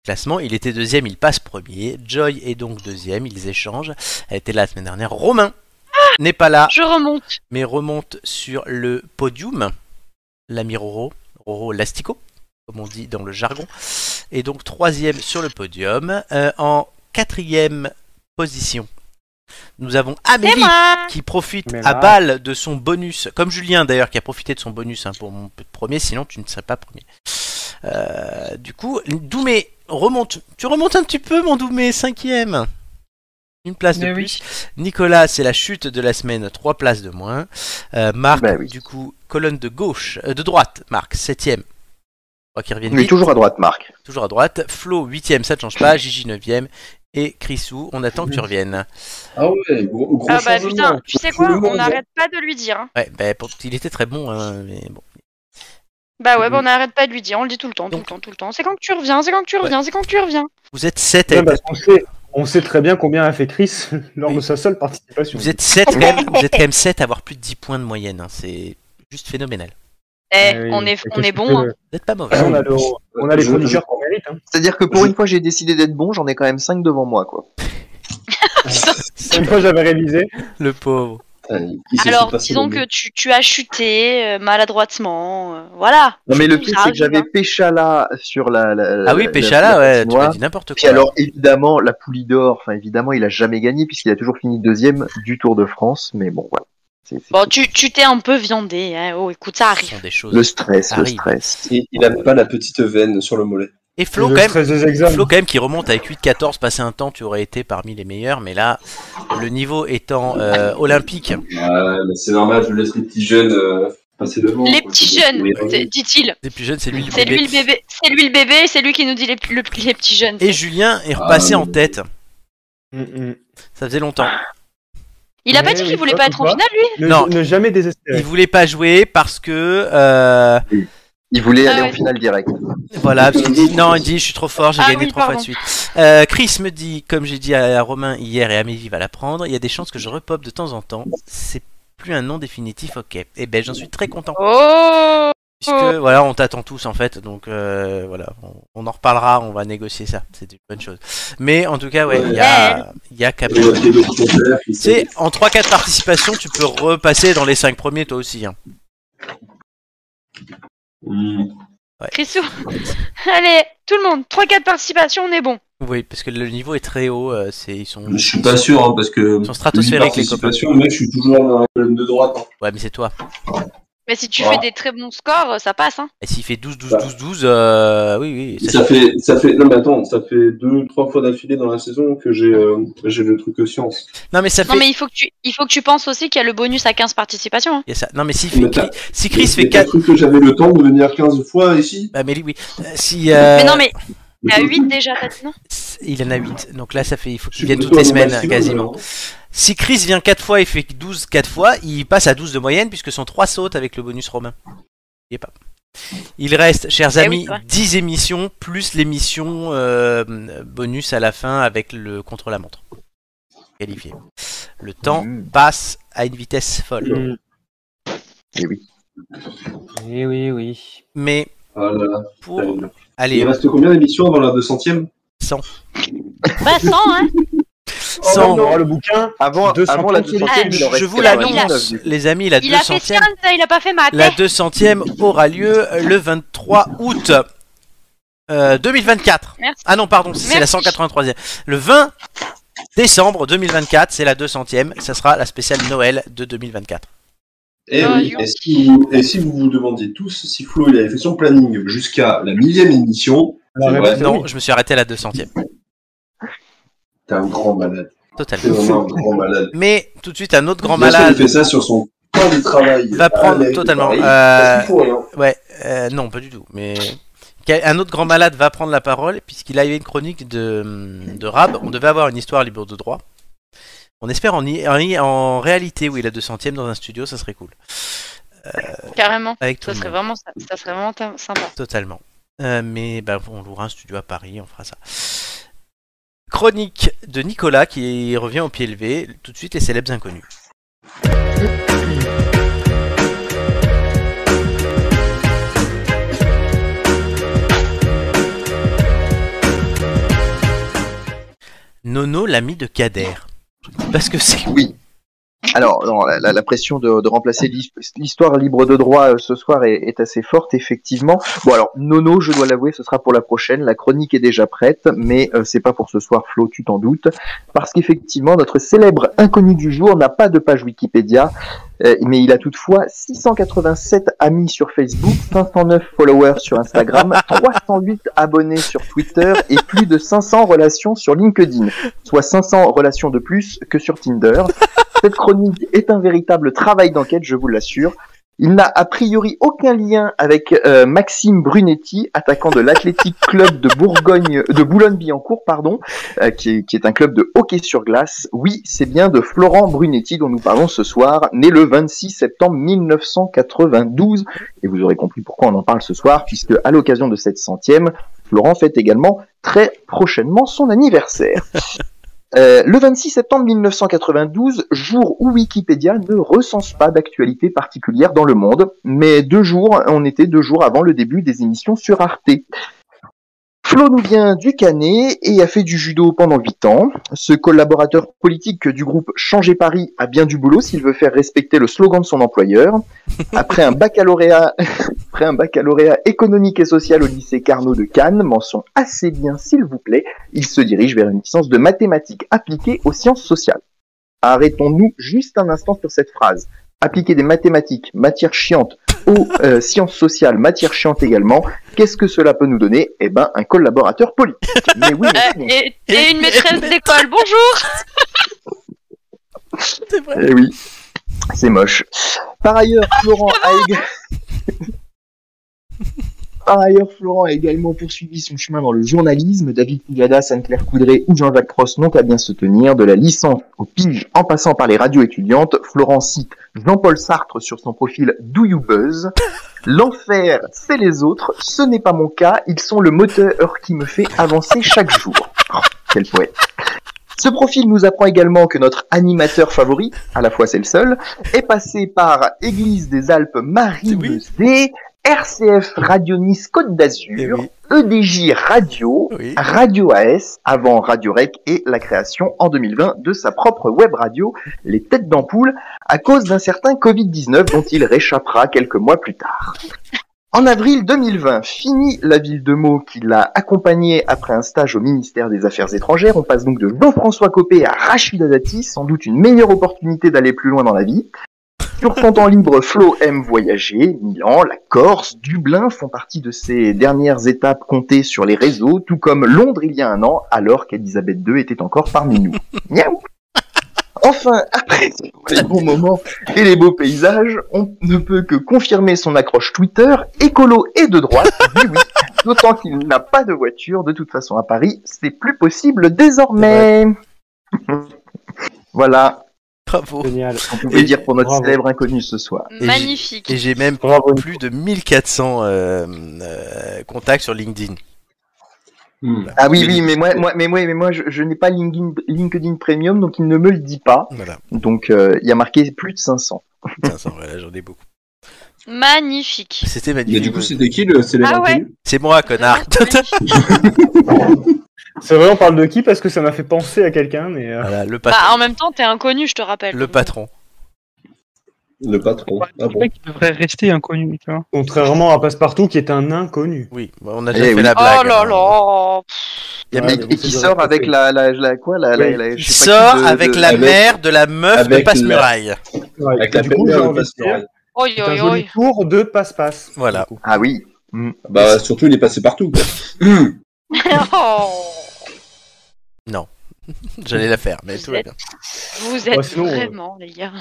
classement. Il était deuxième, il passe premier. Joy est donc deuxième, ils échangent. Elle était là la semaine dernière. Romain n'est pas là,
Je remonte.
mais remonte sur le podium. L'ami Roro, Roro Lastico, comme on dit dans le jargon, est donc troisième sur le podium. Euh, en quatrième position, nous avons
C'est
Amélie
moi
qui profite
Mais
à
là-
balle de son bonus, comme Julien d'ailleurs qui a profité de son bonus hein, pour mon p- premier, sinon tu ne serais pas premier. Euh, du coup, Doumé remonte, tu remontes un petit peu mon Doumé, cinquième. Une place de
Mais
plus. Nicolas, c'est la chute de la semaine, trois places de moins. Euh, Marc,
Ben
Bah oui.
du coup, colonne de gauche, euh, de droite, Marc, septième. Quoi qu'il revienne
Mais
vite.
toujours à droite, Marc.
Toujours à droite. Flo, huitième, ça ne change pas. Gigi, neuvième. Et Chrisou, on attend que tu reviennes.
Ah ouais, gros, gros
Ah bah
changement.
putain, tu sais quoi,
Changement,
on n'arrête pas de lui dire. hein.
Ouais, ben, pour- il était très bon, hein, mais bon.
Bah ouais, bah, on n'arrête pas de lui dire, on le dit tout le temps, tout le
Donc-
temps, tout le temps. C'est quand que tu reviens, c'est quand que tu reviens, c'est quand que tu reviens.
Vous êtes 7 à
Ouais,
être-
bah,
parce qu'on sait, on sait très bien combien a fait Chris lors
Oui.
de sa seule participation.
vous êtes sept quand même, vous êtes quand même 7 à avoir plus de 10 points de moyenne, hein, c'est juste phénoménal.
Eh,
Euh,
on est,
quelque
on est
chose
bon.
que-
hein.
Vous n'êtes pas mauvais.
on a, le-
bah,
on a les
Je-
chroniqueurs qu'on mérite. hein.
C'est-à-dire que pour
Je-
une fois, j'ai décidé d'être bon, j'en ai quand même 5 devant moi, quoi.
Une fois, j'avais révisé.
Le pauvre.
Putain, il- il s'est
Alors,
fait passer
disons
dans le-
que tu, tu as chuté euh, maladroitement, euh, voilà.
Non, mais le truc,
Ça
c'est que j'avais
arrive,
Péchala sur la. la-
Ah oui,
la-
Péchala,
Euh, la- la
ouais, tu
patinoire.
m'as dit n'importe
Puis
quoi.
alors, évidemment, la poulie d'or, enfin, évidemment, il a jamais gagné, puisqu'il a toujours fini deuxième du Tour de France, mais bon, voilà. C'est- c'est-
Bon, tu tu t'es un peu viandé, hein. oh écoute, ça
Ce
arrive.
sont des choses.
Le stress, le
Arrive.
stress.
Il, il a pas la petite veine sur le mollet.
Et Flo
Le
quand, même,
stress des examens.
Flo quand même qui remonte avec 8-14, passé un temps, tu aurais été parmi les meilleurs, mais là, le niveau étant euh, olympique,
Ouais, mais c'est normal, je laisse les petits jeunes euh, passer devant.
Les
quoi.
petits
C'est-
jeunes,
oui,
c'est- dit-il.
les plus jeunes, c'est lui le
C'est
bébé.
lui le bébé, c'est lui le bébé, c'est lui qui nous dit les, le- les petits jeunes.
Et Julien est repassé
Ah,
en
mais-
tête,
Mm, mm.
ça faisait longtemps.
Il a
Ouais,
pas dit qu'il
oui,
voulait
toi,
pas
tu
être en
vois.
finale, lui
Ne,
Non.
ne jamais désespérer.
Il voulait pas jouer parce que... euh,
Il voulait
Ah
aller
ouais.
en finale directe.
Voilà, parce qu'il dit non, il dit je suis trop fort, j'ai
Ah
gagné
oui,
trois fois de
pardon.
suite. Euh, Chris me dit, comme j'ai dit à, à Romain hier et Amélie va la prendre, il y a des chances que je repop de temps en temps. C'est plus un nom définitif, ok. Eh ben j'en suis très content.
Oh
Puisque voilà, on t'attend tous en fait, donc euh, voilà, on, on en reparlera, on va négocier ça, c'est une bonne chose. Mais en tout cas, ouais, il y a, il y a quand
oui. Et on a fait
même.
le petit concert, puis
Tu sais, en 3-4 participations, tu peux repasser dans les 5 premiers toi aussi. Hein.
Hmm.
Chrisou. Allez, tout le monde, 3-4 participations, on est bon.
Oui, parce que le niveau est très haut. euh, c'est, ils sont.
Je suis pas sûr, hein, parce que.
Ils sont stratosphériques, les
huit participations, mec, je suis toujours dans la colonne de droite. hein.
Ouais, mais c'est toi.
Mais si tu
Voilà.
fais des très bons scores, ça passe. Hein.
Et s'il fait 12, 12, 12, 12, euh, oui, oui.
Bah. Ça, fait, ça fait, non mais attends, ça fait deux, trois fois d'affilée dans la saison que j'ai, euh, j'ai le truc science.
Non, mais ça fait.
Non, mais il faut, que tu, il faut que tu penses aussi qu'il y a le bonus à 15 participations. hein.
Il y a ça. Non, mais s'il
Mais
fait...
t'as-
si Chris fait
Mais t'as
4.
cru que j'avais le temps de venir 15 fois Ah, ici.
Bah, mais oui. Euh, Si, euh,
Mais non, mais t'es à 8 déjà, t'as dit non
Il en a 8. Donc là, ça fait. Il faut
Je
qu'il
suis
vienne toutes
plutôt
les
à mon
semaines,
maximum,
quasiment.
alors.
Si Chris vient 4 fois et fait 12 4 fois, il passe à 12 de moyenne puisque son 3 saute avec le bonus romain. Il est pas. Il reste, chers
Eh oui,
amis,
c'est vrai.
10 émissions plus l'émission euh, bonus à la fin avec le contre-la-montre. Qualifié. Le temps
Mmh.
passe à une vitesse folle.
Mmh.
Eh oui.
Eh oui, oui.
Mais
Ah là là,
pour.
terrible.
Oh, Allez,
Il reste combien d'émissions avant la 200ème
Bah 100, hein
sans.
On aura le bouquin.
Avant,
200
avant la
centimes.
200
Ah,
Je vous l'annonce, les amis, la
Il a fait
200ème
15, il a pas fait maths. Eh,
La 200e aura lieu euh, le 23 août euh, 2024.
Merci.
Ah non, pardon, c'est la
Merci.
183e. Le 20 décembre 2024, c'est la 200e. Ça sera la spéciale Noël de 2024.
Eh
Ah,
oui,
you.
et si, vous, et si vous vous demandiez tous si Flo il avait fait son planning jusqu'à la millième émission,
La
Ah, c'est
réponse
vrai,
est
Non, je me suis arrêté à la 200e.
t'es un grand malade. T'es
Totalement.
vraiment un grand malade.
Mais tout de suite, un autre grand
Bien sûr,
malade.
Il fait ça sur son temps de travail. Ah,
Va prendre
Allez,
totalement,
pareil,
euh,
parce qu'il faut rien.
Ouais, euh, non, pas du tout. Mais quel- un autre grand malade va prendre la parole puisqu'il a eu une chronique de, de Rab. On devait avoir une histoire libre de droit. On espère en, y- en, y- en réalité où il a 200e dans un studio, ça serait cool.
Carrément.
Avec Euh, tout
Ça
le
serait
monde.
vraiment, ça, ça serait vraiment ta- sympa.
Totalement. Euh, mais bah, on louera un studio à Paris, on fera ça. Chronique de Nicolas qui revient au pied levé. Tout de suite, les célèbres inconnus. Nono, l'ami de Kader. Parce que c'est.
Oui. Alors, non, la, la- la pression de, de remplacer l'his- l'histoire libre de droit euh, ce soir est, est assez forte, effectivement. Bon, alors, Nono, je dois l'avouer, ce sera pour la prochaine. La chronique est déjà prête, mais euh, c'est pas pour ce soir, Flo, tu t'en doutes. Parce qu'effectivement, notre célèbre inconnu du jour n'a pas de page Wikipédia, euh, mais il a toutefois 687 amis sur Facebook, 509 followers sur Instagram, 308 abonnés sur Twitter et plus de 500 relations sur LinkedIn, soit 500 relations de plus que sur Tinder. Cette chronique est un véritable travail d'enquête, je vous l'assure. Il n'a a priori aucun lien avec euh, Maxime Brunetti, attaquant de l'Athletic Club de Bourgogne, euh, de Boulogne-Billancourt, pardon, euh, qui, est, qui est un club de hockey sur glace. Oui, c'est bien de Florent Brunetti dont nous parlons ce soir, né le 26 septembre 1992. Et vous aurez compris pourquoi on en parle ce soir, puisque à l'occasion de cette centième, Florent fête également très prochainement son anniversaire. Euh, le 26 septembre 1992, jour où Wikipédia ne recense pas d'actualité particulière dans le monde, mais deux jours, on était deux jours avant le début des émissions sur Arte. Flo nous vient du Canet et a fait du judo pendant 8 ans. Ce collaborateur politique du groupe Changer Paris a bien du boulot s'il veut faire respecter le slogan de son employeur. Après un baccalauréat, après un baccalauréat économique et social au lycée Carnot de Cannes, mention assez bien s'il vous plaît, il se dirige vers une licence de mathématiques appliquées aux sciences sociales. Arrêtons-nous juste un instant sur cette phrase. Appliquer des mathématiques, matière chiante, aux euh, sciences sociales, matière chiante également, qu'est-ce que cela peut nous donner Eh ben, un collaborateur politique. Mais oui, mais
Euh,
c'est bon.
et, et une maîtresse d'école, bonjour
C'est vrai.
Eh oui, c'est moche. Par ailleurs, Florent a également... Par ailleurs, Florent a également poursuivi son chemin dans le journalisme. David Pougadas, Anne-Claire Coudray ou Jean-Jacques Prost n'ont qu'à bien se tenir. De la licence au pige en passant par les radios étudiantes, Florent cite Jean-Paul Sartre sur son profil Do You Buzz. L'enfer, c'est les autres. Ce n'est pas mon cas. Ils sont le moteur qui me fait avancer chaque jour. Oh, quel poète. Ce profil nous apprend également que notre animateur favori, à la fois c'est le seul, est passé par Église des Alpes Marie
Oui.
D, RCF Radio Nice Côte
Eh
d'Azur,
oui,
EDJ Radio,
oui.
Radio AS, avant Radio Rec et la création en 2020 de sa propre web radio, Les Têtes d'Ampoule, à cause d'un certain Covid-19 dont il réchappera quelques mois plus tard. En avril 2020, fini la ville de Meaux qui l'a accompagné après un stage au ministère des Affaires étrangères. On passe donc de Jean-François Copé à Rachida Dati, sans doute une meilleure opportunité d'aller plus loin dans la vie. Sur son temps libre, Flo aime voyager. Milan, la Corse, Dublin font partie de ses dernières étapes comptées sur les réseaux, tout comme Londres il y a un an, alors qu'Elisabeth II était encore parmi nous. Miaou Enfin, après les bons moments et les beaux paysages, on ne peut que confirmer son accroche Twitter, écolo et de droite, oui, oui, d'autant qu'il n'a pas de voiture, de toute façon à Paris, c'est plus possible désormais. voilà,
Bravo.
Génial.
on pouvait
Et-
dire pour notre
bravo.
célèbre inconnu ce soir.
j'ai-
Magnifique.
Et j'ai même
Bravo.
plus de 1400 euh, euh, contacts sur LinkedIn.
Hmm.
Ah oui,
Mais-
oui, mais moi, moi, mais moi, mais moi, je, je n'ai pas LinkedIn, LinkedIn Premium, donc il ne me le dit pas.
Voilà,
Donc euh, il y a marqué plus de 500.
500, voilà, j'en ai beaucoup.
Magnifique.
C'était
Mais
magnifique.
du coup, c'était qui le célèbre
Ah ouais.
inconnu
C'est moi, connard.
C'est vrai, on parle de qui parce que ça m'a fait penser à quelqu'un, mais. euh,
Voilà, le patron.
Bah, en même temps, t'es inconnu, je te rappelle.
Le patron.
Le
Oh,
patron. Ah
Le
bon.
mec devrait rester inconnu, tu vois.
Contrairement à Passepartout qui est un inconnu.
Oui, bah, on a
Eh
déjà fait
oui.
la
Oh
blague.
là
hein.
là.
Il y a même-
Ouais, mais bon,
et
c'est
qui
de
sort
respect.
avec la, la, la quoi la, la,
Oui.
la- je
Il
sais pas
sort
qui de-
avec
de-
la
avec-
mère de la meuf de
avec
passe-muraille.
Ouais,
Avec
et
la
du coup,
pelle
j'ai
de
envie de dire,
passe-muraille.
Oi,
c'est un
oi,
joli
oi.
tour de passe-passe.
Voilà.
Ah oui. Mm.
Bah, surtout, il est passé partout. quoi.
Oh,
J'allais la faire, mais tout va bien.
vous êtes
Ouais, sinon, euh,
vraiment, les gars.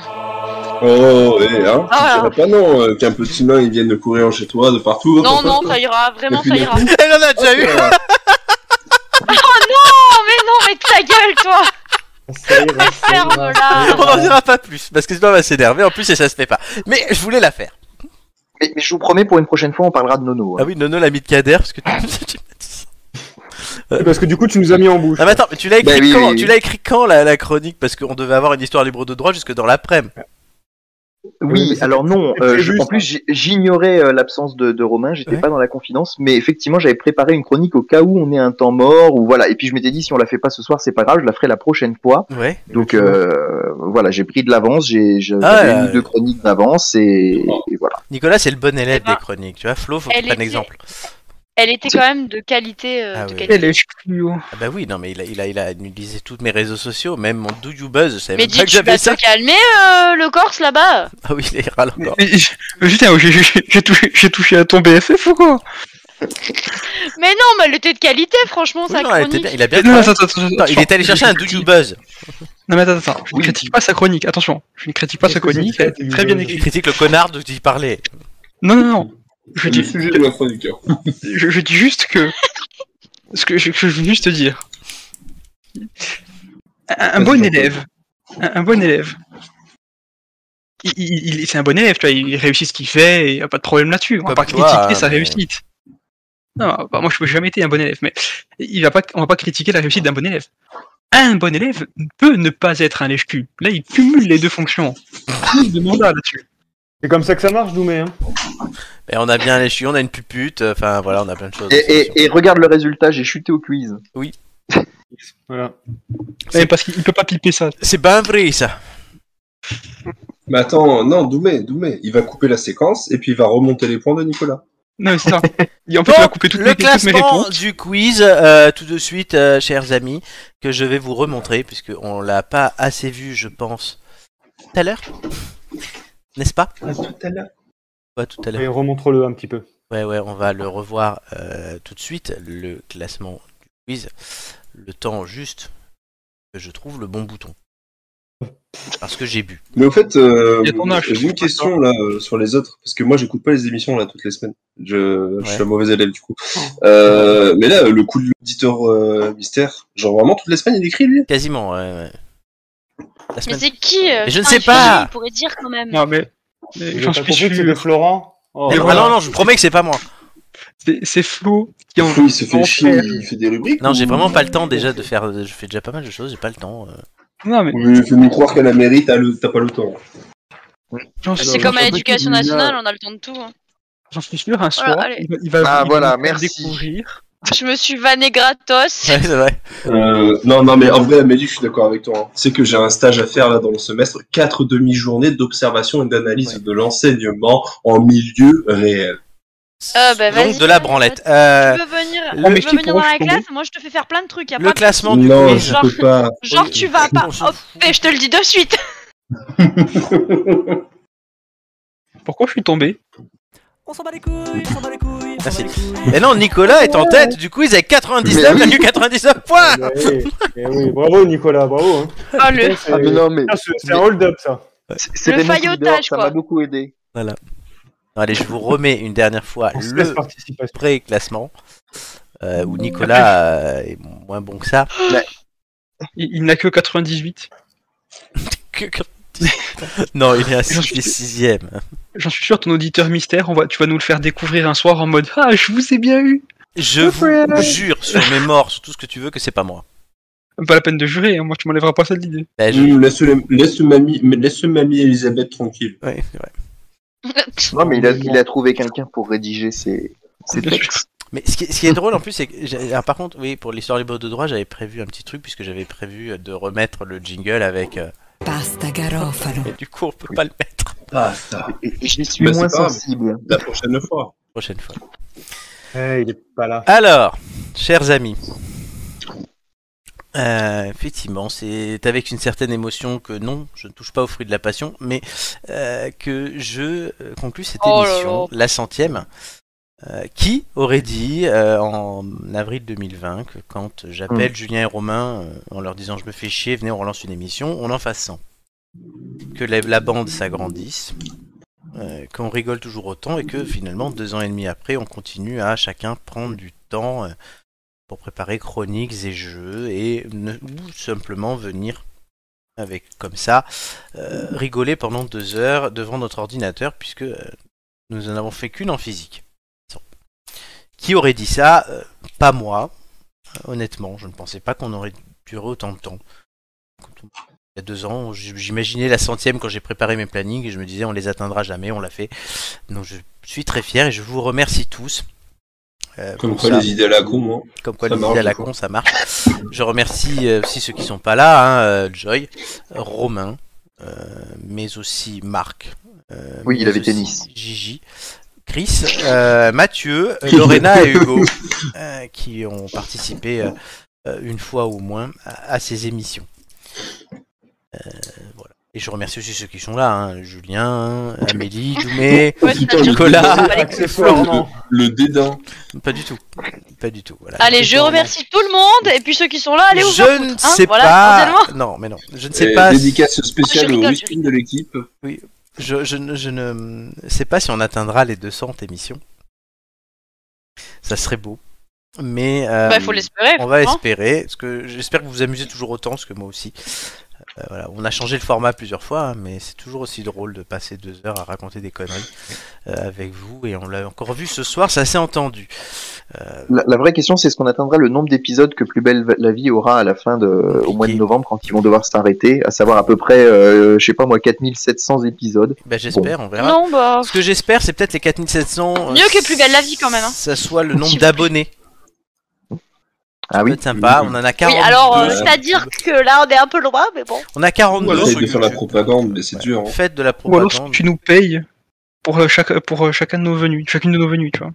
Oh, eh, hein.
Ah,
tu dirais pas non euh, qu'un petit nain, il vienne de courir chez toi, de partout. hein, hop,
Non,
hop,
non,
hop.
ça ira, vraiment,
Et puis,
ça
d'un
ira.
coup,
Elle en a déjà eu
euh,
Oh, mais non, mais ta gueule, toi
Ça ira, ça ira,
Ferme-la.
ça ira.
On n'en dira pas plus, parce que sinon elle va s'énerver en plus et ça se fait pas. Mais je voulais la faire.
Mais, mais je vous promets pour une prochaine fois on parlera de Nono.
Ah
hein.
oui, Nono l'a mis de Kader, parce que tu, tu m'as dit ça.
Parce que du coup, tu nous as mis en bouche.
Ah mais attends, mais tu l'as écrit,
Bah oui,
quand
oui,
Tu
oui.
l'as écrit quand la, la chronique Parce qu'on devait avoir une histoire libre de droit jusque dans l'après-midi.
Oui, mais
Oui,
c'est-
alors non.
c'est
euh, je-
prévu,
en
ça.
plus j'ai- j'ignorais euh, l'absence de, de Romain, j'étais
Ouais.
pas dans la confidence, mais effectivement j'avais préparé une chronique au cas où on ait un temps mort ou voilà. Et puis je m'étais dit si on la fait pas ce soir c'est pas grave, je la ferai la prochaine fois.
Ouais.
Donc euh, voilà, j'ai pris de l'avance, j'ai j'ai-
Ah,
j'avais
là,
eu deux chroniques d'avance et, et voilà.
Nicolas, c'est le bon élève
Eh ben,
des chroniques, tu vois. Flo, faut que
elle
tu prennes
était-
exemple.
Elle était quand même de qualité. euh,
Ah
de
oui.
qualité.
Ah bah oui, non, mais il a, il a, il a analysé tous mes réseaux sociaux, même mon Do You Buzz, je savais
Mais
même pas
dis,
que
tu vas
j'avais ça.
te calmer, euh, le Corse, là-bas
Ah oui, il râle encore.
Mais- mais je- mais putain, j'ai- j'ai j'ai touché, j'ai touché à ton BFF ou quoi
Mais non, mais elle était de qualité, franchement,
Oui,
sa
non, elle était
chronique.
bien- il a bien
Non,
travaillé.
attends, attends, attends,
Attends, il
attends,
est allé chercher un Do You Buzz.
Non, mais attends, attends, je ne critique pas sa chronique, attention, je ne critique pas sa
Qu'est-ce que
chronique,
c'est
elle
que
est très bien
Il
écrite.
critique le connard dont il parlait.
Non, non, non, je
C'est
dis,
le sujet de la fin du cœur.
je, je dis juste que. Ce que je, que je veux juste te dire. Un, un
Vas-y,
bon
Jean-Paul.
élève, un, un bon élève, il, il- il- c'est un bon élève, tu vois, il réussit ce qu'il fait, et il n'y a pas de problème là-dessus, on va
Comme
pas
toi,
critiquer
hein,
sa
mais-
réussite. Non, bah, moi je n'ai jamais été un bon élève, mais il va pas, on va pas critiquer la réussite d'un bon élève. Un bon élève peut ne pas être un lèche-cul. Là, il cumule les deux fonctions. Il de mandat là-dessus.
C'est comme ça que ça marche, Doumé. Hein.
Et on a bien les chiens, on a une pupute, euh, enfin voilà, on a plein de choses.
Et, et- et regarde le résultat, j'ai chuté au quiz.
Voilà.
Ouais, parce qu'il peut pas piper ça.
C'est bien vrai ça.
Mais attends, non, Doumé, Doumé, il va couper la séquence et puis il va remonter les points de Nicolas.
Non, mais c'est ça. Et en fait, il va
Donc,
couper toutes,
le
mes, toutes mes
classement
réponses.
du quiz, euh, tout de suite, euh, chers amis, que je vais vous remontrer, puisqu'on l'a pas assez vu, je pense, tout à l'heure. N'est-ce pas Pas tout à l'heure.
Et remontre-le un petit peu.
Ouais, ouais, on va le revoir euh, tout de suite, le classement du quiz. Le temps juste que je trouve le bon bouton. Parce que j'ai bu.
Mais au fait, euh,
Il y a ton âge, je
j'ai une
comprends
question là euh, sur les autres, parce que moi j'écoute pas les émissions là toutes les semaines. Je, je
Ouais.
suis un mauvais élève du coup. Euh, mais là, le coup de l'auditeur euh, mystère, genre vraiment toutes les semaines il écrit lui.
Quasiment, ouais, ouais. La
Mais
semaine-
c'est qui euh,
Mais je ne
putain,
sais
il faut-
pas.
Il pourrait dire quand même.
Non, mais. mais
J'ai
J'en
pas
suis
compris que c'est
sûr.
de Florent. Oh,
Et
Ah
voilà.
non, non, je vous promets que c'est pas moi.
C'est- C'est Flo qui en
Fou, il se fait
en
chier,
fait.
il fait des rubriques.
Non, j'ai
ou-
vraiment pas le temps déjà de faire. Je fais déjà pas mal de choses, j'ai pas le temps. euh.
Non, mais.
Ou il fait nous croire qu'à la mairie t'as le- t'as pas le temps.
J'en suis
C'est comme à
j'en-
l'éducation nationale, on a le temps de tout. hein.
J'en suis sûr, un soir,
allez.
il va, il va
Ah,
il va
voilà,
nous faire
merci.
découvrir.
Je me suis vanné gratos.
Ouais, c'est vrai.
Euh, non, non, mais en vrai, Amélie, je suis d'accord avec toi. hein. C'est que j'ai un stage à faire là dans le semestre, quatre demi-journées d'observation et d'analyse de l'enseignement en milieu réel.
Euh, bah, vas-y,
Donc de la
vas-y,
branlette.
vas-y.
Euh,
Tu veux venir,
le-
tu
mais
veux
qui
venir dans
pourra
la
se
classe Moi, je te fais faire plein de trucs. Y a
le
pas de-
classement du
Non,
quiz.
je peux pas.
Genre, tu vas pas. Oh,
On s'en
Hop, et je te le dis de suite.
Pourquoi je suis tombé
On s'en bat les couilles, on s'en bat les couilles. on s'en
Merci.
bat les couilles.
Et non, Nicolas est en tête du quiz avec 99,99 points.
Bah oui, bah oui, bravo Nicolas, bravo. hein.
Oh, le,
C'est
Ah, mais non, mais
Putain, c'est- c'est un hold-up ça.
le
c'était mon coup
faillotage,
dehors, ça
quoi.
m'a beaucoup aidé.
Allez, je vous remets une dernière fois
On se laisse
le
participation.
pré-classement euh, où Nicolas euh, est moins bon que ça.
Il, il n'a que 98.
Que- que- non, il est à
J'en suis-
6
J'en suis sûr, ton auditeur mystère, on va, tu vas nous le faire découvrir un soir en mode Ah, je vous ai bien eu
Je vous jure sur mes morts, sur tout ce que tu veux, que c'est pas moi.
Pas la peine de jurer, hein, moi tu m'enlèveras pas ça de l'idée.
Bah, je-
Hum, laisse, le- laisse mamie, mais laisse mamie Elisabeth tranquille.
ouais, c'est vrai.
Non, mais il a, il a trouvé quelqu'un pour rédiger ses, ses
Bien
textes.
Mais ce qui, ce qui est drôle en plus, c'est que. j'ai- alors, par contre, oui, pour l'histoire libre de droit, j'avais prévu un petit truc, puisque j'avais prévu euh, de remettre le jingle avec. euh,
Pasta garofalo.
et du coup, on peut pas le mettre
Ah, ça.
Et- et J'y suis
Bah, c'est
moins
pas grave.
sensible.
La prochaine fois.
la prochaine fois.
Eh, il est pas là.
Alors, chers amis, euh, effectivement, c'est avec une certaine émotion que non, je ne touche pas au fruit de la passion, mais euh, que je euh, conclue cette
Oh là
émission, la centième. Euh, qui aurait dit euh, en avril 2020 que quand j'appelle Julien et Romain euh, en leur disant je me fais chier, venez on relance une émission, on en fasse 100 Que la, la bande s'agrandisse, euh, qu'on rigole toujours autant et que finalement deux ans et demi après on continue à chacun prendre du temps euh, pour préparer chroniques et jeux et ne, ou simplement venir avec comme ça euh, rigoler pendant deux heures devant notre ordinateur puisque euh, nous en avons fait qu'une en physique. Bon. Qui aurait dit ça Euh, Pas moi. Euh, Honnêtement, je ne pensais pas qu'on aurait duré autant de temps. Quand on- Il y a deux ans, j- j'imaginais la centième quand j'ai préparé mes plannings et je me disais on les atteindra jamais, on l'a fait. Donc je suis très fier et je vous remercie tous. euh,
Comme
pour
quoi,
ça.
les idées à la con, hein.
Comme quoi,
Ça
les
marche,
idées à la
des fois.
con, ça marche. Je remercie euh, aussi ceux qui sont pas là, hein, euh, Joy, Romain, euh, mais aussi Marc. euh,
Oui, il
mais
avait
aussi
tennis.
Gigi, Chris, euh, Mathieu, euh, Lorena et Hugo, euh, qui ont participé euh, euh, une fois au moins à, à ces émissions. Euh, voilà. Et je remercie aussi ceux qui sont là, hein, Julien, Amélie, Doumé,
Ouais, c'est-à-dire
Putain,
Nicolas.
que- Allez,
Accessoirement.
Le dédain.
pas du tout, pas du tout. Voilà.
Allez, je remercie tout le monde et puis ceux qui sont là, allez vous faire
je ne
foutre, hein,
sais
voilà,
pas.
essentiellement.
Non, mais non. Je ne sais
C'est
pas. si-
Dédicace
Ah,
spéciale
je
au
rigole,
whisky de l'équipe.
Je, je ne- je ne sais pas si on atteindra les 200 émissions. Ça serait beau. Mais euh,
Bah, faut l'espérer.
on va
hein.
espérer. Parce que j'espère que vous vous amusez toujours autant, parce que moi aussi. Euh, voilà. On a changé le format plusieurs fois, hein, mais c'est toujours aussi drôle de passer deux heures à raconter des conneries euh, avec vous. Et on l'a encore vu ce soir, ça s'est entendu.
La, la vraie question, c'est est-ce qu'on atteindra le nombre d'épisodes que Plus Belle Va- la Vie aura à la fin de, au mois de novembre quand ils vont devoir s'arrêter, à savoir à peu près, euh, je sais pas moi, 4700 épisodes.
Bah, j'espère, on verra.
Non, bah.
Ce que j'espère, c'est peut-être les 4700. euh,
Mieux que Plus Belle la Vie, quand même, hein.
Ça soit le nombre
S'il vous
d'abonnés.
Ah oui
peut être sympa. Bah, On en a 40.
Oui, alors, euh,
ouais.
c'est-à-dire que là, on est un peu loin, mais bon.
On a 42
Ou alors,
sur
de faire la
YouTube.
propagande, mais c'est
Ouais.
dur. hein.
Faites de la
Ou alors
propagande.
tu nous payes pour, euh, chaque, pour euh, chacun de nos venues, chacune de nos venues, tu vois.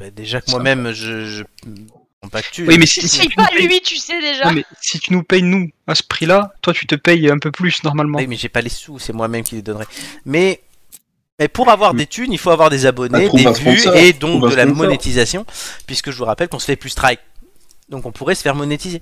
Bah, déjà que moi-même, je, je prends pas de thune.
Oui, mais si, si
C'est
tu nous
pas
payes-
lui, tu sais déjà.
Non, mais si tu nous payes nous à ce prix-là, toi tu te payes un peu plus normalement.
Ah Oui, mais j'ai pas les sous, c'est moi-même qui les donnerai. Mais, mais pour avoir des thunes, il faut avoir des abonnés,
Ah, trouve
des
un
vues
sponsor,
et donc
trouve un
de la
sponsor.
monétisation, puisque je vous rappelle qu'on se fait plus strike. Donc on pourrait se faire monétiser.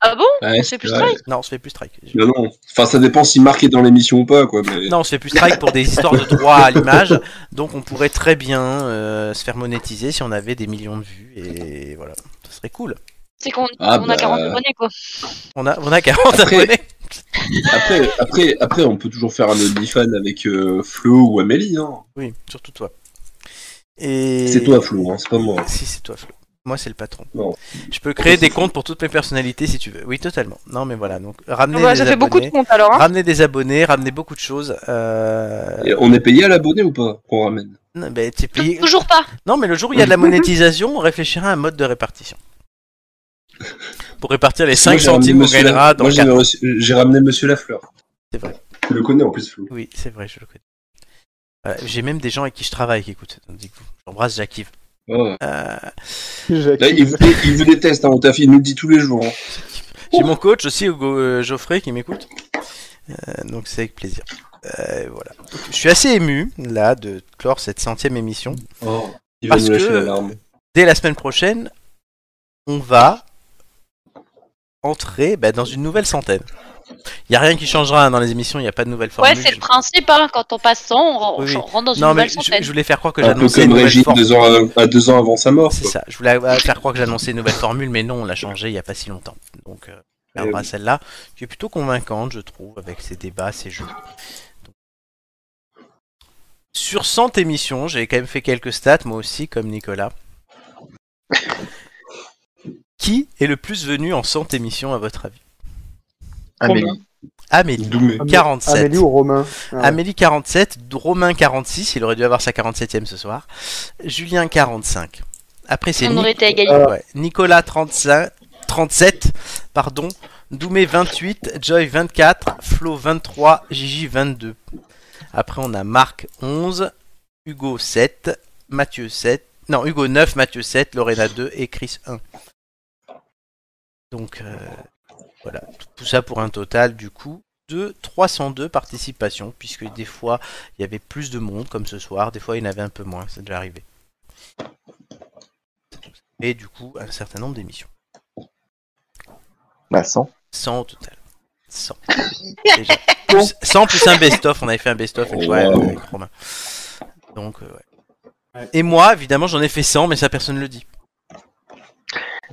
Ah bon
Ouais,
C'est plus
ouais.
strike.
Non, on se fait plus strike.
Non, non. Enfin, ça dépend si Marc est dans l'émission ou pas, quoi. Mais...
Non, on se fait plus strike pour des histoires de droit à l'image, donc on pourrait très bien euh, se faire monétiser si on avait des millions de vues et voilà, ce serait cool.
C'est qu'on
Ah,
on
bah.
a 40 abonnés, quoi.
On a, on a 40
Après-
abonnés.
Après, après, après, on peut toujours faire un OnlyFans avec euh, Flo ou Amélie. Hein.
Oui, surtout toi. Et...
C'est toi, Flo, hein, c'est pas moi.
Si, c'est toi, Flo. Moi, c'est le patron.
Non.
Je peux créer des comptes pour toutes mes personnalités si tu veux. Oui, totalement. Non, mais voilà. Donc, ramener
Ouais,
des
ça fait
abonnés.
beaucoup de comptes alors. Hein.
Ramener des abonnés, ramener beaucoup de choses. Euh...
Et on est payé à l'abonné ou pas qu'on ramène
non, ben, t'es payé-
Toujours pas.
non, mais le jour où il y a de la monétisation, on réfléchira à un mode de répartition. Pour répartir les 5
Moi, j'ai ramené
centimes qu'on
Monsieur La-
gagnera dans
Moi, j'ai
quatre-
reçu- j'ai ramené Monsieur Lafleur.
C'est vrai.
Tu le connais en plus, Flo.
Oui, c'est vrai, je le connais. Euh, J'ai même des gens avec qui je travaille qui écoutent. Donc, du coup, J'embrasse Jacques-Yves.
Ouais.
Euh,
Là, il vous, il vous déteste, hein, mon taf, il nous le dit tous les jours. hein.
J'ai mon coach aussi, Hugo euh, Geoffrey, qui m'écoute. Euh, donc c'est avec plaisir. Euh, voilà. Donc, je suis assez ému, là, de clore cette centième émission.
Oh, il va
Parce
nous lâcher
que-
la larme.
Dès la semaine prochaine, on va entrer bah, dans une nouvelle centaine. Il n'y a rien qui changera hein, dans les émissions, il n'y a pas de nouvelle
Ouais,
formule.
c'est le principe, hein, quand on passe 100, on, ren-
Oui, oui.
on rentre dans une
Non, mais
nouvelle
je,
centaine.
je voulais faire croire que
Un peu
j'annonçais une
comme
nouvelle
Régine
formule.
deux ans, euh, à- à deux ans avant sa mort.
C'est
quoi.
ça. Je voulais euh, faire croire que j'annonçais une nouvelle formule, mais non, on l'a changée il n'y a pas si longtemps. Donc, euh, on
Eh
verra celle-là, qui est plutôt convaincante, je trouve, avec ces débats, ces jeux. Donc. Sur 100 émissions, j'ai quand même fait quelques stats, moi aussi, comme Nicolas. Qui est le plus venu en 100 émissions, à votre avis
Ah,
Amélie.
Amélie,
Doumé.
Amé-
47.
Amélie ou Romain Ah.
Amélie 47, Romain 46, il aurait dû avoir sa 47e ce soir. Julien 45. Après c'est
On
Nic-
aurait été à égalité.
Euh,
ouais. Nicolas 35, 37, pardon, Doumé 28, Joy 24, Flo 23, Gigi 22. Après on a Marc 11, Hugo 7, Mathieu 7, non Hugo 9, Mathieu 7, Lorena 2 et Chris 1. Donc euh, voilà, tout- tout ça pour un total du coup de 302 participations, puisque des fois il y avait plus de monde comme ce soir, des fois il y en avait un peu moins, c'est déjà arrivé. Et du coup un certain nombre d'émissions.
Bah, 100.
100 au total. 100. Déjà. Plus- 100 plus un best-of. On avait fait un best-of une fois
Wow.
avec euh, Romain. Donc, euh, ouais. Et moi, évidemment, j'en ai fait 100, mais ça, personne ne le dit.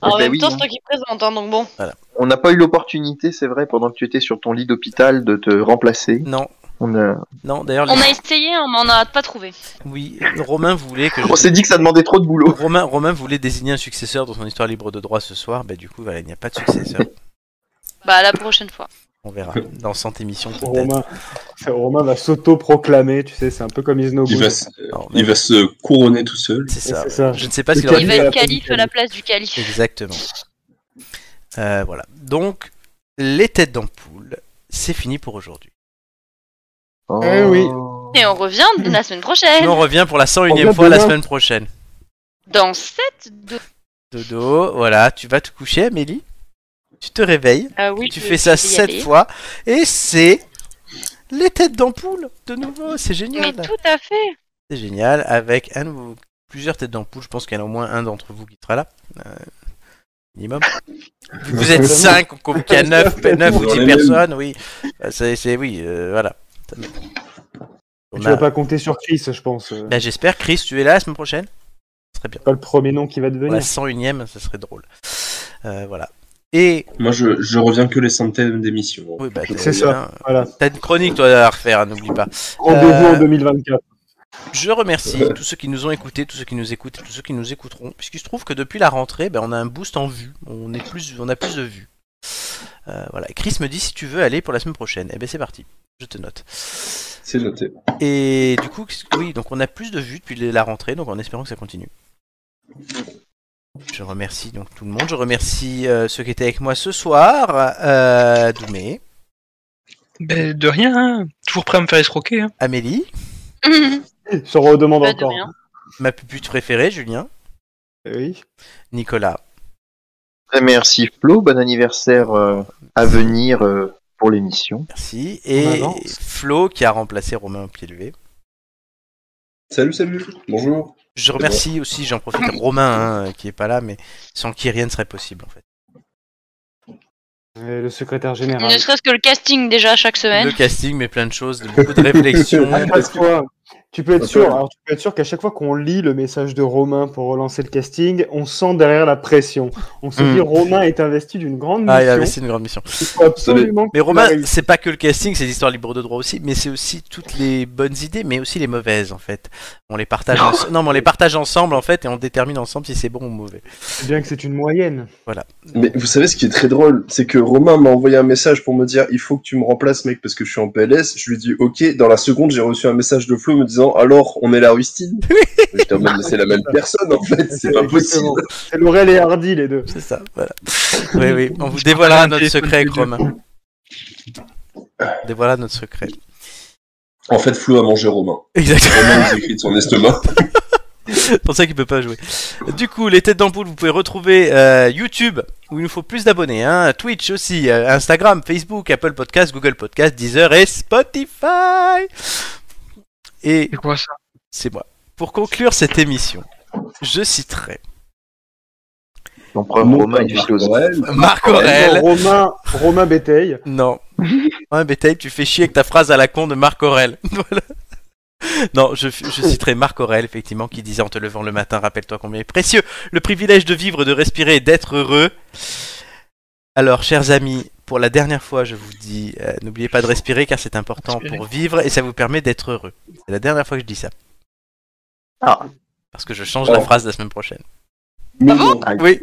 En
bah
même
oui,
temps,
hein.
c'est toi qui présente, hein, donc bon.
On n'a pas eu l'opportunité, c'est vrai, pendant que tu étais sur ton lit d'hôpital, de te remplacer.
Non,
On, a-
non, d'ailleurs,
On
les-
a essayé, hein, on m'en a pas trouvé.
oui, Romain voulait que je-
on s'est dit que ça demandait trop de boulot.
Romain, Romain voulait désigner un successeur dans son histoire libre de droit ce soir. Bah, du coup, voilà, il n'y a pas de successeur.
Bah, à la prochaine fois.
On verra. Dans 100 émissions, peut-être.
Romain, c'est- Romain va s'auto-proclamer, tu sais, c'est un peu comme Is No
Il
Good.
va, se-
Alors, mais-
il va se couronner tout seul.
C'est ça.
C'est ça.
Je ne sais pas
Le
s'il aura
Il
calife
va
à la
être
place du
calife à la place du calife.
Exactement. Euh, voilà. Donc, les têtes d'ampoule, c'est fini pour aujourd'hui.
Oh.
Eh oui.
Et on revient la semaine
Mais
prochaine.
on revient pour la
On
101e
revient
fois la
demain.
semaine prochaine.
Dans 7 de...
Dodo, voilà, tu vas te coucher, Amélie. Tu te réveilles.
Ah oui,
tu
je-
fais ça
je vais y
7
aller.
fois. Et c'est les têtes d'ampoule, de nouveau. C'est
Mais
génial.
tout à fait.
C'est génial. Avec un de vous- plusieurs têtes d'ampoule, je pense qu'il y en a au moins un d'entre vous qui sera là. Euh, minimum. Vu que vous êtes 5, qu'il y a 9, ou
Dans
10
les
personnes, oui. Euh, C'est, c'est- oui, euh, voilà. On
Tu
a-
vas pas compter sur Chris, je pense. euh,
Ben, j'espère, Chris, tu es là la semaine prochaine Ce serait bien.
C'est pas le premier nom qui va
Pour la
devenir.
101ème, ça serait drôle. Euh, voilà. Et
Moi, je, je reviens que les centaines d'émissions.
oui, bah, t'as-
C'est ça. Voilà.
T'as une chronique toi à refaire, hein, n'oublie pas.
Rendez-vous
Euh,
en 2024.
Je remercie tous ceux qui nous ont écoutés, tous ceux qui nous écoutent, et tous ceux qui nous écouteront, puisqu'il se trouve que depuis la rentrée, ben, on a un boost en vues. On est plus, on a plus de vues. Euh, voilà. Et Chris me dit si tu veux aller pour la semaine prochaine. Eh ben c'est parti. Je te note.
C'est noté.
Et du coup, qu'est-ce- oui, donc on a plus de vues depuis la rentrée, donc en espérant que ça continue. Je remercie donc tout le monde. Je remercie euh, ceux qui étaient avec moi ce soir. Euh, Doumé,
Ben, de rien, hein. toujours prêt à me faire escroquer. Hein.
Amélie,
Je redemande
Pas de
encore.
rien.
ma pupute préférée, Julien,
Eh Oui.
Nicolas.
Très merci Flo, bon anniversaire euh, à venir euh, pour l'émission.
Merci.
On
Et
avance.
Flo qui a remplacé Romain au pied levé.
Salut, salut. Bonjour.
Je remercie aussi, j'en profite, Romain hein, qui est pas là, mais sans qui rien ne serait possible en fait.
Et le secrétaire
Ne
général.
serait-ce que le casting déjà chaque
Le
semaine.
casting, mais plein de choses, beaucoup de réflexions. Ah,
À chaque fois, tu peux être
Parce
sûr.
que-
Alors, tu peux être sûr qu'à chaque fois qu'on lit le message de Romain pour relancer le casting, on sent derrière la pression. On se
Mm.
dit Romain est investi d'une grande mission.
Ah, il avait- c'est une grande mission.
Il faut absolument.
Mais
qu'il
Romain,
la réussisse.
c'est pas que le casting, c'est l'histoire libre de droit aussi, mais c'est aussi toutes les bonnes idées, mais aussi les mauvaises en fait. On les partage, ense- non, mais on les partage ensemble en fait, et on détermine ensemble si c'est bon ou mauvais.
C'est bien que c'est une moyenne.
Mais vous savez ce qui est très drôle, c'est que Romain m'a envoyé un message pour me dire il faut que tu me remplaces mec parce que je suis en PLS. Je lui ai dit ok. Dans la seconde, j'ai reçu un message de Flo me disant alors on est la Rustine. J'étais en mode mais c'est la même personne en fait, c'est pas possible.
Exactement. C'est Laurel et Hardy, les deux.
C'est ça, voilà. Oui, oui, on vous dévoilera notre secret, avec Romain. On Dévoilera notre secret.
En fait, Flo a mangé Romain.
Exactement.
Romain nous écrit de son estomac.
C'est pour ça qu'il peut pas jouer. Du coup, les têtes d'ampoule, vous pouvez retrouver euh, YouTube, où il nous faut plus d'abonnés, hein, Twitch aussi, euh, Instagram, Facebook, Apple Podcast, Google Podcast, Deezer et Spotify. Et
C'est quoi ça
c'est moi. Pour conclure cette émission, je citerai
Ton propre Romain, il est philosophe.
Marc
Non,
Aurel.
Romain, Romain Béteille.
Non. Ouais, Bétail, tu fais chier avec ta phrase à la con de Marc Aurel. Voilà. Non, je, je citerai Marc Aurel, effectivement, qui disait en te levant le matin, rappelle-toi combien est précieux le privilège de vivre, de respirer et d'être heureux. Alors, chers amis, pour la dernière fois, je vous dis, euh, n'oubliez pas de respirer car c'est important
Respirer.
pour vivre et ça vous permet d'être heureux. C'est la dernière fois que je dis ça.
Ah.
Parce que je change
Oh.
la phrase la semaine prochaine.
Mais non.
Oui.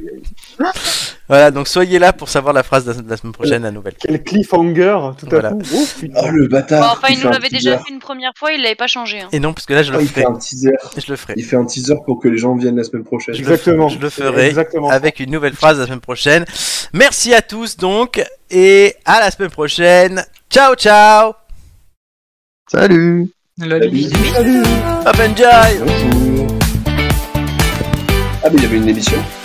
Voilà, donc soyez là pour savoir la phrase de la- de la semaine prochaine, la nouvelle.
Quel cliffhanger, tout
Voilà. Ah,
à coup. Oh, putain.
Oh, le bâtard.
Bon, enfin, il
fait
nous
un
l'avait déjà
teaser.
fait une première fois, il l'avait pas changé. hein.
Et non, parce que là, je
Ah,
le
il fait
ferai.
un teaser.
Je le ferai.
Il fait un teaser pour que les gens viennent la semaine prochaine.
Je le
Exactement.
ferai- je le ferai
Exactement.
avec une nouvelle phrase la semaine prochaine. Merci à tous donc et à la semaine prochaine. Ciao ciao.
Salut
La
La
vie.
bise.
Up and jive.
Bonjour. Ah, mais il y avait une émission.